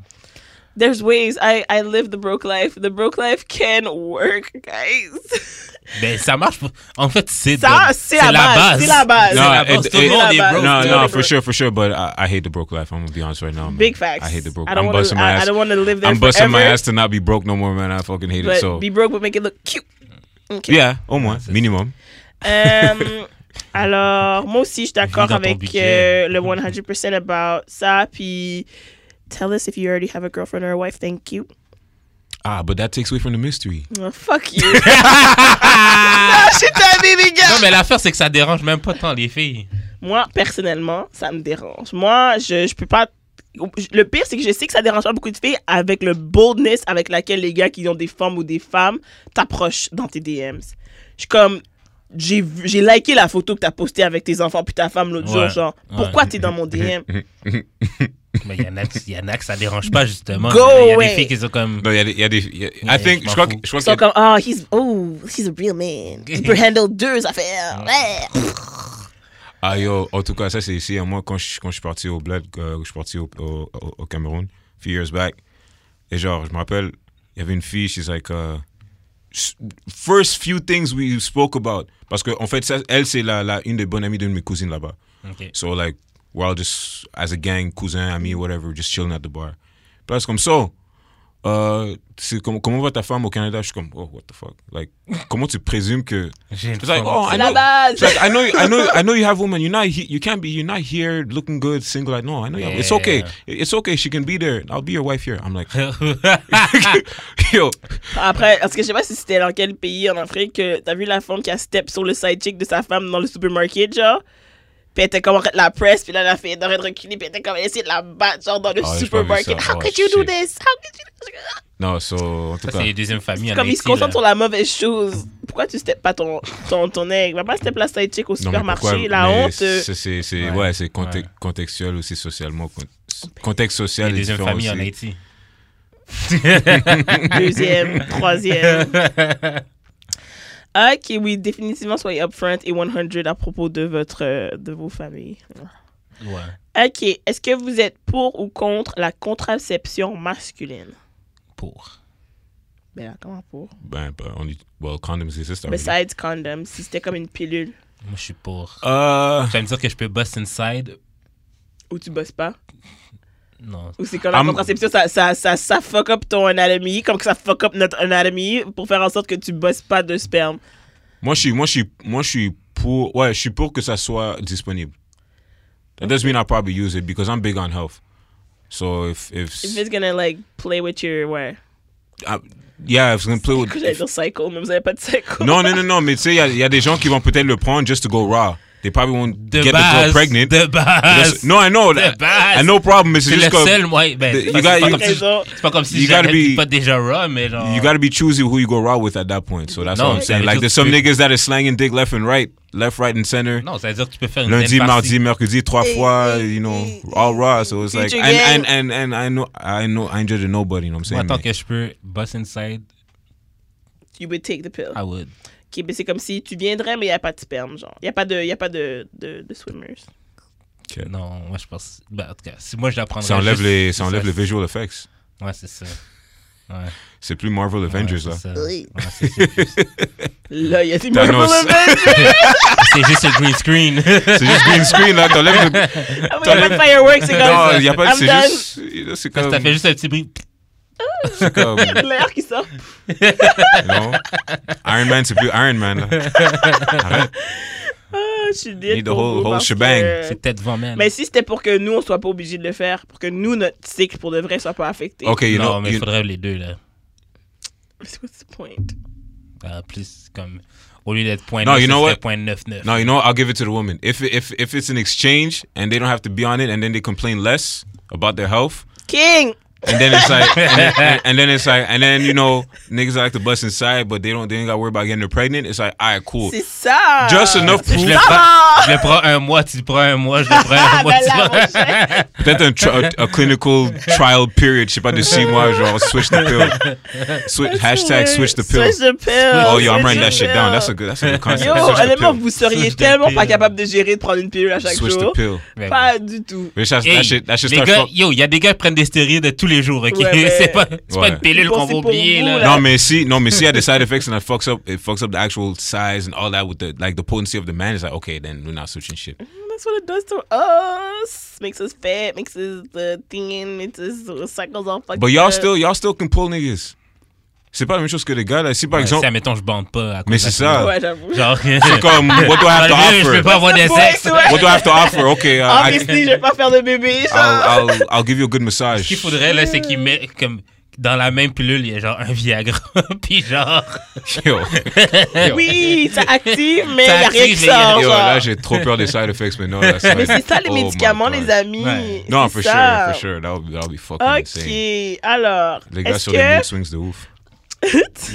C: There's ways. I, I live the broke life. The broke life can work, guys.
B: Ben, ça marche. pour- En fait, c'est
C: Ça,
B: de-
C: c'est la base, c'est la base.
B: C'est
D: No,
B: la
D: it-
B: base. Tout le
D: it-
B: monde est
C: it-
B: broke.
D: No,
C: Let's do
D: no,
C: it, bro.
D: for sure, for sure. But I, I hate the broke life. I'm gonna be honest right now. Man.
C: Big facts.
D: I hate the broke.
C: I don't
D: I'm
C: wanna-
D: busting my
C: I- I
D: ass.
C: don't wanna live there
D: I'm busting my
C: forever.
D: ass to not be broke no more, man. I fucking hate
C: But
D: it. So
C: be broke but make it look cute. Okay.
D: yeah, au moins minimum.
C: Euh, alors, moi aussi, je suis d'accord
B: dans ton
C: avec euh,
B: budget.
C: le 100% about ça. Puis, tell us if you already have a girlfriend or a wife. Thank you.
D: Ah, but that takes away from the mystery.
C: Oh, fuck you. Ah, je suis tannée, les gars.
B: Non, mais l'affaire, c'est que ça dérange même pas tant les filles.
C: Moi, personnellement, ça me dérange. Moi, je, je peux pas. Le pire, c'est que je sais que ça dérange pas beaucoup de filles avec le boldness avec laquelle les gars qui ont des femmes ou des femmes t'approchent dans tes DMs. Je suis comme. J'ai vu- j'ai liké la photo que t'as postée avec tes enfants puis ta femme l'autre
B: Ouais.
C: jour, genre.
B: Ouais.
C: Pourquoi t'es dans mon DM?
B: Mais il y en a qui- il y en a que ça dérange pas, justement.
C: Go
B: Il y a des
C: away.
B: filles qui sont comme.
D: No, yeah, yeah, they- yeah, I
B: Yeah,
D: think.
B: je m'en
D: je crois que-
B: fous.
D: je crois
C: Ils sont
D: que-
C: comme, oh, he's, oh, he's a real man. Il peut handle deux affaires. Ouais.
D: Ah yo, en tout cas, ça c'est ici. Moi, quand je, quand je suis parti au Bled, euh, je suis parti au, au, au- au Cameroun, few years back, et genre, je me rappelle, il y avait une fille, she's like, uh, s- first few things we spoke about. Parce que, en fait, ça, elle, c'est la, la, une des bonnes amies d'une de mes cousines là-bas.
B: Ok.
D: So, like, we're all just, as a gang, cousin, amis, whatever, just chilling at the bar. Puis là, c'est comme ça. Euh, c'est comme, comment va ta femme au Canada? Je suis comme, oh, what the fuck? Like, comment tu présumes que.
B: J'ai une
D: It's like,
B: femme.
D: oh, I
C: la
D: know,
C: base.
D: it's like, I know, I know, I know you have women. You're not, he, you can't be, you're not here looking good, single. Like, no, I know you. Have, it's okay.
B: Yeah.
D: It's okay. She can be there. I'll be your wife here. I'm like, yo,
C: Après, parce que je sais pas si c'était dans quel pays en Afrique que t'as vu la femme qui a step sur le side chick de sa femme dans le supermarché, genre. Puis elle était comme en train de la presse, puis là, elle a fait d'arrêt de reculer, puis elle était comme elle essayait de la battre, genre dans le
D: Ah, j'ai pas vu
C: supermarché.
D: ça.
C: How
D: Oh,
C: could you do
D: shit.
C: this? How could you do this?
D: no. So, en tout
B: Ça,
D: cas,
B: c'est les deuxièmes familles. en
C: Comme ils se
B: Haïti, là.
C: concentrent sur la mauvaise chose. Pourquoi tu step pas ton, ton, ton egg? Va pas step la side chick au
D: non, mais
C: supermarché,
D: pourquoi-
C: la
D: mais
C: honte. euh,
D: C'est, c'est, c'est,
B: Ouais.
D: ouais, c'est conte-
B: Ouais.
D: contextuel aussi socialement. con- Contexte social
B: Les
D: est
B: deuxièmes
D: différent
B: familles en
D: aussi.
B: Haïti.
C: deuxième, troisième. Ok, oui, définitivement, soyez upfront et 100 à propos de, votre, euh, de vos familles.
B: Ouais.
C: Ok, est-ce que vous êtes pour ou contre la contraception masculine?
B: Pour.
C: Ben là, comment pour?
D: Ben, ben, on dit, well, condoms exist already.
C: Besides condoms, si c'était comme une pilule
B: Moi, je suis pour.
D: Euh,
B: Tu vas me dire que je peux bust inside?
C: où tu bosses pas,
B: Non.
C: ou c'est comme la
D: Ah, m-
C: contraception, ça, ça, ça, ça fuck up ton anatomie, comme que ça fuck up notre anatomie pour faire en sorte que tu bosses pas de sperme.
D: Moi, je suis, moi, je suis, moi, je suis pour, ouais, je suis pour que ça soit disponible. That doesn't mean I'll probably use it because I'm big on health. So if, if,
C: If it's gonna like play with your, ouais.
D: I- yeah, if it's gonna play with,
C: J'allais dire psycho, mais vous avez pas de psycho.
D: non, non, non, non, mais tu sais, il y a- il y, a des gens qui vont peut-être le prendre just to go raw. They probably won't
B: De
D: get the
B: base.
D: girl pregnant.
B: De base.
D: That's- no, I know that.
B: base.
D: I know problem. It's
B: C'est
D: just
B: le
D: comme-
B: seul moyen. Ben,
D: The-
B: c'est
D: you
B: pas- c'est
D: gotta-
B: pas
D: you-
B: comme si-
C: Raison.
B: c'est pas comme si
D: you gotta
B: j'avais
D: be-
B: dit pas déjà raw, mais genre.
D: You gotta be choosy who you go raw with at that point. So that's
B: No,
D: what I'm saying.
B: yeah,
D: Like
B: just
D: there's some
B: good.
D: niggas that are slanging dick left and right, left, right, and center.
B: Non, ça veut dire que tu peux faire une
D: lundi,
B: pleine partie.
D: mardi, mercredi, trois fois, you know, all raw. So it's like,
C: Future
D: and,
C: gang.
D: and, and, and I know, I know, I injured nobody, you know what I'm
B: Moi,
D: saying?
B: tant
D: man?
B: que je peux bust inside,
C: You would take the
D: Ah.
C: pill.
B: I would.
C: Ok, ben c'est comme si tu viendrais, mais y a pas de sperme, genre. Y a pas de, y a pas de, de, de swimmers.
B: Non, moi, je pense. Ben, en tout cas, si moi, je la prendrais.
D: Ça enlève,
B: juste-
D: les, ça enlève
B: ça-
D: les visual effects.
B: Ouais, c'est ça. Ouais.
D: C'est plus Marvel Avengers,
B: ouais,
D: là.
B: c'est ça.
C: Oui.
B: Ouais, c'est- c'est plus-
C: Là, y a des
D: Thanos.
C: Marvel Avengers.
B: C'est juste le green screen.
D: C'est juste green screen, là. T'enlèves le...
C: Ah, mais y a pas de fireworks, c'est comme ça.
D: Non, il n'y a pas...
C: I'm
D: C'est
C: done.
D: juste... C'est
B: Ça
D: comme...
B: fait juste un petit bruit.
D: C'est comme...
C: de l'air qui sort.
D: You know? Iron Man, c'est plus Iron Man, là.
C: Ah, je suis dead
D: Need the
C: pour
D: whole-
C: vous
D: whole
C: parce
D: shebang.
C: que-
B: C'est peut-être devant, man.
C: Mais si c'était pour que nous, on soit pas obligés de le faire, pour que nous, notre cycle pour de vrai soit pas affecté.
D: OK, you
B: non,
D: know...
B: mais il
D: you-
B: faudrait les deux, là.
C: C'est quoi ce point?
B: euh, plus comme au lieu d'être point
D: No, you know what?
B: point 99.
D: No, you know what? I'll give it to the woman. If if if it's an exchange and they don't have to be on it, and then they complain less about their health,
C: King!
D: and then it's like, and then, and, and then it's like, and then you know, niggas like to bust inside, but they don't, they ain't got to worry about getting her pregnant. It's like, all right, cool.
C: C'est ça!
D: Just enough
B: Je
D: proof.
B: le prends, je le prends un mois, tu le prends un mois, je le prends un
C: Ah,
B: mois,
C: ben
B: tu le
C: là,
B: prends-
C: mon chien.
D: Peut-être un tri- a, a clinical trial period. Je sais pas de six mois, genre switch the pill. Switch, hashtag switch the pill.
C: Switch the pill.
D: Oh yo, I'm writing that
C: Switch the
D: shit down.
C: pill.
D: That's a good. That's a good concept.
C: Yo,
D: switch the
C: honnêtement,
D: pill.
C: vous seriez
B: Switch the
C: tellement
B: pill.
C: pas capable de gérer de prendre une pilule à chaque
D: switch the
C: jour.
D: pill.
B: Ben,
C: Pas du tout.
D: Bitch, that's,
B: hey,
D: that shit. That shit
B: les
D: starts.
B: gars,
D: fuck-
B: yo, il y a des gars qui prennent des stéroïdes de tous les jours, ok?
C: Ouais, mais-
B: c'est pas, c'est pas
D: Ouais.
B: une pilule
C: Bon,
B: qu'on
C: c'est
B: va
C: pour
B: oublier,
C: vous,
B: là.
C: là.
D: No, man. See, no, man. See, had the side effects and that fucks up. It fucks up the actual size and all that with the like the potency of the man. It's like okay, then we're not switching shit.
C: That's what it does to us. Makes us fat, makes us the thin, makes us cycles all fucked
D: But y'all
C: up.
D: still, y'all still can pull niggas. C'est pas la même chose que les gars. Là. Si par
B: Ouais, Si,
D: exemple,
B: admettons, je bande pas. à cause
D: mais
B: de la
D: c'est ça.
C: Ouais, j'avoue.
B: pilule. Genre,
D: Comme what do I have to
B: Malgré, je peux
D: offer?
B: pas avoir des
C: Ouais,
B: sexes.
C: ouais.
D: What do I have to offer? Okay, uh, I,
C: Obviously, je vais pas faire de
D: Ah,
C: bébé. genre.
D: I'll, I'll I'll give you a good
B: Ce qu'il
D: massage.
B: faudrait, là, c'est qu'ils mettent comme. Dans la même pilule, il y a genre un Viagra, puis genre.
D: Yo.
C: Oui, ça active, mais il
B: Ça
C: n'y a rien qui
B: active, mais y a-
C: sort.
D: Yo,
C: genre.
D: là, j'ai trop peur des side effects maintenant. là,
C: Mais c'est ça les
D: Oh my
C: médicaments,
D: God.
C: les amis.
B: Ouais.
C: C'est
D: Non, for
C: ça.
D: sure, for sure. That'll be, that'll be fucking insane.
C: Ok, alors,
D: Les gars
C: est-ce
D: sur les mood
C: que...
D: swings de ouf.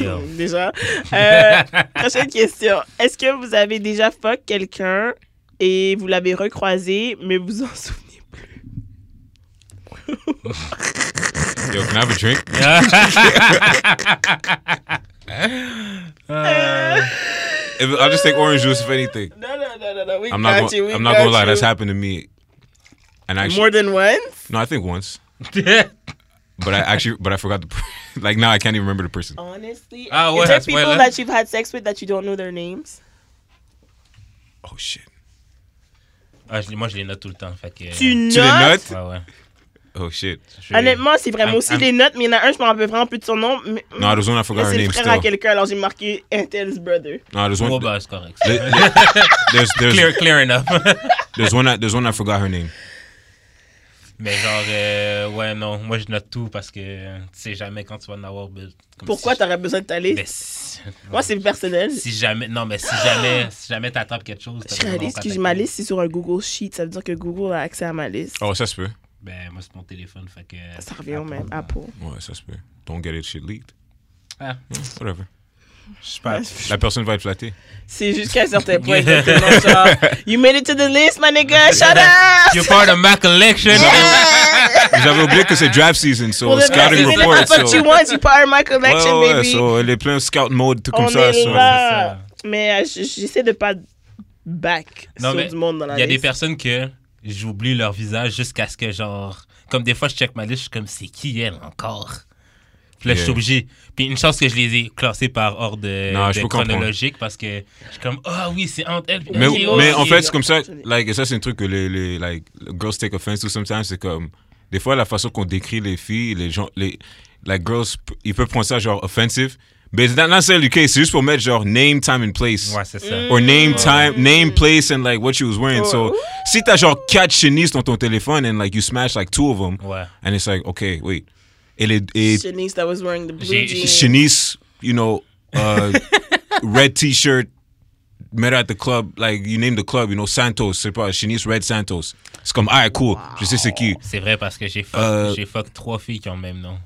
B: Yo.
C: déjà. Euh, prochaine question. Est-ce que vous avez déjà fuck quelqu'un et vous l'avez recroisé, mais vous en souvenez pas?
D: Yo, can I have a drink? If- I'll just take orange juice if anything.
C: Non, non, non, non, non. We
D: I'm
C: got
D: not gonna,
C: you, we
D: I'm not
C: got
D: gonna lie,
C: you.
D: that's happened to me. And actually,
C: More than once?
D: no, I think once. But I actually, but I forgot the, per- like now I can't even remember the person.
C: Honestly.
B: Ah ouais,
C: Is there
B: à ce
C: people
B: point-là?
C: that you've had sex with that you don't know their names?
D: Oh shit.
B: Ah, je les- moi, je les note tout le temps. Fait que,
C: Tu
D: Tu les
C: notes?
D: notes?
B: Ouais, ouais.
D: Oh shit.
B: Je-
C: Honnêtement, c'est vraiment
B: I'm-
C: aussi
B: I'm-
C: des notes, mais il y en a un, je m'en rappelle vraiment plus de son nom. Mais,
D: No, there's one I
C: mais
D: forgot her
C: c'est le
D: name
C: frère à
D: still.
C: quelqu'un, alors j'ai marqué Intel's brother.
D: No, there's
B: Oh,
D: one.
B: bah, c'est correct.
D: there- There's
B: Clear,
D: there's
B: clear enough.
D: there's one I, there's one I forgot her name.
B: Mais genre, euh, ouais, non, moi je note tout parce que euh, tu sais jamais quand tu vas en avoir besoin. Comme
C: Pourquoi
B: si-
C: t'aurais besoin de t'aller?
B: Mais si-
C: Moi, c'est personnel.
B: si jamais, non, mais si jamais, si jamais t'attrapes quelque chose. t'as
C: Je réalise
B: besoin de
C: que
B: contacter.
C: ma liste, c'est sur un Google Sheet. Ça veut dire que Google a accès à ma liste.
D: Oh, ça se peut.
B: Ben, moi c'est mon téléphone, fait que.
C: Ça revient au même. Apple.
D: Ouais, ça se peut. Oh, Don't get it shit leaked.
B: Ah.
D: Mm, Whatever.
B: Je sais pas.
D: La personne va être flattée.
C: C'est jusqu'à un certain point. exactement, genre, you made it to the list, my nigga. Shut up!
B: You're part of my collection.
C: Ah.
D: J'avais oublié que c'est draft season,
C: Pour
D: so
C: le
D: scouting
C: vrai,
D: report.
C: C'est
D: So.
C: you want, you part of my collection,
D: ouais, ouais,
C: baby.
D: so, elle est plein scout mode, tout comme
C: On
D: ça.
C: est
D: so.
C: là.
B: ça.
C: Mais euh, j- j'essaie de pas back
B: Non,
C: sur
B: mais
C: du monde dans la
B: Il y a des
C: liste.
B: personnes que j'oublie leur visage jusqu'à ce que, genre, comme des fois, je check ma liste, je suis comme, c'est qui elle encore? Puis là, je suis
D: Yeah.
B: obligé. Puis une chance que je les ai classés par ordre de-
D: Non, je
B: de
D: peux comprendre.
B: chronologique parce que je suis comme, ah oui, c'est entre elles. puis-
D: Mais,
B: ok, oh,
D: mais en
B: ok.
D: fait, c'est comme ça, like, ça c'est un truc que les, les like, girls take offense to sometimes, c'est comme, des fois, la façon qu'on décrit les filles, les gens, les, like, girls, p- ils peuvent prendre ça genre offensive, mais c'est not necessarily the case, c'est juste pour mettre genre name, time and place.
B: Ouais, c'est ça.
C: Mm.
D: Or name, time, name, place, and like what she was wearing. So, si t'as genre quatre chenistes dans ton téléphone and like you smash like two of them,
B: Ouais.
D: and it's like, okay, wait. Et les, et
C: Shanice that was wearing the blue
B: J'ai-
C: jeans.
D: Shanice, you know, uh, red T-shirt. Met her at the club, like you name the club, you know, Santos. C'est pas Shanice Red Santos. C'est comme, ah, cool. Je sais c'est qui.
B: C'est vrai parce que j'ai fuck,
D: Euh.
B: j'ai fuck trois filles qui ont le même nom.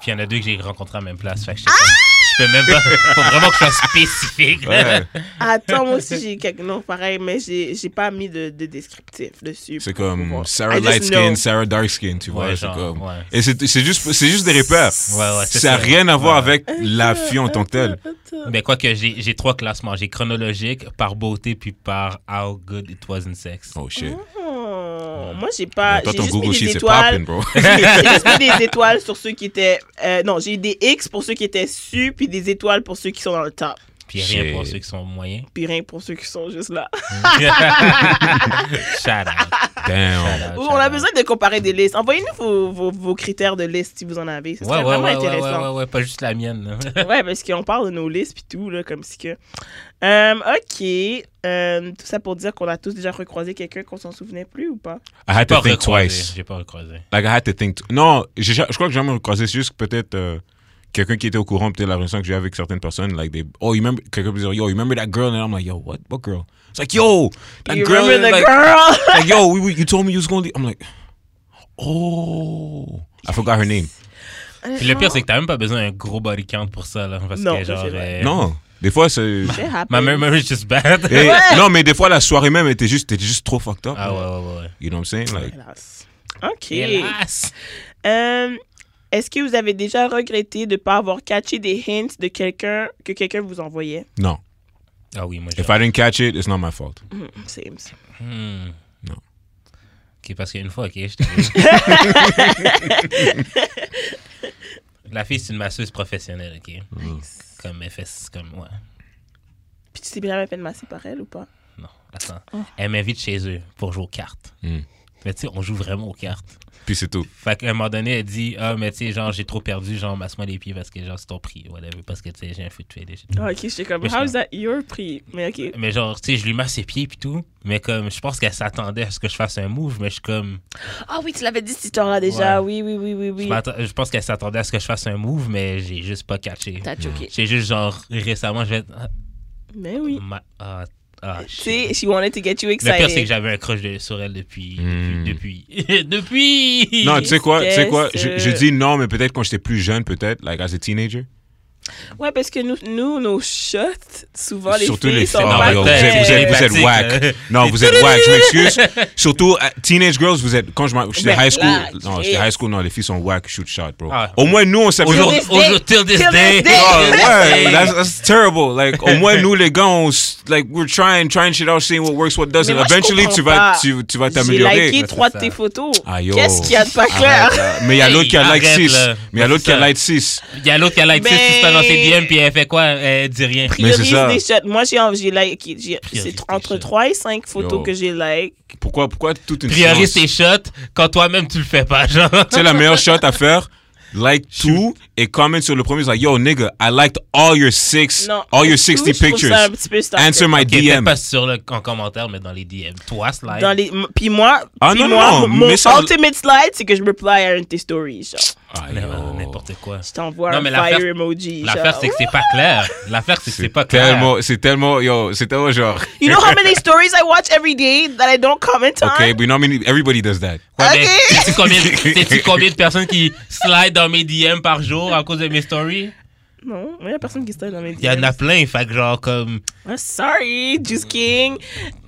B: Puis il y en a deux que j'ai rencontrées à la même place. Fait que j'étais
C: Ah!
B: comme, je peux même pas. Faut vraiment que je sois spécifique.
D: Ouais.
C: Attends, moi aussi, j'ai quelques noms pareils, mais j'ai j'ai pas mis de, de descriptif dessus.
D: C'est
C: pour
D: comme
C: pouvoir-
D: Sarah
C: I just
D: Light Skin,
C: know.
D: Sarah Dark Skin, tu vois.
B: Ouais,
D: c'est
B: genre,
D: comme.
B: ouais.
D: Et c'est c'est juste, c'est juste des repères.
B: Ouais, ouais, c'est
D: ça n'a
B: ça.
D: rien à voir
B: Ouais.
D: avec la fille en tant que telle.
B: Mais quoi que j'ai j'ai trois classements. J'ai chronologique, par beauté, puis par how good it was in sex.
D: Oh shit.
C: Oh, Moi, j'ai pas.
D: Toi,
C: J'ai
D: ton
C: juste
D: Google
C: mis des
D: Sheet, c'est popping,
C: étoiles.
D: bro.
C: J'ai juste mis des étoiles sur ceux qui étaient. euh, non, j'ai eu des X pour ceux qui étaient su, puis des étoiles pour ceux qui sont dans le top,
B: Puis rien pour
D: Shit.
B: ceux qui sont moyens.
C: puis rien pour ceux qui sont juste là.
B: Shout out.
D: Damn.
B: Ah,
C: Ouh, on a besoin de comparer des listes. Envoyez-nous vos, vos, vos critères de liste si vous en avez. Ce
B: de.
C: serait
B: Ouais, ouais,
C: vraiment
B: ouais, ouais, ouais,
C: intéressant.
B: ouais, ouais, pas juste la mienne. là.
C: Ouais, parce qu'on parle de nos listes puis tout, là, comme si que. Euh, ok. Euh, tout ça pour dire qu'on a tous déjà recroisé quelqu'un qu'on s'en souvenait plus ou pas?
D: I had
B: Pas
D: to think
B: recroisé.
D: twice.
B: J'ai pas recroisé.
D: Like I had to think. t- non, j'ai- je crois que j'ai jamais croisé. C'est juste que peut-être euh, quelqu'un qui était au courant, peut-être la relation que j'ai avec certaines personnes, like, they, oh, you remember, quelqu'un peut dire, yo, you remember that girl? And I'm like, yo, what, what girl? It's like, yo, that
C: You
D: girl.
C: remember the
D: like,
C: girl?
D: like, yo, we, we, you told me you was going to, I'm like, oh, I forgot her name.
B: Puis le pire, c'est que t'as même pas besoin d'un gros body count pour ça, là. Parce
C: Non,
B: que,
C: ça,
B: genre.
C: c'est vrai.
B: euh,
D: Non, des fois, c'est.
C: It
B: Ma
C: happens.
B: memory is just bad.
D: Et- Non, mais des fois, la soirée même était juste, était juste trop fucked up.
B: ah ouais, ouais, ouais.
D: You know what I'm saying? Like,
C: Hélas. OK.
B: Hélas!
C: Euh, Est-ce que vous avez déjà regretté de ne pas avoir catché des hints de quelqu'un que quelqu'un vous envoyait?
D: non.
B: Ah oui, moi j'ai.
D: If I didn't catch it, it's not my fault.
C: Hmm, seems.
B: Hmm.
D: Non.
B: Ok, parce qu'une fois, ok, je t'avais- La fille, c'est une masseuse professionnelle, ok? Comme elle fait. Comme, ouais.
C: Puis tu t'es jamais fait de masser par elle ou pas?
B: Non, attends.
C: Oh.
B: Elle m'invite chez eux pour jouer aux cartes.
D: Hmm.
B: Mais tu sais, on joue vraiment aux cartes.
D: Puis c'est tout.
B: Fait qu'à un moment donné, elle dit Ah, mais tu sais, genre, j'ai trop perdu, genre, masse-moi les pieds parce que, genre, c'est ton prix, whatever, parce que, tu sais, j'ai un feu de fêlé.
C: Ah, ok, j'étais comme,
B: Mais je
C: how is that your prix? Mais ok.
B: Mais genre, tu sais, je lui masse ses pieds puis tout. Mais comme, je pense qu'elle s'attendait à ce que je fasse un move, mais je suis comme.
C: Ah oui, tu l'avais dit cette histoire-là déjà.
B: Ouais.
C: Oui, oui, oui, oui,
B: Je,
C: oui.
B: m'atta- je pense qu'elle s'attendait à ce que je fasse un move, mais j'ai juste pas catché.
D: Hmm.
C: T'as choqué.
B: J'ai juste, genre, récemment, je vais être. ah,
C: Mais oui.
B: ma- ah, ah,
C: Tu
B: shit.
C: sais, she wanted to get you
B: Le pire, c'est que
C: excited.
B: j'avais un crush de- sur elle depuis.
D: Hmm.
B: Depuis. Depuis. depuis...
D: Non, tu sais quoi, tu sais quoi, je,
C: Qu'est-ce
D: je
C: que-
D: dis non, mais peut-être quand j'étais plus jeune, peut-être, like as a teenager.
C: Ouais, parce que nous, nous, nos shots, souvent, Oh, les
D: Surtout
C: filles
D: les
C: sont
D: filles.
B: dans
C: pas
B: ma
D: Non, yo, vous
B: tête.
D: êtes, vous êtes, vous êtes
B: Thématique,
D: whack.
B: là.
D: Non, vous êtes whack, je m'excuse. Surtout, euh, teenage girls, vous êtes, quand je m'en- j'étais
C: Mais
D: high school,
C: là,
D: non, j'étais
C: Chris.
D: high school, non, les filles sont whack, shoot shot, bro.
B: Ah.
D: Au moins, nous, on s'appelle.
B: Aujourd'hui,
C: Till this day.
B: aujourd'hui, till this
C: Till
B: day.
C: this day.
D: Oh, ouais, that's, that's terrible. Like, au moins, nous, les gars, on, s- like, we're trying, trying shit out, seeing what works, what doesn't.
C: Mais moi, je
D: Eventually,
C: comprends
D: tu vas,
C: pas.
D: tu, tu vas
C: J'ai
D: t'améliorer.
C: liké
B: là,
C: trois de
B: c'est ça.
C: tes photos.
D: Ah, yo.
C: Qu'est-ce qu'il y a de pas clair?
D: Arrête, là. Mais il y a
B: Hey,
D: l'autre qui a like
B: arrête,
D: 6.
B: là.
D: Mais il y a l'autre qui a
B: C'est ça.
D: like 6.
B: Il y a l'autre qui a like
C: Ben-
B: ça, c'est pas dans ses DM, puis elle fait quoi Elle dit rien.
D: Mais c'est
C: priorise
D: ça.
C: des shots. Moi, j'ai envie, j'ai like, j'ai-
B: Priorise
C: c'est
B: tes
C: entre
B: shots.
C: 3 et 5 photos
D: Yo.
C: que j'ai like.
D: Pourquoi, pourquoi toute une
B: Priorise
D: science?
B: tes shots quand toi-même tu le fais pas, genre.
D: Tu sais, la meilleure shot à faire, like tout et comment sur le premier. It's like, yo, nigga, I liked all your six,
C: Non.
D: all your
C: tout,
D: 60
C: je trouve ça un
D: pictures.
C: petit peu stalker.
D: Answer my
B: Ok, peut-être
D: DM.
B: pas sur le, en commentaire, mais dans les DM. Toi, slide.
C: Dans les, m- puis moi,
D: Ah,
C: puis
D: non,
C: moi,
D: non, non,
C: mon
D: mais ça-
C: ultimate slide, c'est que je reply à une de tes stories. Genre.
D: Ah,
B: Mais,
D: yo.
B: euh, N'importe quoi.
C: Je t'envoie
B: Non,
C: un
B: mais
C: fire
B: l'affaire-
C: emoji.
B: L'affaire,
C: genre.
B: c'est que c'est pas clair. L'affaire, c'est que c'est pas clair.
D: tellement, c'est tellement, yo, c'est tellement genre.
C: You know how many stories I watch every day that I don't comment on?
D: Okay, but you know, I mean, everybody does that.
B: Ouais, mais
C: Ok.
B: sais-tu combien, sais-tu combien de personnes qui slide dans mes DM par jour à cause de mes stories?
C: Non, il y a personne qui se traîne dans mes
B: Il y en a plein, fait que genre comme...
C: Ah, sorry, Juice King.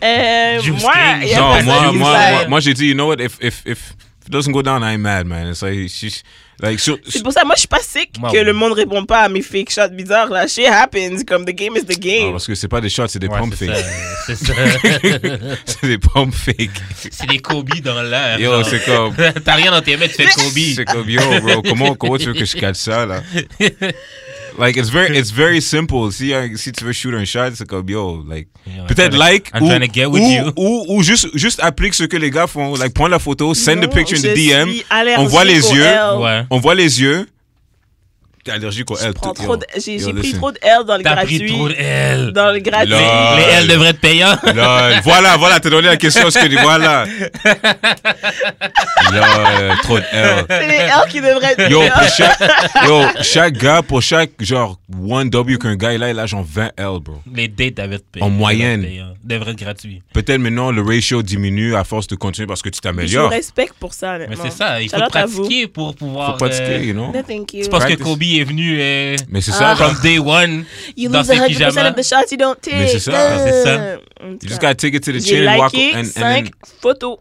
C: Euh,
B: Juice
C: moi,
B: King.
C: il y a
D: Non,
C: personne
D: moi,
C: qui
D: moi,
C: slide.
D: moi, moi, j'ai dit, you know what, if, if, if it doesn't go down, I ain't mad, man. It's like, she's, like, sur,
C: C'est pour ça, moi, je suis pas sick
B: Moi,
C: que
B: oui.
C: le monde répond pas à mes fake shots bizarres. Là, shit happens. Comme the game is the
D: Ah,
C: game.
D: parce que c'est pas des shots, c'est des
B: Ouais,
D: pompes
B: c'est
D: fakes.
B: ça, c'est ça.
D: c'est des pompes fakes.
B: C'est des Kobe dans l'air.
D: Yo,
B: genre.
D: c'est comme.
B: T'as rien dans tes mains, tu fais
D: C'est
B: Kobe.
D: comme yo, bro. Comment, comment tu veux que je cache ça là? Like it's very, it's very simple. Si, euh, si tu veux shoot un shot, c'est comme yo, like
B: Yeah,
D: peut-être
B: I'm tryna-
D: like
B: I'm
D: ou,
B: tryna get with
D: ou-
B: you.
D: ou ou juste juste applique ce que les gars font. Like prends la photo, send
C: Non,
D: the picture in
C: je
D: the DM.
C: suis allergique
D: on voit les
C: au
D: yeux.
C: L.
B: Ouais.
D: On voit les yeux. T'es allergique au L.
C: Je prends
D: tout-
C: trop
D: yo.
C: de- J'ai
D: Yo,
C: j'ai pris
D: listen.
C: trop de L dans le
B: T'as pris
C: gratuit.
B: trop de L.
C: Dans le gratuit.
D: Là.
B: Les L devraient être payants.
D: Lol. Voilà, voilà, t'as donné la question. Ce que tu voilà. Lol, trop de L.
C: C'est les L qui devraient être.
D: Yo,
C: L.
D: pour chaque, yo, chaque gars, pour chaque genre 1W qu'un gars il a, il a genre 20 L, bro.
B: Les dates devraient être payants.
D: En moyenne.
B: Devraient être gratuits.
D: Peut-être maintenant le ratio diminue à force de continuer parce que tu
C: Je vous
D: t'améliores.
C: respecte pour ça.
B: Mais
C: honnêtement.
B: c'est ça, il faut
C: Shout out à vous.
B: pratiquer pour pouvoir.
D: Faut pratiquer, you know?
C: No, thank you.
B: Je pense que
D: Practice.
B: Kobe est venu euh,
D: Mais c'est ça,
B: from day one
C: Ah. You
B: dans
C: lose
B: ses
C: 100%
B: pyjamas.
C: of the shots you don't take. Euh,
D: Mais c'est ça,
B: c'est ça.
C: En tout
D: You just
C: cas,
D: gotta take it to the
C: J'ai
D: chin and walk.
C: liké
D: And, and
C: 5
D: then-
C: photos.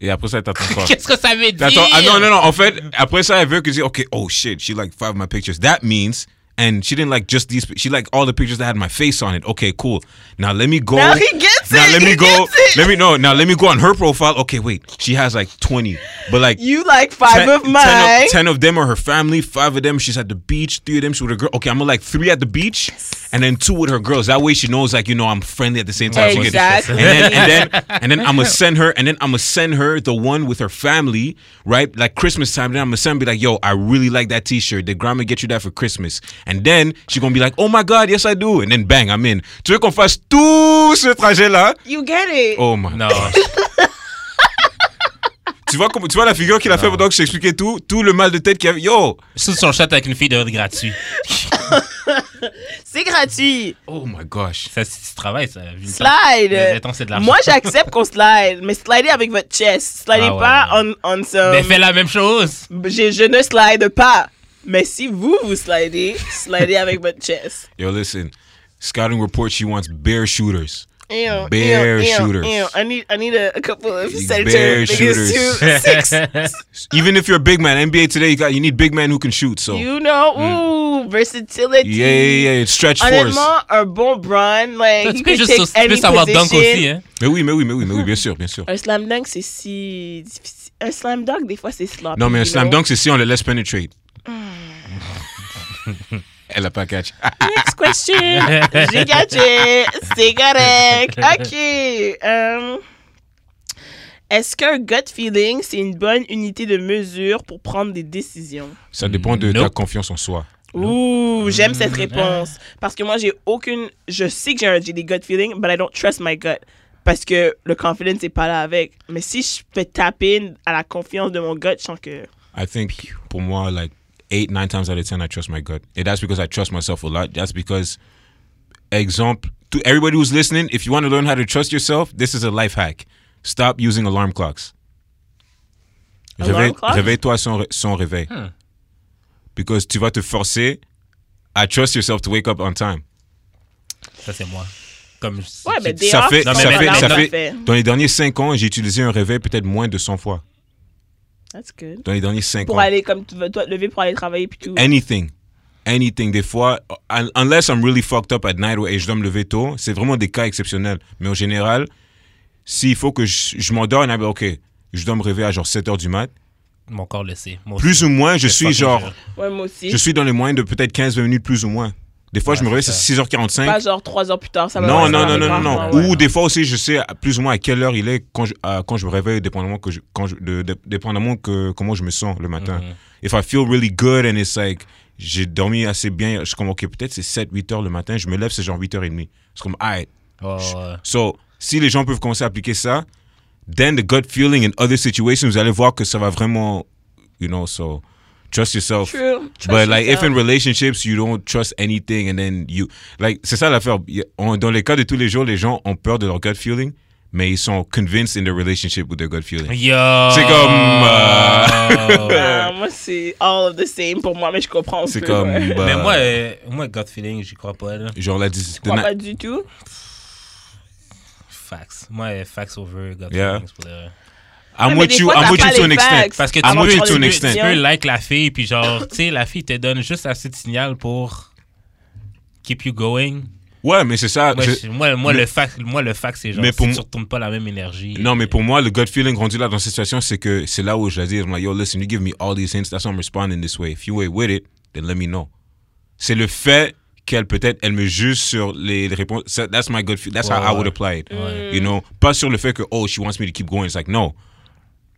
D: et après ça, t'attends quoi?
B: Qu'est-ce que ça veut dire?
D: T'attends, ah non, non, non. En fait, après ça, elle veut que je dise, OK, oh shit, she liked five of my pictures. That means, and she didn't like just these, pi- she liked all the pictures that had my face on it. OK, cool. Now let me go.
C: Now he gets
D: Now
C: it,
D: let
C: he
D: me go.
C: gets it.
D: Let me know. Now let me go on her profile. Okay, wait. She has like 20. But like,
C: You like five of mine.
D: Ten of them are her family. Five of them, she's at the beach. Three of them, she's with her girl. Okay, I'm gonna like three at the beach, and then two with her girls. That way, she knows like you know I'm friendly at the same time. She can-
C: Exactly.
D: And then and then and then I'm gonna send her, and then I'm gonna send her the one with her family, right? Like Christmas time. Then I'm gonna send her, be like, yo, I really like that T-shirt. Did grandma get you that for Christmas? And then she gonna be like, oh my god, yes I do. And then bang, I'm in. Tu veux qu'on fasse tout ce trajet là?
C: You get it.
D: Oh my.
B: Non.
D: Oh tu, vois, comment- tu vois la figure qu'il a fait pendant que je t'expliquais tout, tout le mal de tête qu'il y avait. Yo!
B: Sous son chat avec une fille de gratuit.
C: C'est gratuit.
D: Oh my gosh.
B: Ça, c'est du travail, ça. Vu le temps- Le- le
C: Slide.
B: temps, c'est de l'argent.
C: Moi, j'accepte qu'on slide, mais slidez avec votre chest. Slidez
B: Ah ouais.
C: pas on, on some-
B: Mais fais la même chose.
C: Je, je ne slide pas. Mais si vous, vous slidez, slidez avec votre chest.
D: Yo, listen. Scouting report she wants bear shooters.
C: Ew,
D: Bear
C: ew, ew,
D: shooters.
C: ew. I need, I need a, a couple of centers.
D: Bear
C: because you- Six.
D: Even if you're a big man, NBA today, you, got, you need big men who can shoot. So, yeah,
C: You know, ooh, versatility.
D: yeah, Hmm. yeah. yeah, Stretch force.
C: Honnêtement, un bon Bron, like,
B: tu
C: he
B: peux
C: Ben, can
B: juste
C: take
B: tu peux
C: any
B: savoir dunk
C: position.
B: aussi. Hein.
D: Mais oui, mais oui, mais oui, mais oui, bien sûr, bien sûr.
C: Un slam dunk, c'est si difficile. Un slam dunk, des fois, c'est sloppy.
D: Non, mais un
C: you
D: slam
C: know.
D: dunk, c'est si on le laisse penetrate. Elle a pas catch. Ah,
C: Next question. J'ai catché. C'est correct. OK. Euh, Est-ce qu'un gut feeling, c'est une bonne unité de mesure pour prendre des décisions?
D: Ça dépend de ta
B: Nope.
D: confiance en soi.
C: Ouh, j'aime cette
B: Mm.
C: réponse. Parce que moi, j'ai aucune. Je sais que j'ai un- j'ai des gut feelings, but I don't trust my gut. Parce que le confidence n'est pas là avec. Mais si je peux taper à la confiance de mon gut, je sens que.
D: I think pour moi, like eight, nine times out of ten, I trust my gut, and that's because I trust myself a lot. That's because, example, to everybody who's listening, if you want to learn how to trust yourself, this is a life hack. Stop using alarm clocks.
C: Alarm Hmm.
D: Réveille-
C: clock?
D: Réveille-toi sans, ré- sans réveil. Because tu vas te forcer à trust yourself to wake up on time.
B: Ça, c'est moi. Comme je-
C: Ouais, mais
B: c'est-
C: des
D: ça fait,
B: Non, mais
D: ça, fait,
B: maintenant,
D: ça
B: on
D: fait-
C: fait.
D: Dans les derniers 5 ans, j'ai utilisé un réveil peut-être moins de 100 fois.
C: That's good.
D: Dans les derniers 5
C: Pour
D: ans.
C: aller, comme tu veux, toi, te lever pour aller travailler, puis tout.
D: Anything. Anything. Des fois, un- unless I'm really fucked up at night ouais, et je dois me lever tôt, c'est vraiment des cas exceptionnels. Mais en général, s'il faut que je, je m'endorme, ah ben, ok, je dois me réveiller à genre 7 heures du mat.
B: Mon corps le sait. Moi
D: Plus ou
B: aussi.
D: moins, je
B: C'est
D: suis
B: fucking
D: genre,
B: sûr.
C: Ouais, moi aussi.
D: je suis dans les moyens de peut-être 15-20 minutes plus ou moins. Des fois,
B: Ouais,
D: je me réveille,
B: c'est
D: c'est
B: ça.
D: 6h45.
C: Pas genre trois heures plus tard, ça va
D: Non,
C: rester
D: non,
C: dans
D: non,
C: les
D: non, non,
C: bras.
D: non.
C: Ah ouais.
D: Ou des fois aussi, je sais à plus ou moins à quelle heure il est quand je, à- quand je me réveille, dépendamment, que je, quand je- de- de- dépendamment que, comment je me sens le matin.
C: Mhm.
D: If I feel really good and it's like, j'ai dormi assez bien, je suis comme, ok, peut-être c'est 7, 8 heures le matin, je me lève, c'est genre 8 h 30. C'est comme, alright.
B: Ouais, Oh, ouais.
D: So, si les gens peuvent commencer à appliquer ça, then the gut feeling in other situations, vous allez voir que ça va vraiment, you know, so trust yourself.
C: True. Trust
D: But like if in
C: yourself.
D: relationships you don't trust anything and then you like c'est ça l'affaire. Y- on- Dans les cas de tous les jours, les gens ont peur de leur gut feeling, mais ils sont convinced in their relationship with their gut feeling.
B: Yo!
D: C'est euh, comme,
C: Ah, moi, c'est all of the same pour moi, mais je comprends. un
D: C'est
C: peu,
D: comme
C: ouais.
D: bah,
B: Mais moi, euh, moi, gut feeling, j'y crois pas. Là.
D: genre la dis-
C: Je crois
D: na-
C: pas du tout.
B: Facts. Moi, euh, facts over gut
D: Yeah.
B: feelings. Pour le...
D: I'm
C: mais
D: with
C: des
D: you,
C: fois,
D: I'm
C: t'as
D: with
C: pas
D: you to an
C: les
D: extent.
C: facts.
B: Parce que tu
D: I'm
B: peux,
D: with you
B: tu
D: to an
B: peux-
D: extent.
B: tu peux like la fille, puis genre, tu sais, la fille te donne juste assez de signal pour keep you going.
D: Ouais, mais c'est ça.
B: Moi,
D: je-
B: je- moi, moi,
D: mais-
B: le fact, moi, le fact, c'est genre,
D: Mais
B: si
D: pour
B: tu
D: moi-
B: retournes pas la même énergie.
D: Non, mais pour moi, le gut feeling rendu là dans cette situation, c'est que c'est là où je dis, I'm like, yo, listen, you give me all these hints, that's why I'm responding this way. If you ain't with it, then let me know. C'est le fait qu'elle peut-être, elle me juge sur les, les réponses. Ça- That's my gut feeling. That's
B: Ouais,
D: how I would
B: ouais.
D: apply it. You know, pas sur le fait que, oh, she wants me to keep going. It's like, no.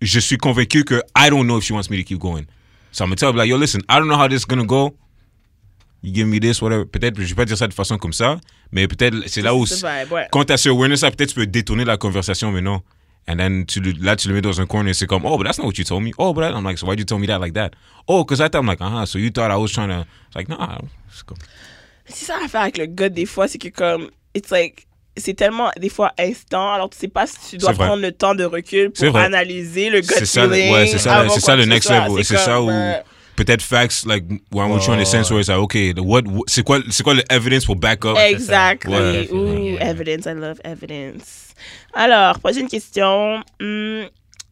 D: Je suis convaincu que I don't know if she wants me to keep going. So I'm gonna tell her, like, yo, listen, I don't know how this is gonna go. You give me this, whatever. Peut-être, je vais pas dire ça de façon comme ça, mais peut-être, c'est là où.
C: C'est vibe, ouais.
D: Quand t'as ce awareness-là, peut-être tu peux détourner la conversation, mais non. And then tu le- là, tu le mets dans un corner et c'est comme, oh, but that's not what you told me. Oh, but that- I'm like, so why'd you tell me that like that? Oh, because I thought, I'm like, uh-huh, so you thought I was trying to. It's like, nah. it's cool.
C: C'est ça l'affaire avec le gars, des fois, c'est que comme, it's like, c'est tellement, des fois, instant, alors tu sais pas si tu dois
D: C'est vrai.
C: prendre le temps de recul
D: C'est
C: pour
D: vrai.
C: analyser le
D: C'est
C: gut
D: ça, le-
C: feeling.
D: ouais, c'est ça, le-
C: avant
D: c'est ça
C: quoi
D: le
C: que
D: next
C: ce soit.
D: level. C'est ça
C: comme,
D: où
C: euh,
D: peut-être facts, like, when we're
B: Oh.
D: trying to sense where it's like, okay, the, what, what- c'est quoi, c'est quoi le evidence pour back up?
C: Exactly.
D: Ouais.
C: Ooh,
B: Yeah.
C: evidence. I love evidence. Alors, prochaine question. Hmm.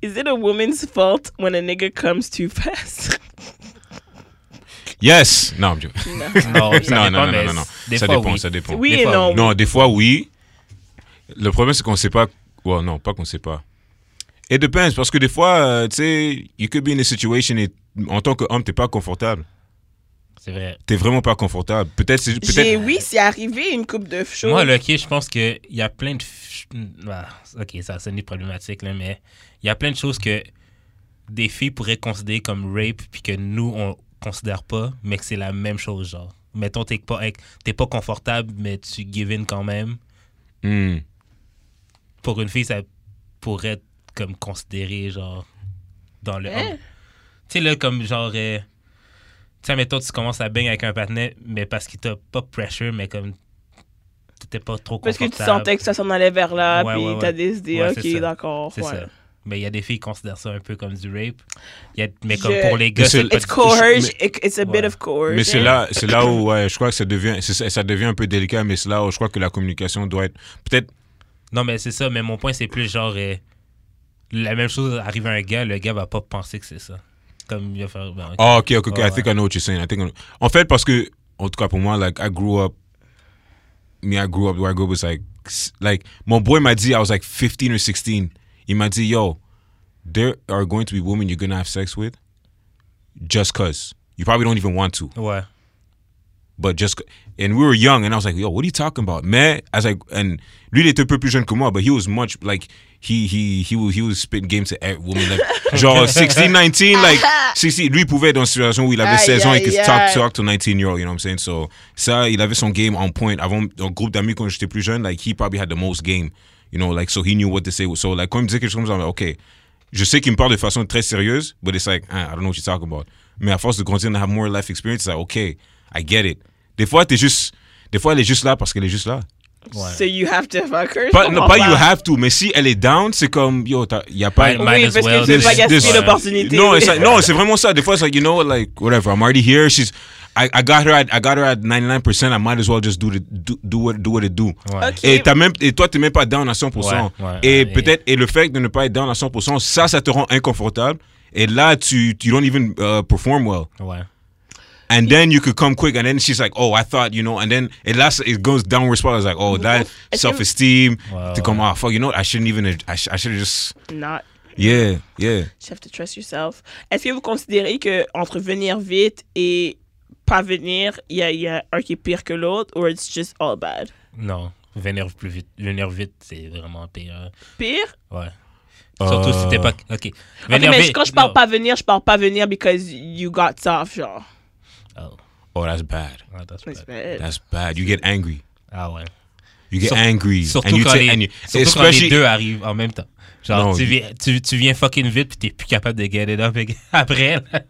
C: Is it a woman's fault when a nigga comes too fast?
D: Yes! Non, I'm joking.
B: Non, ça
D: non,
B: dépend,
D: non, non,
B: mais
D: non, non.
B: des
D: Ça
B: fois,
D: dépend,
B: oui.
D: ça dépend.
C: Oui
B: Des
C: et
B: fois,
C: non.
B: oui.
D: Non, des fois, oui. Le problème, c'est qu'on sait pas. Ouais, non, pas qu'on sait pas. Et depends, parce que des fois, euh, tu sais, you could be in a situation et en tant qu'homme, t'es pas confortable.
B: C'est vrai.
D: T'es vraiment pas confortable. Peut-être, c'est-
C: J'ai,
D: peut-être.
C: oui, c'est arrivé une coupe de choses.
B: Moi, là, ok, je pense qu'il y a plein de. f- Ah, ok, ça sonne problématique, là, mais il y a plein de choses que des filles pourraient considérer comme rape, puis que nous, on considère pas, mais que c'est la même chose, genre. Mettons, t'es pas, t'es pas confortable, mais tu give in quand même.
D: Hmm.
B: pour une fille, ça pourrait être comme considéré, genre, dans le.
C: Hein?
B: Tu sais, là, comme genre. euh, tu sais, mettons, tu commences à baigner avec un partenaire, mais parce qu'il t'a pas pressure, mais comme. T'étais pas trop
C: Parce que
B: confortable.
C: tu sentais que ça s'en allait vers là,
B: Ouais,
C: puis
B: ouais, ouais.
C: t'as décidé,
B: Ouais, c'est ça.
C: ok, d'accord.
B: C'est
C: ouais.
B: ça. Mais il y a des filles qui considèrent ça un peu comme du rape. Il y a- mais comme
C: Je-
B: pour les gars,
D: Mais c'est-
B: c'est pas
C: It's
B: du
C: coercion. it- It's a
B: Ouais.
C: bit of coercion.
D: Mais c'est là, c'est là où ouais, je crois que ça devient, c'est ça ça devient un peu délicat, mais c'est là où je crois que la communication doit être peut-être.
B: Non, mais c'est ça. Mais mon point, c'est plus genre. euh, la même chose arrive à un gars, le gars va pas penser que c'est ça. Comme il va faire. ben, ok.
D: Ah, ok, ok, ok.
B: Ouais,
D: I think I know what you're saying. I think I know- En fait, parce que en tout cas pour moi, like I grew up, me I grew up where I grew up was like, s- like mon boy m'a dit I was like 15 or 16. Il m'a dit yo, there are going to be women you're gonna have sex with, just cause you probably don't even want to.
B: Ouais.
D: but just and we were young and I was like, yo, what are you talking about? Man, I was like and lui il était un peu plus jeune que moi, but he was much like he he he was he was spitting game to every woman like genre 16, 19, like 16, lui pouvait être dans une situation où il avait
C: Aïe,
D: 16 ans et que
C: aïe,
D: talk
C: aïe.
D: talk to 19 year old, you know what I'm saying? So ça, il avait son game on point avant un groupe d'amis quand j'étais plus jeune, like he probably had the most game, you know, like so he knew what to say. So like quand il me disait quelque chose comme ça, I'm like, okay, je sais qu'il me parle de façon très sérieuse, but it's like, ah, I don't know what you're talking about. Mais à force de grandir and have more life experience, it's like, okay, I get it. Des fois, t'es juste, des fois, elle est juste là parce qu'elle est juste là.
B: Ouais.
C: So you have to fuck her.
D: Pas,
C: je
D: non,
C: comprends
D: pas you have to, mais si elle est down, c'est comme, yo, t'as- y a pas.
B: Ouais,
C: Oui,
B: Might as
C: parce que
B: well.
C: je veux pas
B: There's-
C: gaspiller
B: there's-
C: l'opportunité.
D: No, it's like, no, c'est vraiment ça. Des fois, it's like, you know, like, whatever, I'm already here. She's, I, I got her at, I got her at 99%. I might as well just do, the, do, do, what, do what it do.
B: Ouais.
C: Ok.
D: Et, t'as même, et toi, t'es même pas down à 100%.
B: Ouais, ouais,
D: et
B: ouais,
D: peut-être, et le fait de ne pas être down à 100%, ça, ça te rend inconfortable. Et là, tu, you don't even uh, perform well.
B: Ouais.
D: And then you could come quick, and then she's like, "Oh, I thought you know." And then it lasts, it goes downward spiral. It's like, "Oh, that
C: Est-ce
D: self esteem
B: Wow.
D: to come off." ah, Fuck, you know, what? I shouldn't even. I, sh- I should have just.
C: Not.
D: Yeah, yeah.
C: You have to trust yourself. Est-ce que vous considérez que entre venir vite et pas venir, il y, a- il y a un qui est pire que l'autre, or it's just all bad?
B: Non. Venir plus vite. Venir vite, c'est vraiment pire.
C: Pire?
B: Ouais.
D: Euh.
B: Surtout si t'es pas. Ok.
C: Ok,
B: Venir
C: Ah, mais
B: vite,
C: quand je parle
B: non.
C: pas venir, je parle pas venir because you got soft, genre.
B: Oh,
D: Oh, that's bad.
B: ah, that's
C: It's
D: Bah,
B: bad.
C: bad.
D: That's bad. You get angry.
B: Ah ouais.
D: You get
B: Sur-
D: angry,
B: Surtout,
D: and you
B: quand,
D: take,
B: les,
D: and you,
B: surtout quand les
D: especially
B: deux arrivent en même temps. Genre,
D: Non,
B: tu,
D: il-
B: viens, tu, tu viens fucking vite, puis t'es plus capable de get it up again après. là.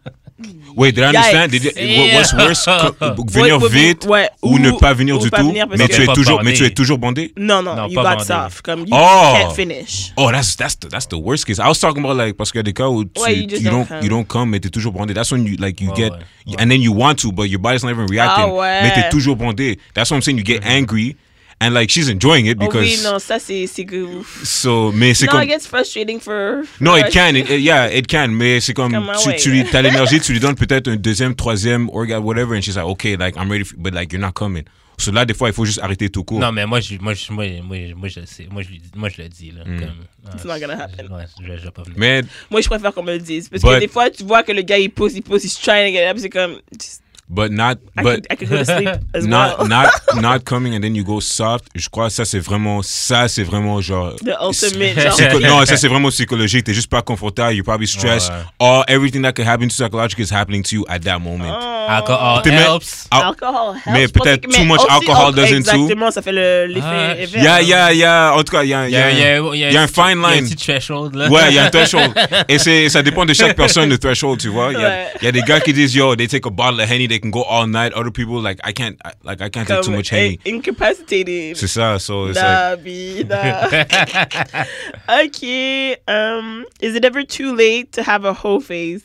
D: Wait, did I understand? Did it,
B: Yikes.
D: what- what's worse, co- venir
C: Ouais, ouais,
D: vite
C: ouais,
D: ou, ne pas venir
C: ou
D: du
C: pas
D: tout,
C: venir parce
D: mais
B: que-
D: tu es
B: Pas
D: toujours, mais tu es
B: bandé.
D: toujours bandé.
C: Non, non,
B: Non,
C: you
B: pas
C: got
B: bandé.
C: soft. Comme you
D: Oh!
C: can't finish.
D: Oh, that's that's the that's the worst case. I was talking about like parce qu'il y a des cas où tu,
C: Ouais, you just
D: you
C: don't
D: don't
C: come.
D: you don't come mais t'es toujours bandé. That's when you like you
B: Ouais,
D: get
B: ouais, ouais.
D: and then you want to but your body's not even reacting.
C: Ah ouais.
D: Mais t'es toujours bandé. That's what I'm saying. You get
B: Mhm.
D: angry and like she's enjoying it
C: Oh
D: because
C: oui, non, ça c'est c'est que. Non,
D: so mais c'est comme
C: it gets frustrating for.
D: non
C: for
D: it
C: us.
D: can it, it- yeah it can mais c'est comme
C: Comme, ah
D: tu,
C: ouais.
D: tu lui t'as l'énergie tu lui donnes peut-être un deuxième troisième orgasme whatever and she's like okay like I'm ready for- but like you're not coming. So là des fois il faut juste arrêter tout court.
B: non, mais moi, je, moi, je, moi, je- moi, je- moi, je le sais. Moi, je, lui dis- moi, je le dis. Là,
D: Mm.
B: comme, ah,
C: It's not gonna happen.
B: Ouais, je, je vais pas venir.
D: Mais
C: Moi, je préfère qu'on me le dise. Parce que
D: But-
C: des fois, tu vois que le gars, il pousse, il pousse, he's trying to get up. C'est comme. just-
D: but not
C: I,
D: but
C: could, I could go to sleep as
D: not
C: well.
D: not not coming and then you go soft. Je crois que ça c'est vraiment ça c'est vraiment genre
C: The ultimate, genre.
D: Psycho- non, ça c'est vraiment psychologique. T'es juste pas confortable. You're probably stressed.
B: Ouais.
D: All everything that could happen to you psychologically is happening to you at that moment.
C: Oh,
B: Alcohol
D: T'es même-
B: helps.
D: Al-
C: alcohol helps.
D: Mais
C: Je pensais
D: peut-être
C: que-
D: too
C: mais
D: much
C: aussi,
D: alcohol
C: oh,
D: doesn't too.
C: Exactement, ça fait le- l'effet
B: Ah,
C: inverse.
D: Yeah, yeah, yeah. En tout cas, il y a, il y a- il y a un fine
B: Il y a un
D: line.
B: petit threshold. Là.
D: Ouais, il y a un threshold. Et c'est, ça dépend de chaque personne, le threshold, tu vois. Il y, a-
C: Ouais.
D: il y a des gars qui disent, yo, they take a bottle of Henny, they can go all night. Other people, like, I can't, I- like, I can't take too
C: Comme eh,
D: much Henny.
C: in- Incapacitated.
D: C'est ça, so it's like,
C: La vida. okay. Um, is it ever too late to have a whole face?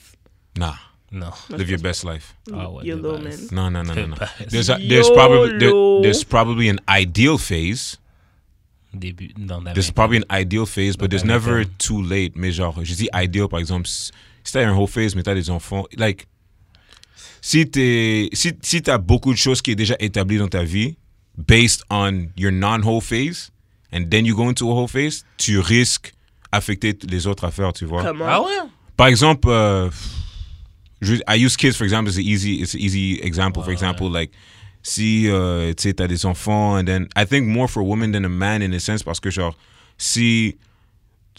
D: nah,
B: non.
D: live your best life.
B: Ah ouais,
C: You
B: de
C: little
B: base.
D: No, no, no, no, no.
B: Best.
D: There's, a, there's probably there,
C: YOLO.
D: there's probably an ideal phase.
B: Début, dans la
D: There's
B: vingtaine.
D: probably an ideal phase, but there's
B: ben,
D: never
B: ben.
D: too late. Mais genre, je dis ideal, par exemple, si si t'as un whole phase, mais t'as des enfants, like, si t'es, si, si t'as beaucoup de choses qui est déjà établies dans ta vie, based on your non-whole phase, and then you go into a whole phase, tu risques affecter t- les autres affaires, tu vois.
C: Comment?
B: Ah ouais?
D: Par exemple, euh, je- I use kids for example. It's an easy, it's an easy example. for example, like si euh, tu sais t'as des enfants, and then I think more for a woman than a man in a sense parce que genre si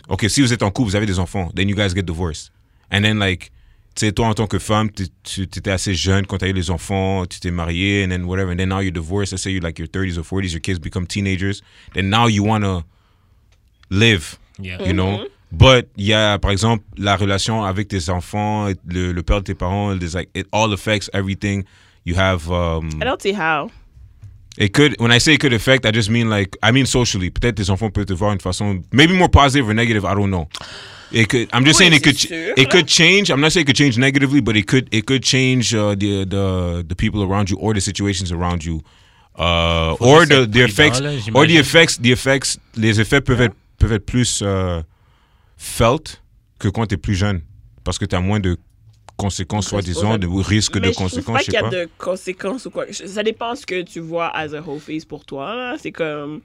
D: ok si vous êtes en couple, vous avez des enfants, then you guys get divorced, and then like tu sais toi en tant que femme, t'es- tu étais assez jeune quand t'as eu les enfants, tu t'es mariée, and then whatever, and then now you're divorced. Let's say you like your 30s or 40s, your kids become teenagers, then now you wanna live,
B: Yeah.
D: you know. But il y a, par exemple, la relation avec tes enfants, le, le père de tes parents, it's like, it all affects everything you have. um,
C: I don't see how.
D: It could. When I say it could affect, I just mean like I mean socially. Peut-être tes enfants peuvent te voir une façon, maybe more positive or negative. I don't know. It could. I'm just
C: Oui,
D: saying it could.
C: c'est
D: ch-
C: sûr,
D: It
C: là.
D: could change. I'm not saying it could change negatively, but it could. It could change uh, the the the people around you or the situations around you, uh, or
B: juste
D: the
B: être
D: the
B: prudent,
D: effects
B: là, j'imagine.
D: or the effects the effects les effets peuvent être peuvent être plus euh, felt que quand t'es plus jeune parce que t'as moins de conséquences
C: Parce que
D: soi-disant
C: ça-
D: de risque de
C: Mais je trouve
D: conséquences.
C: pas
D: Je
C: qu'il
D: sais
C: y a
D: pas.
C: de conséquences ou quoi. Je- Ça dépend ce que tu vois as a whole face pour toi. là. C'est comme.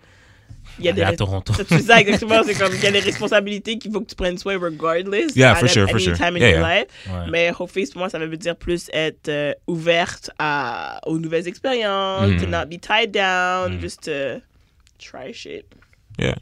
C: Il y a
B: Aller
C: des.
B: à Toronto.
C: Ça, tu sais exactement, c'est comme il y a des responsabilités qu'il faut que tu prennes soin regardless.
D: Yeah,
C: at
D: for sure, for
C: any
D: sure.
C: time in
D: Yeah,
C: your
D: yeah.
C: life.
B: Ouais.
C: Mais whole face, pour moi, ça veut dire plus être euh, ouverte à, aux nouvelles
D: Mm.
C: expériences, to not be tied down, just to try shit.
D: Yeah.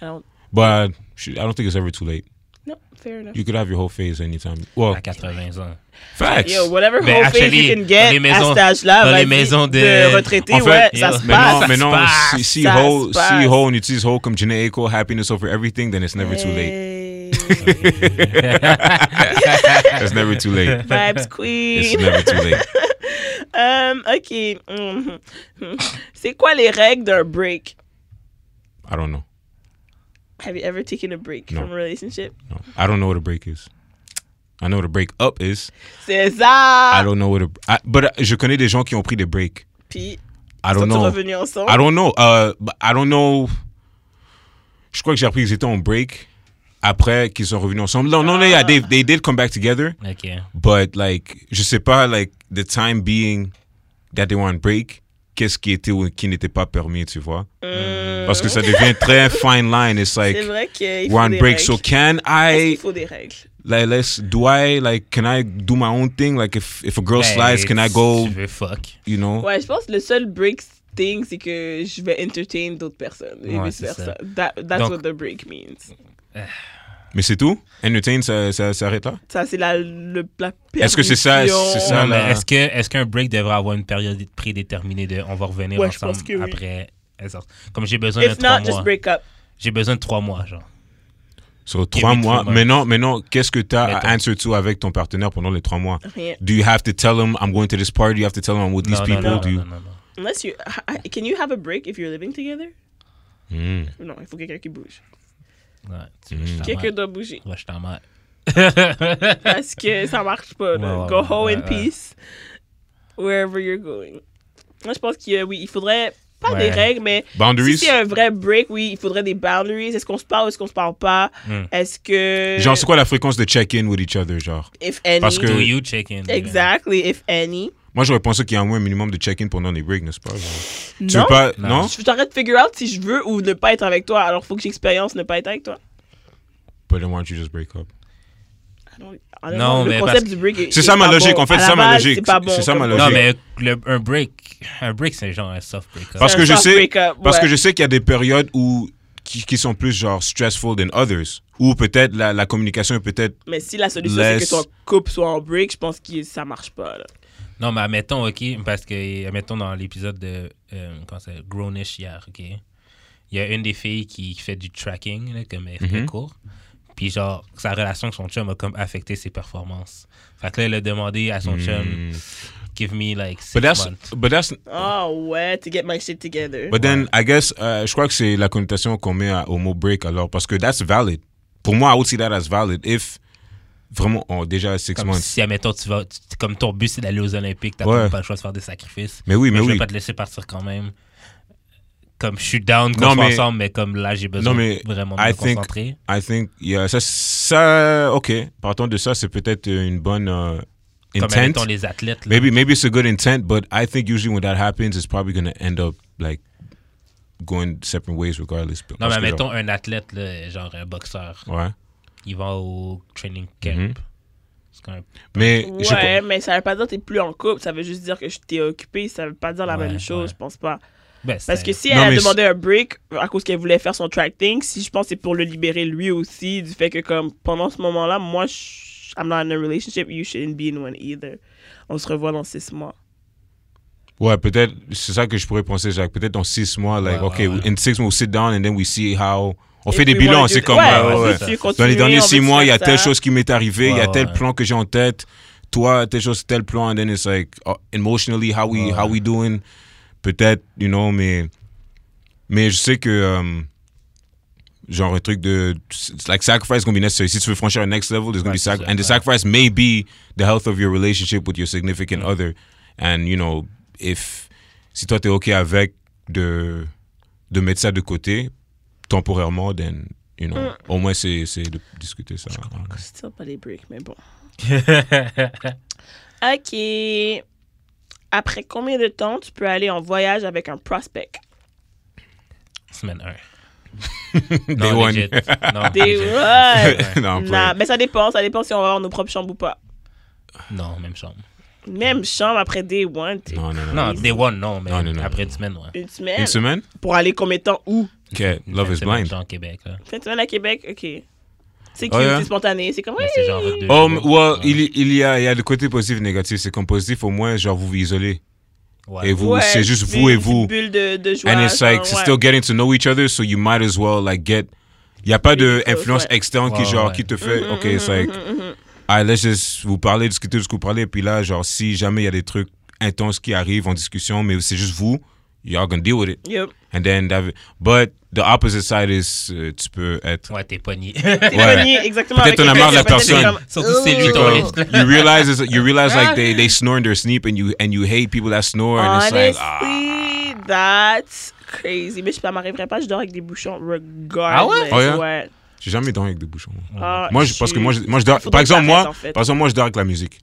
C: I don't.
D: But I don't think it's ever too late.
C: No, fair enough.
D: You could have your whole phase anytime. Well,
B: À 80 ans.
D: facts.
C: Yo, whatever
B: Ben,
C: whole
B: actually,
C: face you can
B: dans
C: get
B: les maisons-
C: à cet âge-là,
B: dans les
C: vas-y,
B: maisons de-
C: retraités,
D: En fait,
C: ouais,
B: yo,
C: ça se
B: mais non,
C: passe.
D: Maintenant, maintenant,
B: passe,
D: si, si
C: ça
D: whole,
C: se passe.
D: si whole, and utilise whole comme Janae Echo, happiness over everything, then it's never too late.
C: Hey.
D: It's never too late.
C: Vibes
D: It's
C: queen.
D: never too late.
C: Um, ok. Mhm. C'est quoi les règles d'un break?
D: I don't know.
C: Have you ever taken a break
D: Non.
C: from a relationship?
D: No, I don't know what a break is. I know what a break up is.
C: C'est
D: I
C: ça!
D: don't know what a. I, but uh, je connais des gens qui ont pris des breaks.
C: Puis,
D: I
C: sont
D: don't know.
C: revenus ensemble?
D: I don't know. Uh, but I don't know. Je crois que j'ai appris qu'ils étaient en break après qu'ils sont revenus ensemble. Non, non, yeah, they, they did come back together.
B: OK.
D: But like, je sais pas, like the time being that they were on break, qu'est-ce qui était ou qui n'était pas permis, tu vois? Parce que ça devient très fine line. It's like
C: Mm. C'est vrai qu'il faut
D: we're on
C: des
D: break,
C: règles.
D: so can
C: Il
D: I
C: faut des règles.
D: like let's do I like can I do my own thing? Like if if a girl
B: Ben,
D: slides, can I
B: si
D: go?
B: Tu veux fuck.
D: You know?
C: Ouais, je pense que le seul break thing, c'est que je vais entertain d'autres personnes et
B: Ouais,
C: vice
B: c'est
C: versa.
B: ça.
C: That, that's
B: Donc-
C: what the break means.
D: Mais c'est tout? Entertain, ça, ça, s'arrête là?
C: Ça, c'est la, le, la
D: Est-ce que c'est ça-
C: permission.
D: c'est ça?
B: Non,
D: là.
B: mais est-ce que est-ce qu'un break devrait avoir une période prédéterminée de on va revenir
C: Ouais, je
B: ensemble
C: pense que oui.
B: après la sortie? Comme j'ai besoin de
C: If
B: trois
C: not, just
B: mois.
C: break up.
B: J'ai besoin de trois mois, genre.
D: Sur trois
B: me
D: mois.
B: three months.
D: Maintenant, maintenant, qu'est-ce que tu as
B: Mettons.
D: à answer to avec ton partenaire pendant les trois mois?
C: Rien.
D: Do you have to tell him I'm going to this party? You have to tell him I'm with these
B: non,
D: people?
B: non, non,
D: Do you-
B: non, non, non.
C: Unless you... Can you have a break if you're living together?
D: Hmm.
C: Non, il faut quelqu'un qui bouge.
B: Ouais, tu vois, je suis en
C: Mm. Quelqu'un
B: mal.
C: doit bouger.
B: Ah, Ouais, je suis en mal.
C: Parce que ça marche pas. là.
B: Ouais, ouais,
C: Go home
B: ouais,
C: in
B: ouais.
C: peace. Wherever you're going. Moi, je pense que oui, il faudrait pas
B: Ouais.
C: des règles, mais
D: Boundaries?
C: si c'est un vrai break, oui, il faudrait des boundaries. Est-ce qu'on se parle ou est-ce qu'on se parle pas?
B: Hmm.
C: Est-ce que.
D: Genre, c'est quoi la fréquence de check-in with each other, genre?
C: If any.
D: Parce que-
B: Do you check in?
C: Exactly, if any.
D: Moi, j'aurais pensé qu'il y a au moins un minimum de check-in pendant les breaks, n'est-ce pas? genre? Tu veux
C: Non.
D: pas, non?
C: Je suis en train de figure out si je veux ou ne pas être avec toi. Alors, faut que j'expérience ne pas être avec toi.
D: But then why don't you just break up?
C: I don't- I don't
B: Non,
C: know.
B: mais
C: Ah, le
B: parce
C: concept
B: que-
C: du break. est-
D: C'est
C: est
D: ça ma
C: pas
D: logique.
C: bon.
D: En fait,
C: À
D: c'est
C: la
D: ça ma
C: base,
D: logique.
C: C'est pas bon.
D: C'est ça ma
C: comme-
D: logique.
B: Non, mais le- un break, un break c'est genre un soft break. hein.
D: Parce
C: un
D: que je
C: soft
D: sais,
C: break-up,
D: parce
C: ouais.
D: que je sais qu'il y a des périodes où qui, qui sont plus genre stressful than others, ou peut-être la, la communication est peut-être.
C: Mais si la solution,
D: Laisse-
C: c'est que ton couple soit en break, je pense que ça marche pas. Là.
B: Non, mais admettons, OK, parce que, admettons, dans l'épisode de euh, comment ça, s'appelle, Grownish hier, OK, il y a une des filles qui fait du tracking, là, comme elle
D: Mhm.
B: fait court. Puis, genre, sa relation avec son chum a comme affecté ses performances. Fait que là, elle a demandé à son
D: Hmm.
B: chum, give me like six
D: But that's,
B: months.
D: but that's,
C: Oh ouais, to get my shit together.
D: but then I guess, euh, je crois que c'est la connotation qu'on met à- au mot break alors, parce que that's valid. Pour moi, I would see that as valid if vraiment oh, déjà six
B: Comme
D: months.
B: si, admettons, tu vas, tu- comme ton but c'est d'aller aux Olympiques, t'as
D: Ouais.
B: pas le choix de faire des sacrifices.
D: Mais oui, mais
B: je
D: oui.
B: vais pas te laisser partir quand même. Comme je suis down qu'on
D: Non,
B: soit
D: mais-
B: ensemble, mais comme là, j'ai besoin
D: Non, mais
B: vraiment de
D: I
B: me
D: think-
B: concentrer.
D: I think, yeah, ça, ça, ok. Partons de ça, c'est peut-être une bonne euh,
B: Comme,
D: intent.
B: admettons, les athlètes. là.
D: Maybe, maybe it's a good intent, but I think usually when that happens, it's probably gonna end up like going separate ways regardless.
B: Non,
D: Parce
B: mais
D: que
B: mettons un athlète, là, genre un boxeur,
D: genre- ouais.
B: il va au training camp.
D: Mhm.
B: C'est quand même-
D: Mais je-
C: ouais, mais ça veut pas dire que t'es plus en couple, ça veut juste dire que je t'ai occupé, ça veut pas dire la
B: Ouais,
C: même chose,
B: ouais.
C: je pense pas.
B: Ben, c'est-
C: Parce que si
D: Non,
C: elle
D: mais
C: a demandé un break à cause qu'elle voulait faire son track thing, si je pense que c'est pour le libérer lui aussi du fait que comme pendant ce moment-là, moi je, I'm not in a relationship, you shouldn't be in one either. On se revoit dans six mois.
D: ouais, peut-être c'est ça que je pourrais penser, Jacques. Peut-être dans six mois, like
B: Ouais,
D: okay,
B: ouais, ouais.
D: in six months we'll sit down and then we see how on
C: If
D: fait des
C: we
D: bilans,
C: wanna
D: c'est
C: do-
D: comme
C: ouais,
D: euh,
B: on
D: ouais,
B: veut
D: ouais.
C: tu
D: dans les
C: continuer, on
D: derniers
C: veut
D: six
C: que tu
D: mois, il y a
C: fasses
D: telle
C: ça.
D: chose qui m'est arrivée, il y a
B: Ouais,
D: tel
B: ouais.
D: plan que j'ai en tête, toi telle chose, tel plan, and then it's like oh, emotionally how we how we doing, peut-être, you know, mais mais je sais que euh, genre un truc de it's like sacrifice gonna be necessary. Si tu veux franchir un next level, there's gonna
B: Ouais,
D: be
B: c'est
D: sacrifice,
B: ça,
D: and the
B: ouais.
D: sacrifice may be the health of your relationship with your significant
B: Mm.
D: other, and you know if si toi t'es ok avec de de mettre ça de côté temporairement, then you know
C: Mm.
D: au moins c'est c'est de discuter ça.
C: Still pas les breaks, mais bon. OK. Après combien de temps tu peux aller en voyage avec un prospect?
B: Semaine 1.
D: Day
B: Non,
D: one.
B: legit. Non,
C: Des
B: legit.
C: ouais.
D: non,
C: Non,
D: I'm playing.
C: mais ça dépend. Ça dépend si on va avoir nos propres chambres ou pas.
B: Non, même chambre.
C: Même chambre après day one, t'es-
D: non, non, non.
B: Non, day one, non, mais
D: Non, non, non,
B: après
D: non.
B: une semaine, ouais.
C: une semaine.
D: Une semaine?
C: Pour aller combien de temps où?
D: Ok, love is blind.
B: Genre Québec, là.
C: Fin de semaine à Québec? OK. C'est cute,
D: Oh, yeah.
C: c'est spontané. C'est comme, oui.
B: Mais c'est genre deux
D: Um,
B: jours.
D: well,
B: Ouais.
D: il, y- il y a, il y a le côté positif et négatif. C'est comme positif, au moins, genre, vous vous isolez.
B: Ouais.
D: Et vous,
C: ouais,
D: c'est juste
C: une
D: vous et
C: petite
D: vous.
C: bulle de, de joie.
D: And it's
C: genre,
D: like, c'est
C: ouais.
D: still getting to know each other, so you might as well, like, get. Il n'y a pas de
C: Quelque chose,
D: influence
C: ouais. Mm-hmm,
D: externe qui,
B: Ouais,
D: genre,
B: ouais.
D: qui te fait, OK, it's like, ah, let's just vous parler, discuter de ce que vous parlez. Puis là, genre, si jamais il y a des trucs intenses qui arrivent en discussion, mais c'est juste vous, y'all gonna deal with it.
C: Yup.
D: And then, that- but the opposite side is, euh, tu peux être.
B: Ouais, t'es pogné.
C: T'es pogné, exactement.
D: Peut-être
C: avec
D: on a marre de la
C: quelqu'un, peut-être
D: personne.
C: t'es
B: Surtout si c'est lui ton
D: Because
B: ex. là.
D: you realize it's- you realize like they, they snore in their sleep and you and you hate people that snore and it's like ah.
C: Honestly, that's crazy. Mais je ça m'arriverait pas, je dors avec des bouchons. Regardless.
B: Ah ouais?
D: Oh, yeah?
C: ouais.
D: j'ai jamais dormi avec des bouchons.
C: Ah,
D: Moi je parce que moi je, moi je dors
C: Faudrait
D: par exemple
C: que t'arrêtes,
D: moi
C: en fait.
D: par exemple moi je dors avec la musique.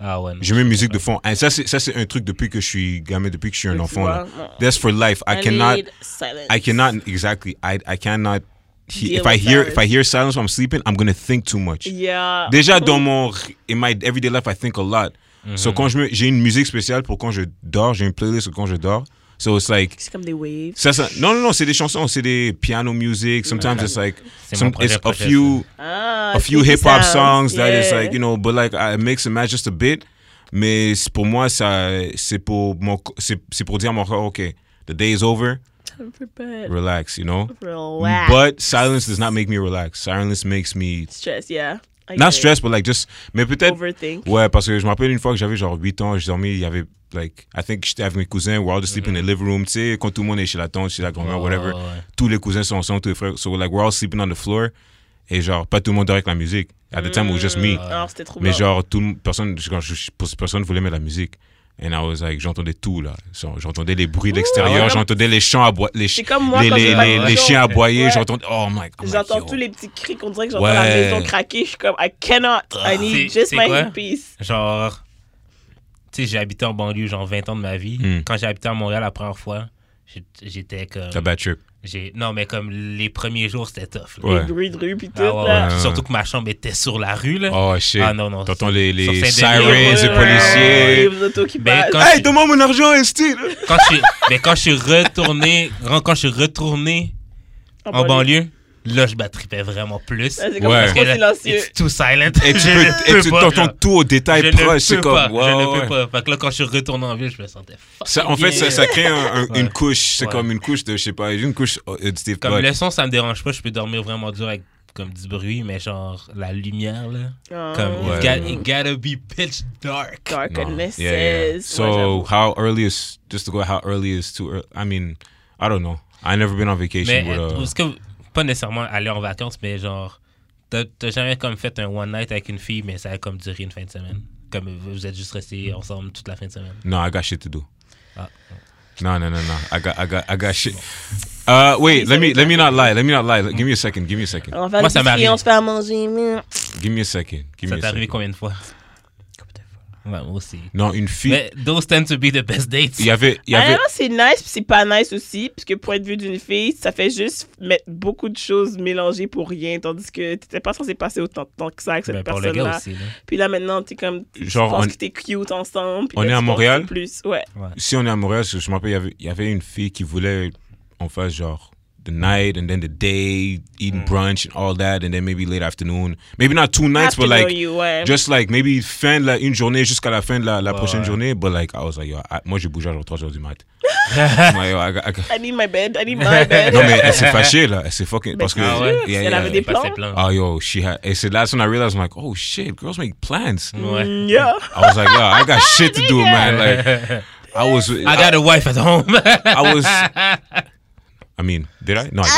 B: Ah ouais. non.
D: Je mets musique de fond. Et ça c'est ça c'est un truc depuis que je suis gamin depuis que je suis un
C: Tu
D: enfant.
C: vois,
D: là.
C: non.
D: That's for life. I, cannot
C: need silence.
D: I cannot exactly I I cannot he,
C: Deal
D: if I
C: with
D: hear
C: silence.
D: if I hear silence when I'm sleeping I'm gonna think too much.
C: Yeah.
D: Déjà dans mon in my everyday life I think a lot. So quand je me- j'ai une musique spéciale pour quand je dors, j'ai une playlist quand je dors. So it's like
C: C'est comme des waves.
D: Ça, ça- non, non, non, c'est des chansons, c'est des piano music. Sometimes it's like,
B: C'est
D: some,
B: mon projet
D: it's a
B: prochain,
D: few,
C: Ah,
D: a few
C: sneaky
D: hip hop
C: sounds.
D: songs that is
C: Yeah.
D: like, you know, but like I mix and match just a bit. Mais c'est- pour moi, ça, c'est pour mon, co- c'est c'est pour dire à mon corps, ok, the day is over,
C: Everybody
D: relax, you know.
C: Relax.
D: But silence does not make me relax. Silence makes me
C: stress, yeah. I
D: not
C: get it.
D: stressed, but like just, mais peut-être
C: Overthink.
D: Ouais, parce que je me rappelle une fois que j'avais genre 8 ans, je dormais, il y avait, like, I think j'étais avec mes cousins, we're all just sleeping in the living room, tu sais, quand tout le monde est chez la tante, chez la grand-mère,
B: Ouais,
D: whatever,
B: ouais, ouais.
D: tous les cousins sont ensemble, tous les frères, so like, we're all sleeping on the floor, et genre, pas tout le monde dort avec la musique. At the time, it was just me.
C: Ah, c'était trop
D: Mais
C: bon.
D: genre, tout, le monde- personne, quand je- personne voulait mettre la musique. And I was like, j'entendais tout, là. So, J'entendais les bruits de
C: Ah
D: l'extérieur,
C: ouais.
D: j'entendais les chants aboyer, les, chi-
C: C'est comme moi
D: les,
C: quand
D: les,
C: j'ai pas
D: les-
B: de
D: les
C: chaud.
D: chiens aboyer,
C: Ouais.
D: j'entends, oh my, I'm like,
C: J'entends
D: yo.
C: tous les petits cris qu'on dirait que j'entends
D: Ouais.
C: la maison craquer. Je suis comme, I cannot. I need
B: Ah, C'est-
C: just
B: c'est
C: my
B: quoi?
C: peace.
B: Genre, tu sais, j'ai habité en banlieue genre 20 ans de ma vie.
D: Hmm.
B: Quand j'ai habité à Montréal la première fois, j'ai- j'étais comme.
D: T'as bad trip.
B: j'ai- Non, mais comme les premiers jours, c'était tough. là.
D: Ouais.
C: Les bruits de rue, puis tout.
B: Ah ouais,
C: là.
B: ouais.
D: Ouais.
B: Surtout que ma chambre était sur la rue, là.
D: Oh shit.
B: Ah non, non.
D: T'entends les, les
B: Sur
D: sirens,
B: Saint-Denis.
D: les
B: Ouais, ouais,
D: policiers.
C: Les autos qui
B: Ben,
C: passent.
B: quand-
D: Hey, donne-moi mon argent, Esti! là.
B: Quand je, suis- mais quand je suis retourné, quand quand je suis retourné
C: Ah,
B: en
C: bon,
B: banlieue, là, je m'attripais vraiment plus.
C: Ah, C'est comme
D: Ouais.
C: trop
B: là,
C: silencieux.
B: It's too silent.
D: Et tu
B: Je
D: peux,
B: ne
D: et tu
B: pas,
D: t'entends
B: genre.
D: tout au détail
B: Je
D: proche,
B: ne
D: c'est
B: peux
D: comme.
B: pas.
D: ouais,
B: je ne
D: ouais.
B: peux pas. Fait que là, quand je suis retourné en ville, je me sentais fucking
D: Ça, en fait, ça,
B: bien.
D: ça crée un- un- une
B: Ouais.
D: couche. C'est
B: Ouais.
D: comme une couche de, je sais pas, une couche oh, euh, de Steve
B: Comme
D: Ball.
B: le son, ça me dérange pas. Je peux dormir vraiment dur avec comme du bruit, mais genre la lumière, là.
C: Ah.
B: Comme,
D: Ouais.
B: it, got- it gotta be pitch dark.
C: Dark
D: Non.
C: and
D: Yeah, yeah, yeah.
C: Mrs. Ouais,
D: So,
C: j'avoue.
D: how early is, just to go, how early is too early? I mean, I don't know. I never been on
B: Mais
D: vacation with uh,
B: euh,
D: a.
B: est-ce que, vous- pas nécessairement aller en vacances, mais genre, t'as t'as jamais comme fait un one night avec une fille, mais ça a comme duré une fin de semaine. Comme vous vous êtes juste
D: Mm.
B: restés ensemble toute la fin de semaine.
D: No, I got shit to do.
B: Ah.
D: No, no, no, no. I got, I got, I got shit. Uh, wait. Let me, Oh. let me not lie. Let me not lie. Give me a second. Give me a second.
C: On va faire
B: Moi,
C: des
B: ça
C: petits
B: m'arrive.
C: cris, On se fait à manger. mais-
D: Give me a second. Give
B: Ça
D: me a
B: t'est arrivé
D: second.
B: combien de fois Ouais, moi aussi.
D: Non, une fille.
B: Mais those tend to be the best dates.
D: Il y avait, il y avait.
C: Honnêtement, Ah, c'est nice, puis c'est pas nice aussi, puisque point de vue d'une fille, ça fait juste mettre beaucoup de choses mélangées pour rien, tandis que t'étais pas censé passer autant de temps que ça avec cette
D: Ben,
B: Mais pour le gars
C: personne-là.
B: aussi. Là.
C: Puis là, maintenant, t'es comme.
D: Genre,
C: Genre, tu penses
D: on-
C: que t'es cute ensemble. puis
D: on
C: là,
D: est
C: tu
D: à
C: penses
D: Montréal?
C: que Plus, ouais.
D: Si on est à Montréal, parce que je me rappelle, il y avait- il y avait une fille qui voulait on fasse genre the night and then the day,
B: Mm.
D: eating brunch and all that, and then maybe late afternoon. Maybe not two nights, but
C: Afternoon,
D: like
C: you, ouais.
D: just like maybe fin de la une journée jusqu'à la fin de la, la prochaine
B: ouais.
D: journée. But like I was like yo, I- moi je bougeais à genre 3 heures du mat. I'm like, yo, I got- I got-
C: I need my bed. I need my bed.
D: non mais elle s'est fâchée là, elle s'est fucking parce que
B: Ah ouais?
D: Yeah,
C: Elle
D: yeah.
C: avait des
B: Pas
C: plans.
B: ses plans.
D: Oh yo, she had. It's the last when I realized I'm like, oh shit, girls make plans.
B: Ouais.
C: Yeah.
D: I was like, yo, I got shit to do, man. Like, I was,
B: I
D: I,
B: got a wife at home.
D: I was. I mean, did I? No, I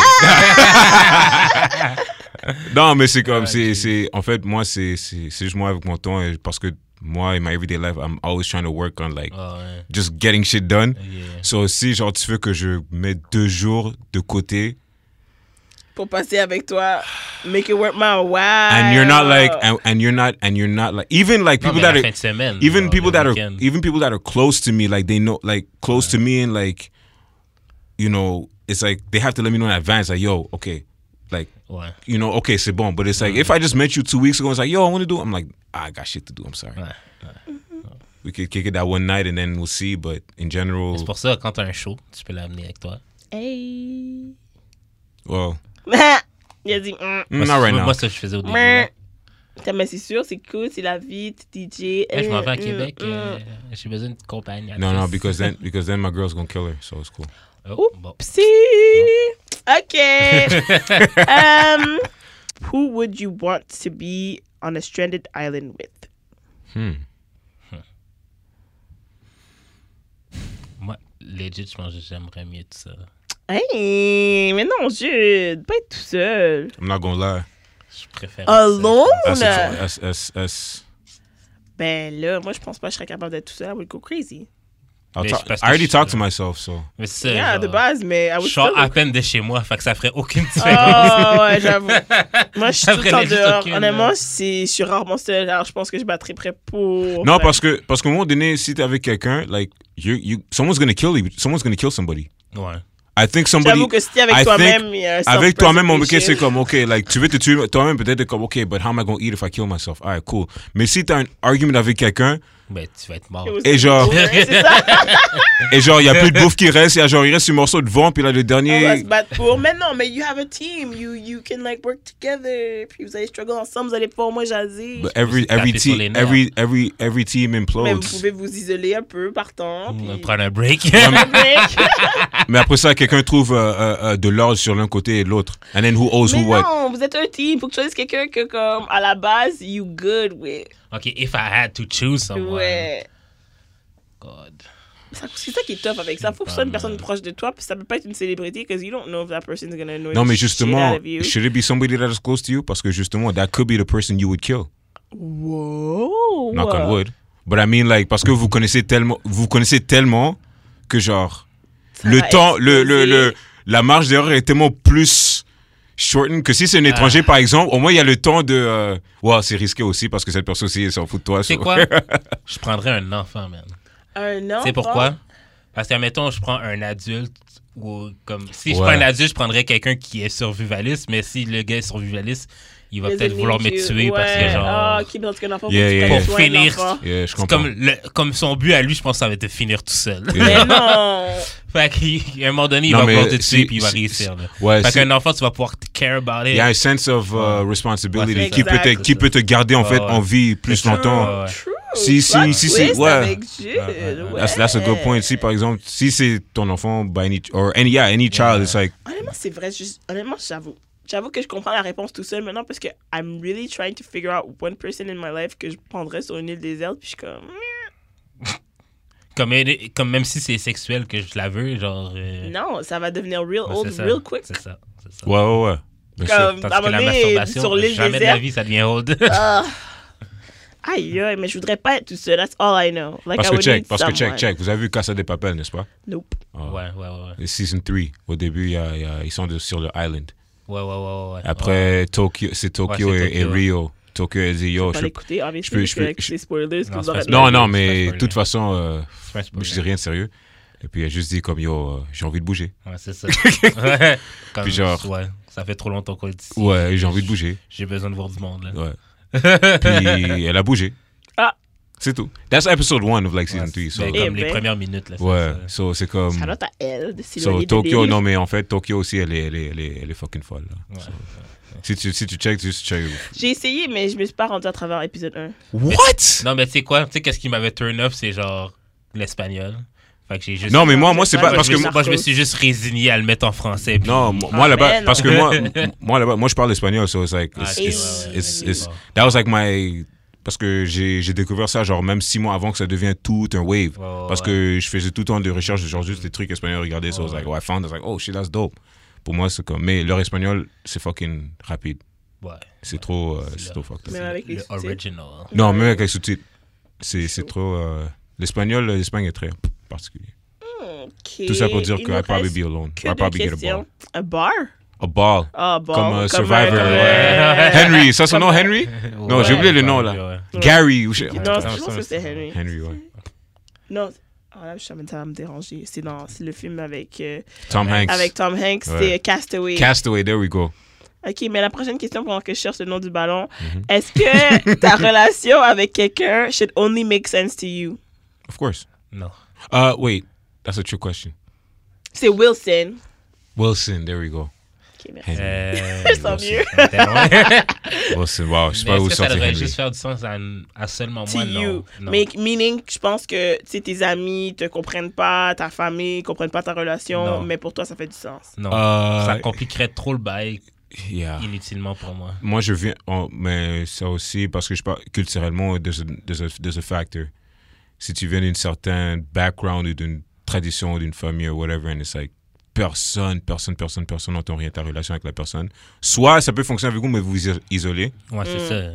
B: Ah!
D: didn't. non, mais c'est comme, c'est, c'est, en fait, moi, c'est, c'est, c'est juste moi avec mon temps et parce que moi, in my everyday life, I'm always trying to work on like
B: Ah, ouais.
D: just getting shit done.
B: Yeah.
D: So si genre tu veux que je mette deux jours de côté,
C: Pour passer avec toi. Make it work my wow.
D: and you're not like, and, and you're not, and you're not like, even like
B: ah. Non,
D: people
B: mais la
D: that are,
B: fin de semaine,
D: even
B: genre,
D: people
B: le
D: that are
B: Mm, week-end.
D: even people that are close to me like they know like close to me and like you know it's like they have to let me know in advance like yo okay like
B: Ouais.
D: you know okay c'est bon but it's like if I just met you two weeks ago it's like yo I want to do I'm like "Ah, I got shit to do I'm sorry Mm-hmm.
B: Ouais.
D: we could kick it that one night and then we'll see but in general
B: C'est pour ça, quand t'as un show, tu peux l'amener avec toi.
C: Hey.
D: well
C: Il a dit. mm,
D: mm, not right
B: moi,
D: now
B: Moi, ça, je faisais au début. là.
C: mais T'as- mais c'est sûr, c'est cool, c'est la vie, t'es DJ.
B: Là, je m'en
C: Mm,
B: vais à
C: mm,
B: Québec.
C: mm.
B: euh, J'ai besoin d'une compagne.
D: no no because then because then my girl's gonna kill her so it's cool
B: Oh, bon.
C: Oupsie. OK. um, who would you want to be on a stranded island with?
B: Moi, legit, je pense que j'aimerais mieux tout ça.
C: Hey, mais non, Jude, pas être tout seul.
D: I'm not gonna lie
B: Je préfère.
C: Alone?
D: that's
B: hein.
D: that's that's, that's
C: Ben là, moi, je pense pas que je serais capable d'être tout seul. I would go crazy.
D: I'll
B: Mais
D: talk-
B: c'est parce
D: I already
B: que-
D: talked to myself so
B: Mais c'est ça,
C: yeah,
B: Euh, genre,
C: de base, mais I
B: Je
C: would
B: sors
C: still
B: à peine de chez moi, fait que ça ferait aucune différence.
C: Oh, ouais, j'avoue. Moi, je suis
B: Ça
C: tout le temps
B: prenait juste
C: dehors.
B: aucune,
C: Honnêtement,
B: euh.
C: c'est- je suis rarement seule. Alors, je pense que je battrais prêt pour.
D: Non, parce que parce qu'au moment donné, si t'es avec quelqu'un, like you, you, someone's gonna kill you, someone's gonna kill somebody.
B: Ouais.
D: I think somebody.
C: J'avoue que si t'es
D: I
C: avec
D: think-
C: toi-même, il y a un
D: Avec
C: self-preservation.
D: toi-même, ok, c'est comme ok, like tu veux te tuer toi-même, peut-être t'es comme ok, but how am I gonna eat if I kill myself? Alright, cool. Mais si t'as un argument avec quelqu'un
B: Ben, tu vas être mort.
C: It was-
D: et genre
C: Ouais, c'est ça.
D: et genre y a plus de bouffe qui reste, y a genre il reste un morceau de vent puis là le
C: On va
D: dernier.
C: se battre pour. Mais non, mais you have a team. You, you can like work together. Puis vous allez struggle ensemble. Vous allez pas au moins jaser.
D: But every
B: Taper
D: every
B: sur les
D: team
B: nerfs.
D: every every every team
C: Mais vous
D: implodes.
C: pouvez vous isoler un peu par temps.
B: On va
C: Puis...
B: prendre un break.
D: Mais après ça, quelqu'un trouve euh, euh, euh, de l'ordre sur l'un côté et l'autre. And then who owes
C: Mais
D: who what?
C: non, vous êtes un team. Faut que tu choisisses quelqu'un que, comme, à la base, you good with.
B: ok, if I had to choose someone.
C: Ouais.
B: God.
C: Ça- C'est ça qui est tough avec ça. Faut que ce soit une personne proche de toi, puis ça peut pas être une célébrité, because you don't know if that person's gonna know
D: Non,
C: the
D: mais
C: shit
D: justement,
C: out of you.
D: should it be somebody that is close to you? Parce que justement, that could be the person you would kill.
C: Wow.
D: Knock on wood. But I mean, like, parce que vous connaissez tellement, vous connaissez tellement que genre, le
C: va
D: temps, le, le,
C: exploser.
D: le- la marge d'erreur est tellement plus shortened que si
B: Ah.
D: c'est un étranger, par exemple, au moins il y a le temps de. euh, wow, c'est risqué aussi parce que cette personne aussi, elle s'en fout de toi.
B: Tu sais
D: so-
B: quoi? je prendrais un enfant, man.
C: Un an.
B: Tu sais pourquoi? Parce que, admettons, je prends un adulte ou comme. Si je
D: Ouais.
B: prends un adulte, je prendrais quelqu'un qui est survivaliste, mais si le gars est survivaliste, il va peut-être vouloir me tuer parce que, genre.
C: Ah, ok, mais en tout cas, l'enfant, faut
D: Yeah,
C: que tu
D: yeah,
C: prennes
D: yeah.
B: Pour
C: soin de
B: finir.
C: l'enfant.
D: Yeah, je
B: c'est
D: comprends.
B: Comme, le- comme son but à lui, je pense que ça va être de finir tout seul.
C: Mais non.
B: Fait qu'à un moment donné, il
D: Non,
B: va
D: mais
B: vouloir te tuer
D: si-
B: puis il va
D: si-
B: réussir.
D: si-
B: là.
D: ouais,
B: fait
D: si-
B: qu'un enfant, tu vas pouvoir te care about it.
D: Il y a un sense of euh, responsibility
B: Ouais, c'est
D: qui, peut
C: exact.
D: te, qui peut te garder en
B: Ouais,
D: fait
B: ouais.
D: en vie plus
B: C'est ça.
D: longtemps.
B: Ouais, ouais.
C: True.
D: Si, si,
C: Plot
D: si, si,
C: twist
D: ouais.
C: Avec Jude.
B: ouais.
D: That's, that's a good
C: ouais.
D: point. Si par exemple, si c'est ton enfant, by any, or any, yeah, any child, it's like,
C: Honnêtement, c'est vrai. je- Honnêtement, j'avoue. J'avoue que je comprends la réponse tout seul maintenant parce que I'm really trying to figure out one person in my life que je prendrais sur une île déserte. Puis je suis comme. hmm.
B: Comme, elle- comme même si c'est sexuel que je la veux, genre. euh,
C: Non, ça va devenir real
B: ouais,
C: old
B: c'est ça.
C: real quick.
B: C'est ça. c'est ça.
D: ouais, ouais, ouais. Bien sûr.
C: Comme, à un
B: Tandis que
C: moment
B: la
C: donné,
B: masturbation,
C: sur l'île Ah.
B: jamais de la
C: déserte.
B: vie, ça devient old.
C: Aïe, aïe, mais je voudrais pas être tout seul. That's all I know. Like,
D: Parce
C: I
D: que
C: would
D: check,
C: need
D: parce que
C: someone.
D: check, check. Vous avez vu Casa des Papel, n'est-ce pas?
C: Nope.
B: ouais, ouais, ouais, ouais.
D: Et Season 3. Au début, il y a- il y a- ils sont de- sur le island.
B: Ouais, ouais, ouais, ouais.
D: Après, Tokyo, c'est Tokyo,
B: Ouais, c'est
D: et- et,
B: Tokyo.
D: Rio. Tokyo, elle dit, yo,
C: Pas
D: je peux-
C: l'écouter, en
D: peux- je peux-
C: vérité,
D: je-
C: c'est spoilers. que
B: Non,
C: vous
B: c'est pas
C: aurez-
B: spoiler.
D: Non, non,
B: C'est pas
D: mais de
B: spoiler.
D: toute façon, euh,
B: C'est pas spoiler.
D: je dis rien de sérieux. Et puis, elle a juste dit, comme, yo, euh, j'ai envie de bouger.
B: Ouais, c'est ça. ouais. Comme,
D: Puis genre-
B: Ouais, ça fait trop longtemps qu'on est ici.
D: Ouais, j'ai envie de bouger.
B: J'ai besoin de voir du monde, là.
D: Ouais. puis, elle a bougé.
C: Ah,
D: C'est tout. That's episode one of like season
B: Ouais,
D: 3. So,
B: ben,
C: Eh
B: comme les
C: ben.
B: premières minutes. Là, c'est
D: ouais,
B: ça.
D: so c'est comme.
C: Shout out à elle de
D: So,
C: s'éloigner de
D: Tokyo,
C: Billy.
D: non, mais en fait, Tokyo aussi, elle est, elle est, elle est, elle est fucking folle. Là. So, si, tu, si tu check, juste check.
C: J'ai essayé, mais je me suis pas rendu à travers épisode 1.
D: What?
B: Non, mais tu sais quoi? Tu sais, qu'est-ce qui m'avait turn off? C'est genre l'espagnol. Fait que j'ai juste.
D: Non, mais moi, moi c'est
C: Ouais,
D: pas.
B: Moi,
D: Parce
B: je
D: que
B: me suis-
D: moi-
B: moi, je me suis juste résigné à le mettre en français. puis-
D: non, moi
C: Ah,
D: moi, là-bas,
C: mais
D: parce que
B: non.
D: moi, m- moi là-bas, moi je parle espagnol, so it's like,
B: Ah,
D: it's,
B: ok,
D: it's,
B: ouais, ouais,
D: it's,
B: ouais,
D: it's-
B: ouais.
D: that was like my, parce que j'ai j'ai découvert ça genre même six mois avant que ça devienne tout un wave,
B: Ouais, ouais,
D: parce que je faisais tout le temps de recherches, genre juste des trucs espagnols, regarder, so it's
B: Ouais.
D: like, oh, I found, it's like, oh shit, that's dope. Pour moi, c'est comme, mais leur espagnol, c'est fucking rapide,
B: Ouais.
D: c'est trop, euh,
B: C'est
D: c'est
B: leur-
D: trop fucked up.
C: Même avec les
B: Le
C: sous-titres.
B: original.
D: Non,
C: Ouais.
D: même avec les sous-titres. C'est
C: C'est
D: c'est
C: chaud.
D: trop. euh, L'espagnol, l'Espagne est très particulier.
C: Ok.
D: Tout ça pour dire
C: Il
D: que
C: nous
D: I probably
C: reste
D: be alone.
C: que
D: I
C: deux
D: probably get a
C: questions.
D: ball.
C: A bar?
D: A ball.
C: Ah, bar.
D: Comme, euh, Survivor,
C: un-
B: ouais.
D: Henry, ça son
C: Comme
D: nom,
C: un-
D: Henry Non,
B: Ouais.
D: j'ai oublié le nom là.
B: Ouais.
C: Ouais.
D: Gary ou je-
C: Non,
B: Ouais.
C: je pense que c'est Henry.
D: Henry, ouais.
C: Non. Ah là, je suis en train de me déranger. C'est dans c'est le film avec, euh,
D: Tom Hanks.
C: avec Tom Hanks,
D: Ouais.
C: c'est euh, Castaway.
D: Castaway, there we go.
C: ok, mais la prochaine question pendant que je cherche le nom du ballon,
D: Mhm.
C: est-ce que ta relation avec quelqu'un should only make sense to you?
D: Of course.
B: Non.
D: Uh, wait, that's a trick question.
C: C'est Wilson.
D: Wilson, there we go.
C: Ok, merci.
D: Henry.
B: Euh,
C: Sans
B: bon,
C: mieux.
B: c'est- c'était loin.
D: Wilson, wow, je sais
B: Mais
D: pas
B: est-ce
D: où
B: que ça
D: sortir
B: devrait
D: Henry.
B: juste faire du sens à, à seulement
C: to
B: moi?
C: you.
B: Non. non.
C: Mais meaning, je pense que tu sais, tes amis te comprennent pas, ta famille comprennent pas ta relation,
B: Non.
C: mais pour toi, ça fait du sens.
B: Non. ça
D: Euh,
B: compliquerait trop le bail
D: yeah.
B: inutilement pour moi.
D: Moi, je viens, oh, mais ça aussi, parce que je parle culturellement, there's a, there's a- there's a factor. Si tu viens d'une certaine background ou d'une tradition ou d'une famille ou whatever, and it's like, personne, personne, personne, personne n'entend rien de ta relation avec la personne. Soit ça peut fonctionner avec vous, mais vous vous i- isolez,
B: Ouais,
C: Mm.
B: c'est ça.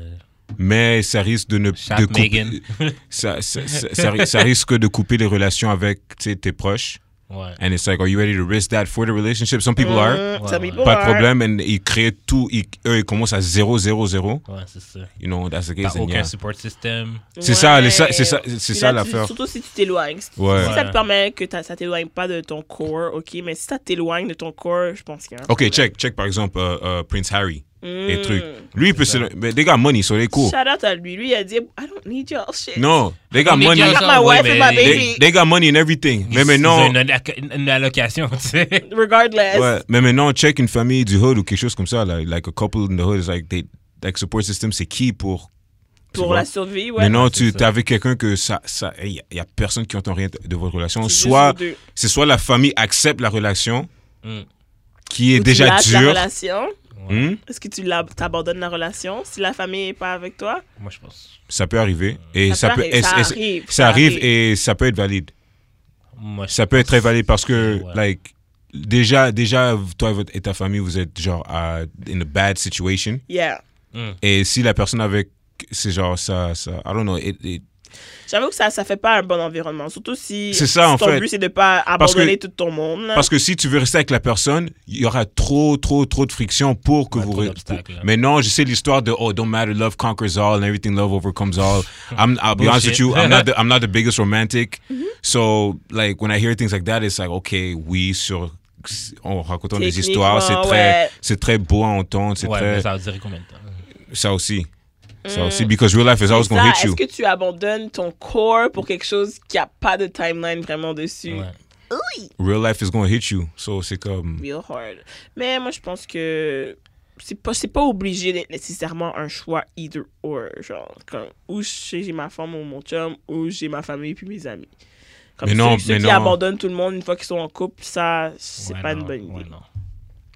D: mais ça risque de ne
B: Shout
D: de couper,
B: Megan.
D: ça, ça, ça- ça ri- ça risque de couper les relations avec tu sais, tes proches.
B: Ouais.
D: And it's like, are you ready to risk that for the relationship? Some people are.
C: Mm,
B: Ouais,
C: some
B: ouais.
C: people
D: Pas de
C: are.
D: problème, and ils créent tout, ils, eux, ils commencent à 0, 0, 0.
B: Ouais, c'est ça.
D: You know, that's the case.
B: T'as
D: and
B: aucun
D: yeah.
B: support system.
D: C'est ça, les-
C: Ouais.
D: ça- c'est ça- c'est
C: Puis
D: ça
C: là, tu-
D: l'affaire.
C: Surtout si tu t'éloignes. Si-
D: Ouais.
C: Si ça te
B: Ouais.
C: permet que t'as- ça t'éloigne pas de ton corps, ok, mais si ça t'éloigne de ton corps, je pense qu'il y a un
D: Ok, check, check par exemple euh, euh, Prince Harry
C: problème.
D: et
C: Mm.
D: trucs. Lui, il peut se. Mais les gars, money, so they cool.
C: Shout out à lui. Lui, il a dit, I don't need your shit.
D: Non, they got
B: Mais
D: Ah, money.
B: bien
C: I got
B: sûr,
C: my
B: ouais,
C: wife and my
B: mais-
C: baby.
D: They, they got money in everything. Mais
B: Ils-
D: maintenant,
B: Ils ont une, alloc- une- une allocation, tu sais.
C: Regardless.
D: ouais, mais maintenant, check une famille du hood ou quelque chose comme ça, là, like a couple in the hood, it's like, they, like support system, c'est qui pour. tu
C: Pour
D: vois?
C: la survie, ouais.
D: Maintenant,
B: ouais,
D: tu
B: c'est
D: es
B: ça.
D: avec quelqu'un que ça, ça, il y a- il y a personne qui entend rien de- de votre relation.
C: C'est juste
D: Soit,
C: vous deux.
D: c'est soit la famille accepte la relation
B: Mm.
D: qui est
C: Ou tu
D: déjà
C: lâches la
D: dure.
C: relation.
D: Hmm?
C: Est-ce que tu l'ab- t'abandonnes la relation si la famille n'est pas avec toi?
B: Moi, je pense.
D: Ça peut arriver. Et ça, peut,
C: arriver,
D: et-
C: ça
D: et-
C: arrive,
D: ça
C: ça
D: arrive
C: arrive.
D: et ça peut être valide.
B: Moi, je
D: Ça peut être très valide parce que,
B: Ouais.
D: like, déjà, déjà, toi et votre- et ta famille, vous êtes genre à- in a bad situation.
C: Yeah.
D: Et si la personne avec, c'est genre ça, ça, I don't know. it- it-
C: J'avoue que ça ça fait pas un bon environnement. Surtout si,
D: C'est ça,
C: si
D: en
C: ton
D: fait.
C: but, c'est de pas
D: Parce que-
C: abandonner tout ton monde. là.
D: parce que si tu veux rester avec la personne, il y aura trop, trop, trop de friction pour que
B: Ouais,
D: vous.
B: trop
D: re-
B: d'obstacles,
D: pour-
B: là.
D: Mais non, je sais l'histoire de oh, don't matter, love conquers all and everything love overcomes all. I'm, I'll be honest with
B: Bullshit.
D: you, I'm not the, I'm not the biggest romantic.
C: Mm-hmm.
D: So, like, when I hear things like that, it's like, okay, oui, sur. En racontant des histoires, c'est
C: Techniquement,
D: très,
C: ouais.
D: c'est très beau à entendre, c'est
B: Ouais,
D: très.
B: mais ça va durer combien de temps?
D: Ça aussi. Ça aussi, because real life is always
C: Mm. Ça,
D: gonna hit
C: Est-ce
D: you.
C: que tu abandonnes ton corps pour quelque chose qui a pas de timeline vraiment dessus?
B: Ouais.
D: Real life is gonna hit you. So c'est comme.
C: Real hard. Mais moi, je pense que c'est pas, c'est pas obligé d'être nécessairement un choix either or. Genre, comme, ou j'ai j'ai ma femme ou mon chum, ou j'ai ma famille puis mes amis. Comme
D: Mais
C: ceux,
D: non,
C: ceux
D: mais
C: qui
D: non.
C: abandonnent tout le monde une fois qu'ils sont en couple, ça, c'est
B: Ouais,
C: pas
B: non,
C: une bonne idée.
B: ouais, non.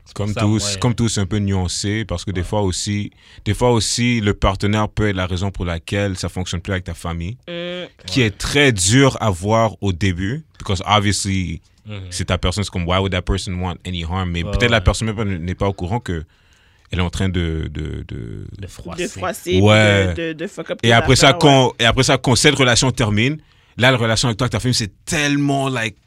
B: C'est
D: Comme
B: pour ça,
D: tous,
B: moi,
D: comme tous, c'est un peu nuancé parce que des fois aussi, des fois aussi, le partenaire peut être la raison pour laquelle ça fonctionne plus avec ta famille,
C: Mm.
D: qui est très dur à voir au début, because obviously,
B: Mhm.
D: c'est ta personne, c'est comme why would that person want any harm, mais
B: Ouais,
D: peut-être la
B: ouais.
D: personne même pas- n'est pas au courant que elle est en train de, de, de-
B: Le
C: de
B: froisser.
C: froisser, puis
D: Ouais.
C: de, de, de fuck up.
D: et
C: tes
D: après ça,
C: affaires, ouais.
D: quand et après ça, quand cette relation termine, là, la relation avec toi, avec ta famille, c'est tellement like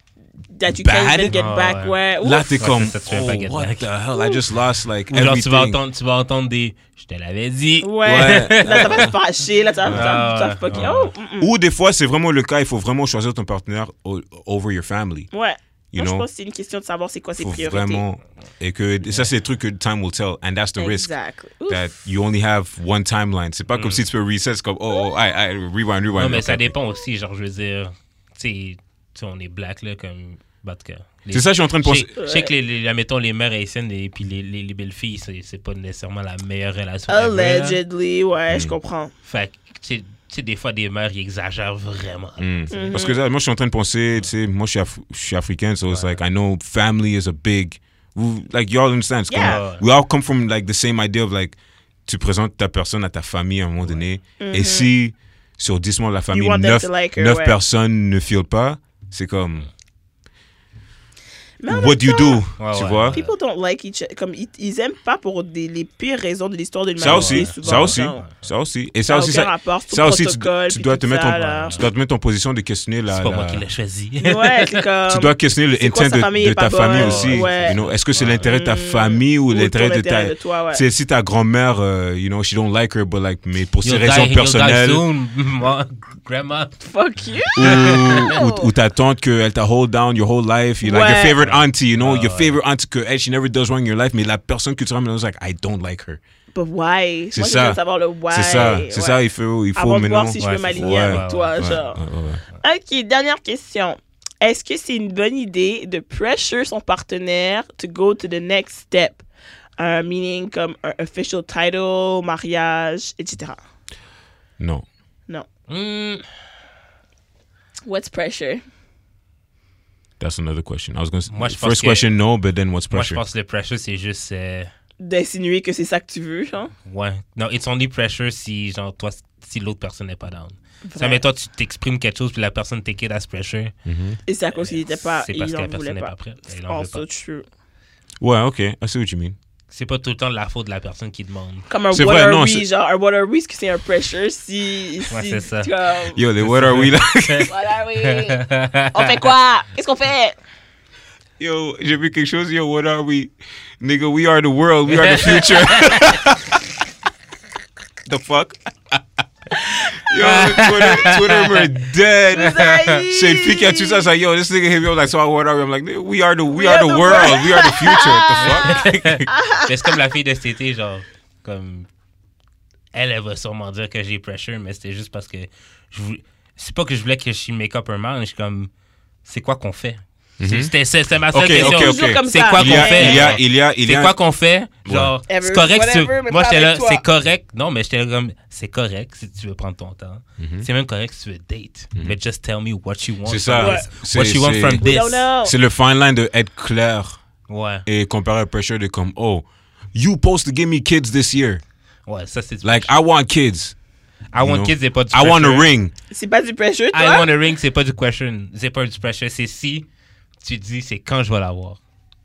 C: That you can't even
D: bad.
C: get
B: Ah,
C: back, ouais. Ouf.
D: Là, t'es
B: Ouais,
D: comme,
B: c'est ça, tu fais un
D: oh,
B: baguette
D: what
B: back.
D: the hell, I just lost, like,
B: Ou genre,
D: everything.
B: tu vas, entendre, tu vas entendre des « je te l'avais dit
C: Ouais.
D: Ouais.
C: là, ça va te fâcher, là, ça va, ça va- ça va
B: Ouais.
C: fucker.
B: Ah, Ouais.
C: Oh, mm,
D: Ou des fois, c'est vraiment le cas, il faut vraiment choisir ton partenaire o- over your family.
C: mm. Ouais.
D: You
C: Moi, je
D: know,
C: pense que c'est une question de savoir c'est quoi ses
D: faut
C: priorités.
D: vraiment. Et que ça, c'est le truc que time will tell. And that's the risk.
C: Exactly. Ouf.
D: That you only have one timeline. C'est pas comme si tu peux reset, c'est comme, oh, oh, aïe, aïe, rewind, rewind.
B: Mm. Non, mais ça
D: Okay.
B: dépend aussi, genre, je veux dire, tu sais, tu sais, on est black, là, comme, bah, en tout cas, les-
D: C'est ça, je suis en train de
B: Je sais-
D: penser.
B: je sais que, les, les, admettons, les mères haïtiennes et puis les, les, les belles filles, c'est c'est pas nécessairement la meilleure
C: Oh,
B: relation.
D: hein.
B: ever, là.
C: Allegedly, ouais,
D: Mm.
C: je comprends.
B: Fait que, tu sais- tu sais, des fois, des mères, ils exagèrent vraiment.
D: Mm.
C: Mhm.
D: Parce que là, moi, je suis en train de penser, tu sais, moi, je suis, Af- je suis africain, so it's like, I know family is a big, vous- like, y'all understand. c'est comme,
C: Yeah.
D: we all come from, like, the same idea of, like, tu présentes ta personne à ta famille à un moment donné, et si, sur 10 mois de la famille,
C: want them
D: 9,
C: to like her, ouais.
D: personnes ne filent pas, c'est comme,
C: Mais en
D: what
C: même
D: do you
C: temps,
D: do,
B: Ouais,
D: tu
B: ouais.
D: vois?
C: People don't like each other. Comme, ils, ils aiment pas pour des, les pires raisons de l'histoire de l'humanité.
D: Ça aussi,
C: souvent,
D: ça aussi,
C: genre.
D: ça aussi. Et
C: Ça
D: ça
C: a
D: aussi,
C: aucun
D: ça,
C: rapport, c'est
D: ça
C: au
D: aussi, tu,
C: protocole,
D: tu
C: puis
D: dois
C: tout
D: te mettre
C: ça,
D: en,
C: là.
D: tu dois te mettre en position de questionner la.
B: C'est pas
D: la-
B: moi qui l'ai choisi.
C: Ouais, c'est comme.
D: tu dois questionner
C: Um, c'est quoi, sa
D: l'intérêt
C: famille
D: de, de
C: est
D: ta
C: pas
D: famille
B: bonne,
D: aussi.
C: ouais.
D: You know, Est-ce que c'est l'intérêt de ta
C: Mm.
D: famille ou
C: Ou
D: l'intérêt
C: ton
D: de
C: intérêt
D: ta.
C: de toi, ouais.
D: C'est si ta grand-mère, euh, you know, she don't like her, but like, mais pour ses
B: You'll
D: raisons
B: die- you'll die
D: personnelles, ou,
B: soon, moi, grandma.
C: Fuck you!
D: ou, ou ta tante qu'elle t'a hold down your whole life, you like your
C: Ouais.
D: favorite auntie, you know,
B: Ouais,
D: your
B: ouais.
D: favorite auntie que hey, she never does wrong in your life, mais la personne que tu ramènes, it's like, I don't like her.
C: But why?
D: C'est
C: Moi, j'ai
D: ça.
C: besoin de savoir le why.
D: C'est ça, c'est
C: ouais.
D: ça, il faut, il faut
C: Avant de
D: maintenant.
C: voir si je
B: ouais,
C: peux
B: c'est
C: m'aligner
D: ça.
B: Ouais,
C: avec toi,
D: Ouais,
C: genre.
D: ouais, ouais, ouais.
C: Ok, dernière question. Est-ce que c'est une bonne idée de pressure son partenaire to go to the next step? Un meaning comme un official title, mariage, etc.
D: Non.
C: Non.
B: Hmm,
C: What's pressure?
D: That's another question. I was gonna say,
B: Moi, je pense
D: first
B: que-
D: question, no, but then what's
B: moi, je
D: pressure?
B: pense que le pressure, c'est juste. euh,
C: D'insinuer que c'est ça que tu veux, genre?
B: Ouais. Non, it's only pressure si, genre, toi, si l'autre personne n'est pas down.
C: Vrai.
B: Ça, mais toi, tu t'exprimes quelque chose, puis la personne take it as pressure.
C: Et c'est à cause qu'il était pas,
B: C'est
C: il
B: parce que
C: n'en
B: la
C: voulait
B: personne n'est
C: pas.
B: pas prête. Elle en veut
C: Also
B: pas.
C: true.
D: Ouais, ok, I see what you mean.
B: C'est pas tout le temps de la faute de la personne qui demande.
C: Comme un
D: C'est
C: what
D: vrai,
C: are
D: non, c'est-
C: we, genre, un what are we, est-ce que c'est un pressure si...
B: Ouais,
C: si
B: c'est ça.
C: comme-
D: Yo, les what are we like?
C: What are we? On fait quoi? Qu'est-ce qu'on fait?
D: Yo, j'ai vu quelque chose. Yo, what are we? Nigga, we are the world. We are the future. the fuck? Yo, Twitter, Twitter, we're dead.
C: Zahid.
D: C'est une fille qui a tué ça. It's like, yo, this nigga hit me up. Like, so what are we? I'm like, nigga, we are the, we, are, the, world. we are the future. the fuck?
B: Mais c'est comme la fille de cet été, genre, comme. Elle, elle va sûrement dire que j'ai pressure, mais c'était juste parce que. je vou- C'est pas que je voulais que je suis make-up un man, je suis comme. C'est quoi qu'on fait? C'est- C'était c'était ma seule
D: Mhm. Ok,
B: question.
D: ok, ok.
C: Toujours comme
B: C'est
C: ça.
B: quoi
D: il y a,
B: qu'on fait?
D: il y a, il y a, il y
B: C'est
D: a.
B: quoi qu'on fait? Genre,
C: Ouais.
B: c'est correct.
C: Whatever,
B: tu-
C: mais
B: Moi,
C: pas
B: j'étais là,
C: avec toi.
B: c'est correct. Non, mais j'étais comme, c'est correct si tu veux prendre ton temps. C'est même correct si tu veux date. Mais just tell me what you want.
D: Mhm. C'est ça.
B: from this.
D: C'est-
B: What you want
D: c'est-
B: from
C: We
B: this.
C: don't know.
D: C'est le fine line de être clair
B: Ouais.
D: et comparer à pressure de comme, oh, you supposed to give me kids this year.
B: Ouais, ça, c'est du
D: Like,
B: pressure.
D: I want kids.
B: I want
D: know,
B: kids, c'est pas du
D: I want a
B: pressure.
D: ring.
C: C'est pas du pressure, toi?
B: I want a ring, c'est pas du question. C'est pas du pressure. C'est si tu dis, c'est quand je vais l'avoir.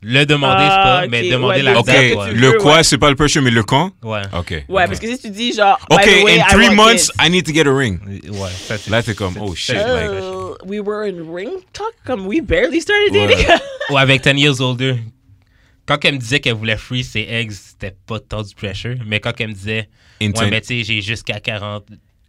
B: Le demander, c'est pas,
C: Ah,
B: mais
C: ok,
B: demander
C: ouais,
B: la
C: donc
D: Ok,
C: Exact,
B: date.
C: que
B: ouais.
C: tu
D: le
C: veux,
D: quoi,
C: ouais.
D: c'est pas le pressure, mais le quand
B: Ouais.
D: Ok.
C: Ouais, parce que si tu dis genre, by
D: Ok,
C: the way,
D: in
C: I
D: three
C: want
D: months,
C: kids.
D: I need to get a ring.
B: Ouais, ça, c'est-
D: Là, t'es comme, oh shit. Like,
C: Oh, we were in ring talk, comme we barely started
D: Ouais.
C: dating.
B: Ou avec 10 years older. Quand elle me disait qu'elle voulait free ses eggs, c'était pas tant du pressure. Mais quand elle me disait,
D: Intent-
B: ouais, mais tu sais, j'ai jusqu'à 40,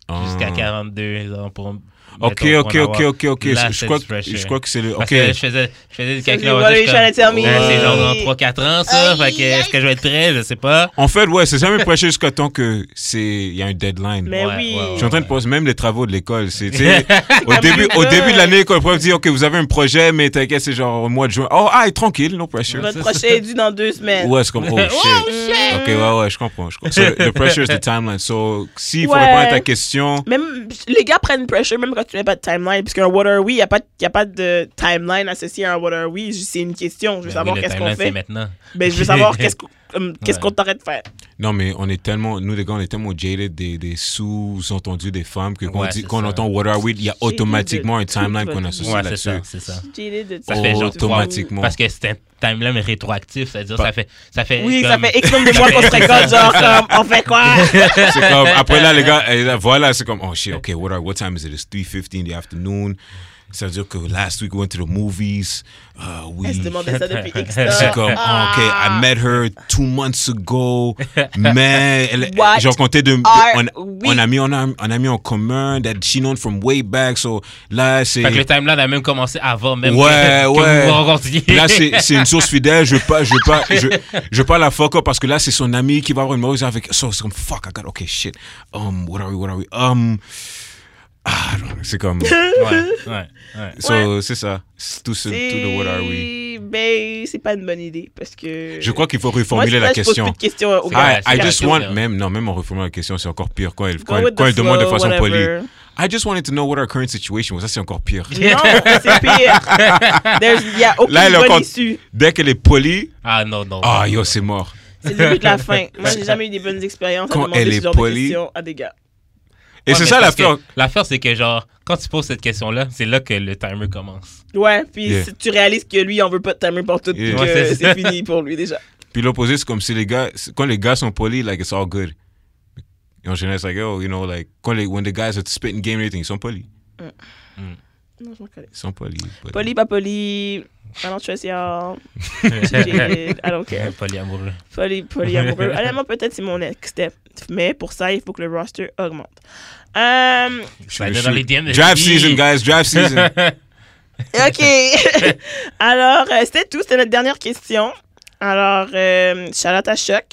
D: Ah.
B: jusqu'à 42 ans pour.
D: ok,
B: mettons,
D: ok,
B: pour en
D: ok,
B: avoir.
D: ok, ok.
B: Là,
D: Je
B: c'est
D: crois,
B: du
D: que-
B: pressure.
D: je crois que c'est le.
B: Parce
D: Ok.
B: que je faisais, je faisais des calculs.
C: what
B: avant ça,
C: are you
B: je
C: trying to
B: comme,
C: tell me?
B: Ouais, C'est genre dans 3-4 ans, ça. Fait que, est-ce que je vais être prêt? Je sais pas.
D: En fait, ouais, c'est jamais pressure jusqu'à temps que c'est, il y a un deadline.
C: Mais
B: Ouais,
C: oui.
B: ouais, ouais.
D: Je suis en train de poser même les travaux de l'école. C'est, tu sais, au début, au début de l'année, quand le prof dit, OK, vous avez un projet, mais t'inquiète, c'est genre au mois de juin. Oh, ah, tranquille, no pressure.
C: Votre prochain est dû dans deux semaines.
D: Ouais, c'est comme, oh shit. Ok, ouais, ouais, je comprends. Je comprends. So, the pressure is the timeline. So, s'il faut répondre à ta
C: Ouais.
D: question,
C: Même, les gars prennent pressure même quand tu n'as pas de timeline. Parce qu'un what are we, il n'y a, pas- y a pas de timeline associé à un what are we. C'est une question. Je veux
B: Ben
C: savoir
B: oui, le
C: qu'est-ce qu'on
B: timeline, c'est
C: fait.
B: maintenant.
C: Mais je veux savoir qu'est-ce qu'on comme, qu'est-ce qu'on t'arrête de faire.
D: Non, mais on est tellement, nous les gars, on est tellement jaded des, des sous-entendus des femmes que quand,
B: Ouais,
D: on, dit,
B: c'est
D: quand on
B: ça.
D: entend What Are We, il y a
C: Jaded
D: automatiquement
C: de
D: un timeline
C: toute
D: qu'on
C: votre
D: associe
B: Ouais,
D: là-dessus.
B: c'est ça, c'est ça.
C: Jaded de-
B: Ça
D: Oh,
B: fait genre trois-
D: Automatiquement.
B: Parce que c'est un timeline rétroactif, c'est-à-dire
D: Pas-
B: ça fait, ça fait.
C: Oui,
B: comme-
C: ça fait X nombre de mois qu'on se récolte. Genre, comme, on fait quoi?
D: C'est comme, après là, les gars, et là, voilà, c'est comme, oh shit, ok, what, are, what time is it? It's 3.15 in the afternoon. Ça veut dire que last week we went to the movies. Uh, we,
C: Elle se demandait ça depuis X
D: c'est
C: temps.
D: comme, oh,
C: Ah.
D: OK, I met her two months ago. Man, elle-
C: What
D: j'ai rencontré de. de-
C: are
D: on,
C: we?
D: on a mis on a, on a mis en commun that she known from way back. So là, c'est.
B: Fait que le timeline a même commencé avant même
D: Ouais,
B: que, que
D: ouais.
B: vous vous rencontriez.
D: Là, c'est c'est une source fidèle. Je veux pas, je veux pas, je, je veux pas la fuck up parce que là, c'est son ami qui va avoir une mauvaise avec. So, c'est comme fuck, I got, okay, shit. Um, what are we, what are we? Um, ah, non, c'est comme.
B: Ouais, ouais, ouais.
D: So, c'est ça. C'est Tout ce, tout le what are we?
C: C'est- Ben, c'est pas une bonne idée parce que.
D: Je crois qu'il faut
C: Moi, c'est
D: reformuler
C: pour
D: la
C: ça que Je pose
D: question.
C: plus de questions au
B: C'est
C: gars.
D: I,
B: Ouais,
D: Ah, I
B: la
D: just
B: question,
D: want,
B: là.
D: même, non, même en reformulant la question, c'est encore pire quand elle,
C: Go
D: quand elle,
C: with the
D: quand elle demande de
C: flow,
D: façon polie.
C: whatever.
D: I just wanted to know what our current situation was. Ça, c'est encore pire.
C: Non, c'est pire. There's- Il n'y a aucune
D: Là, elle est
C: bonne
D: encore-
C: issue.
D: Dès qu'elle est polie,
B: Ah non, non.
D: ah yo, c'est mort.
C: C'est le début de la fin. Moi, j'ai jamais eu des bonnes expériences à
D: Quand
C: demander
D: elle est
C: ce genre de
D: polie-
C: questions à des gars.
D: Et
B: Ouais,
D: c'est
B: mais
D: ça
B: parce que
D: l'affaire.
B: L'affaire, c'est que genre, quand tu poses cette question-là, c'est là que le timer commence.
C: Ouais, puis
D: Yeah.
C: si tu réalises que lui, il en veut pas de timer pour tout,
D: Yeah.
C: que
B: Ouais, c'est
C: c'est
B: ça.
C: fini pour lui déjà.
D: Puis l'opposé, c'est comme si les gars, c'est- quand les gars sont polis, like it's all good. Et en général, c'est like, oh, you know, like, quand les, when the guys are spitting game and everything, ils sont polis.
C: Non, je m'en connais.
D: Ils sont polis. polis.
C: Poli, pas poli. I don't trust y'all.
B: Polyamoureux.
C: Shit, I don't care. Poli, poli, amoureux. Honnêtement, peut-être c'est mon next step. Mais pour ça, il faut que le roster augmente. Euh,
B: Slider Bah, dans les DM.
D: Draft season, guys, draft season.
C: OK. Alors, euh, c'était tout. C'était notre dernière question. Alors, euh, Charlotte à choc.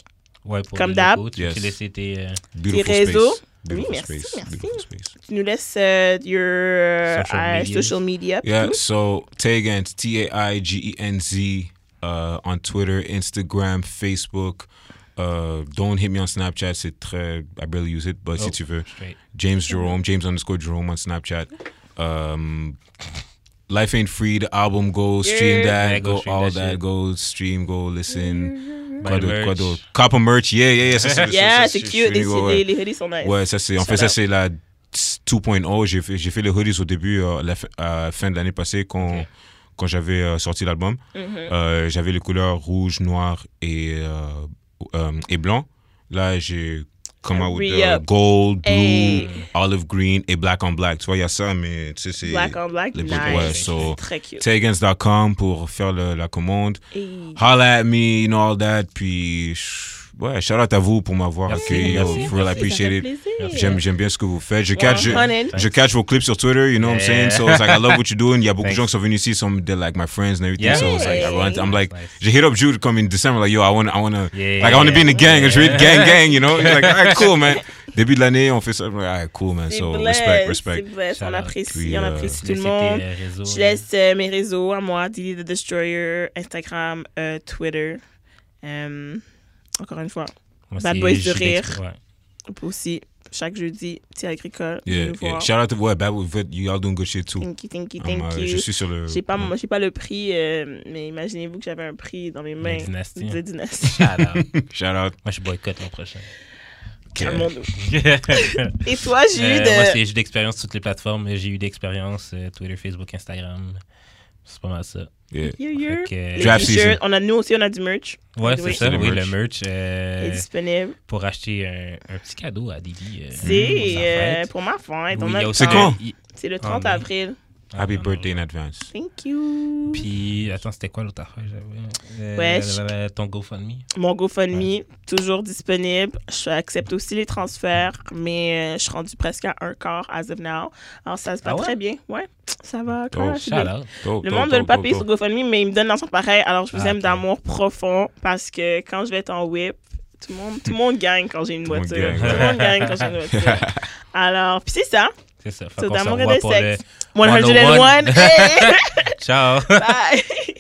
B: Ouais, pour
C: Comme
B: les
C: d'hab.
B: locaux, Tu
D: Yes.
B: tu laisses tes, euh,
D: Beautiful
C: Tes réseaux.
D: space. Beautiful
C: merci,
D: space.
C: merci.
D: Beautiful space.
C: Tu nous laisses euh, your euh,
B: Social
C: euh,
B: medias.
C: social media. puis
D: Yeah,
C: tout.
D: so Taigenz, T A I G E N Z, uh, on Twitter, Instagram, Facebook. Uh, don't hit me on Snapchat. C'est très, I barely use it, but si
B: Oh.
D: tu veux.
B: straight.
D: James Jerome, James underscore Jerome on Snapchat. Um, Life Ain't Free, the album go, stream
C: Yeah.
D: that,
B: Yeah, go
D: go,
B: stream
D: all
B: that
D: that,
B: shit.
D: go, stream, go, listen.
B: Buy
D: Quoi
B: the
D: d'autre, quoi
B: merch.
D: d'autre? Copper merch, yeah, yeah, yeah. ça, ça, ça,
C: Yeah,
D: ça,
C: c'est
D: ça,
C: cute.
D: ça,
C: Les,
D: ouais,
C: les-
D: ouais.
C: les hoodies sont nice.
D: Ouais, ça c'est. En fait, ça c'est la 2.0. J'ai fait, j'ai fait les hoodies au début, euh, la fin, à la fin de l'année passée, quand,
B: Ok.
D: quand j'avais euh, sorti l'album.
C: Mhm.
D: Euh, j'avais les couleurs rouge, noir et, euh, euh, et blanc. Là, j'ai come out with euh,
C: Re-up.
D: gold, blue,
C: Hey.
D: olive green et black on black. Tu vois, il y a ça, mais tu sais, c'est.
C: Black on black,
D: les
C: nice.
D: boucles, ouais, so-
C: Très cute.
D: Tagans.com pour faire le- la commande.
C: Hey.
D: Holla at me, you know, all that. Puis, ch- ouais, shout out à vous pour m'avoir
B: Merci,
D: accueilli. yo,
B: merci,
D: for real, I
C: Ça fait
D: appreciate it.
C: plaisir.
B: Merci.
D: J'aime, j'aime bien ce que vous faites. Je catch, je,
C: 100.
D: je catch vos clips sur Twitter, you know what I'm saying?
B: Yeah.
D: So it's like, I love what you're doing. Il y a beaucoup de
B: Thanks.
D: gens qui sont venus ici, some, they're like my friends and everything.
B: Yeah.
D: So it's like, I want, I'm like,
B: Nice.
D: je hit up Jude come in December, like, yo, I want, I want to,
B: Yeah.
D: like, I want to be in the gang. Je vais être gang, gang, you know? He's like, all right, cool, man. Début de l'année, on fait ça. I'm like, all right, cool, man.
C: C'est
D: So
C: blessed,
D: respect,
C: c'est
D: respect.
C: blessed. On
B: Shout-out.
C: apprécie,
D: Puis,
C: on
D: euh,
C: apprécie tout
B: Laisse
C: le
B: tes,
C: monde.
B: euh, réseaux,
C: Je
B: là.
C: laisse euh, mes réseaux à moi, Dilly the Destroyer, Instagram, euh, Twitter. Euh, encore une fois,
B: euh, Moi,
C: Bad
B: c'est
C: Boys de
B: Jude
C: rire.
B: Expo- ouais.
C: on peut aussi, chaque jeudi, petit agricole.
D: Yeah,
C: venez nous
D: yeah.
C: voir.
D: Shout out to, ouais, Bad Wolf, you all doing good shit too.
C: Thank you, thank
B: Oh
C: you,
D: Um,
C: thank
D: euh, je
C: you.
D: suis sur le.
C: J'ai pas, j'ai pas le prix, euh, mais imaginez-vous que j'avais un prix dans mes mains.
B: dynastie. hein.
C: De dynastie.
B: Shout out.
D: Shout out.
B: Moi, je boycotte l'an prochain.
C: à mon dos.
B: Euh,
C: Et toi, Jude,
B: Moi,
C: euh,
B: c'est Jude Expérience, toutes les plateformes. J'ai eu d'expérience euh, Twitter, Facebook, Instagram. C'est pas mal ça.
D: Yeah.
C: yo, yo.
B: Fait que- euh,
C: les
D: Draft
C: t-shirts,
D: season.
C: on a, nous aussi, on a du merch.
B: Ouais,
C: Oui.
B: c'est ça,
D: C'est le
B: oui,
D: merch.
B: le merch. euh,
C: est disponible.
B: pour acheter un, un petit cadeau à Didi. euh, pour sa
C: C'est euh,
B: fête.
C: pour ma fête. on a
B: Oui, il y a
C: le
B: aussi
D: C'est
C: temps.
D: quand?
B: que- il-
C: C'est le
B: Ah,
C: 30
B: mais-
C: avril.
D: Happy
B: Ah, non,
D: birthday in
B: non.
D: advance.
C: Thank you.
B: Puis, attends, c'était quoi l'autre affaire que j'avais Euh,
C: Ouais,
B: euh, Ton GoFundMe.
C: Mon GoFundMe, toujours disponible. Je accepte aussi les transferts, mais euh, je suis rendue presque à un quart as of now. Alors, ça se passe
B: Ah ouais?
C: très bien. Ouais, ça va. quand
D: Oh,
C: même, je suis
B: Shout
C: bien.
B: out.
D: Go,
C: Le
D: go,
C: monde
D: go,
C: veut le pas
D: go,
C: payer
D: go.
C: sur GoFundMe, mais il me donne l'argent pareil. Alors, je vous
B: Ah,
C: aime
B: ok.
C: d'amour profond parce que quand je vais être en whip, tout le monde, tout le monde gagne quand j'ai une
D: Tout le monde
C: voiture.
D: gagne,
C: Tout le
D: ouais.
C: monde gagne quand j'ai une voiture. Alors, puis c'est ça.
B: C'est ça. Fait
C: So,
B: qu'on se
C: d'amour et
B: revoit
C: de
B: pour le...
C: sexe. 101. Hey!
B: Ciao.
C: Bye!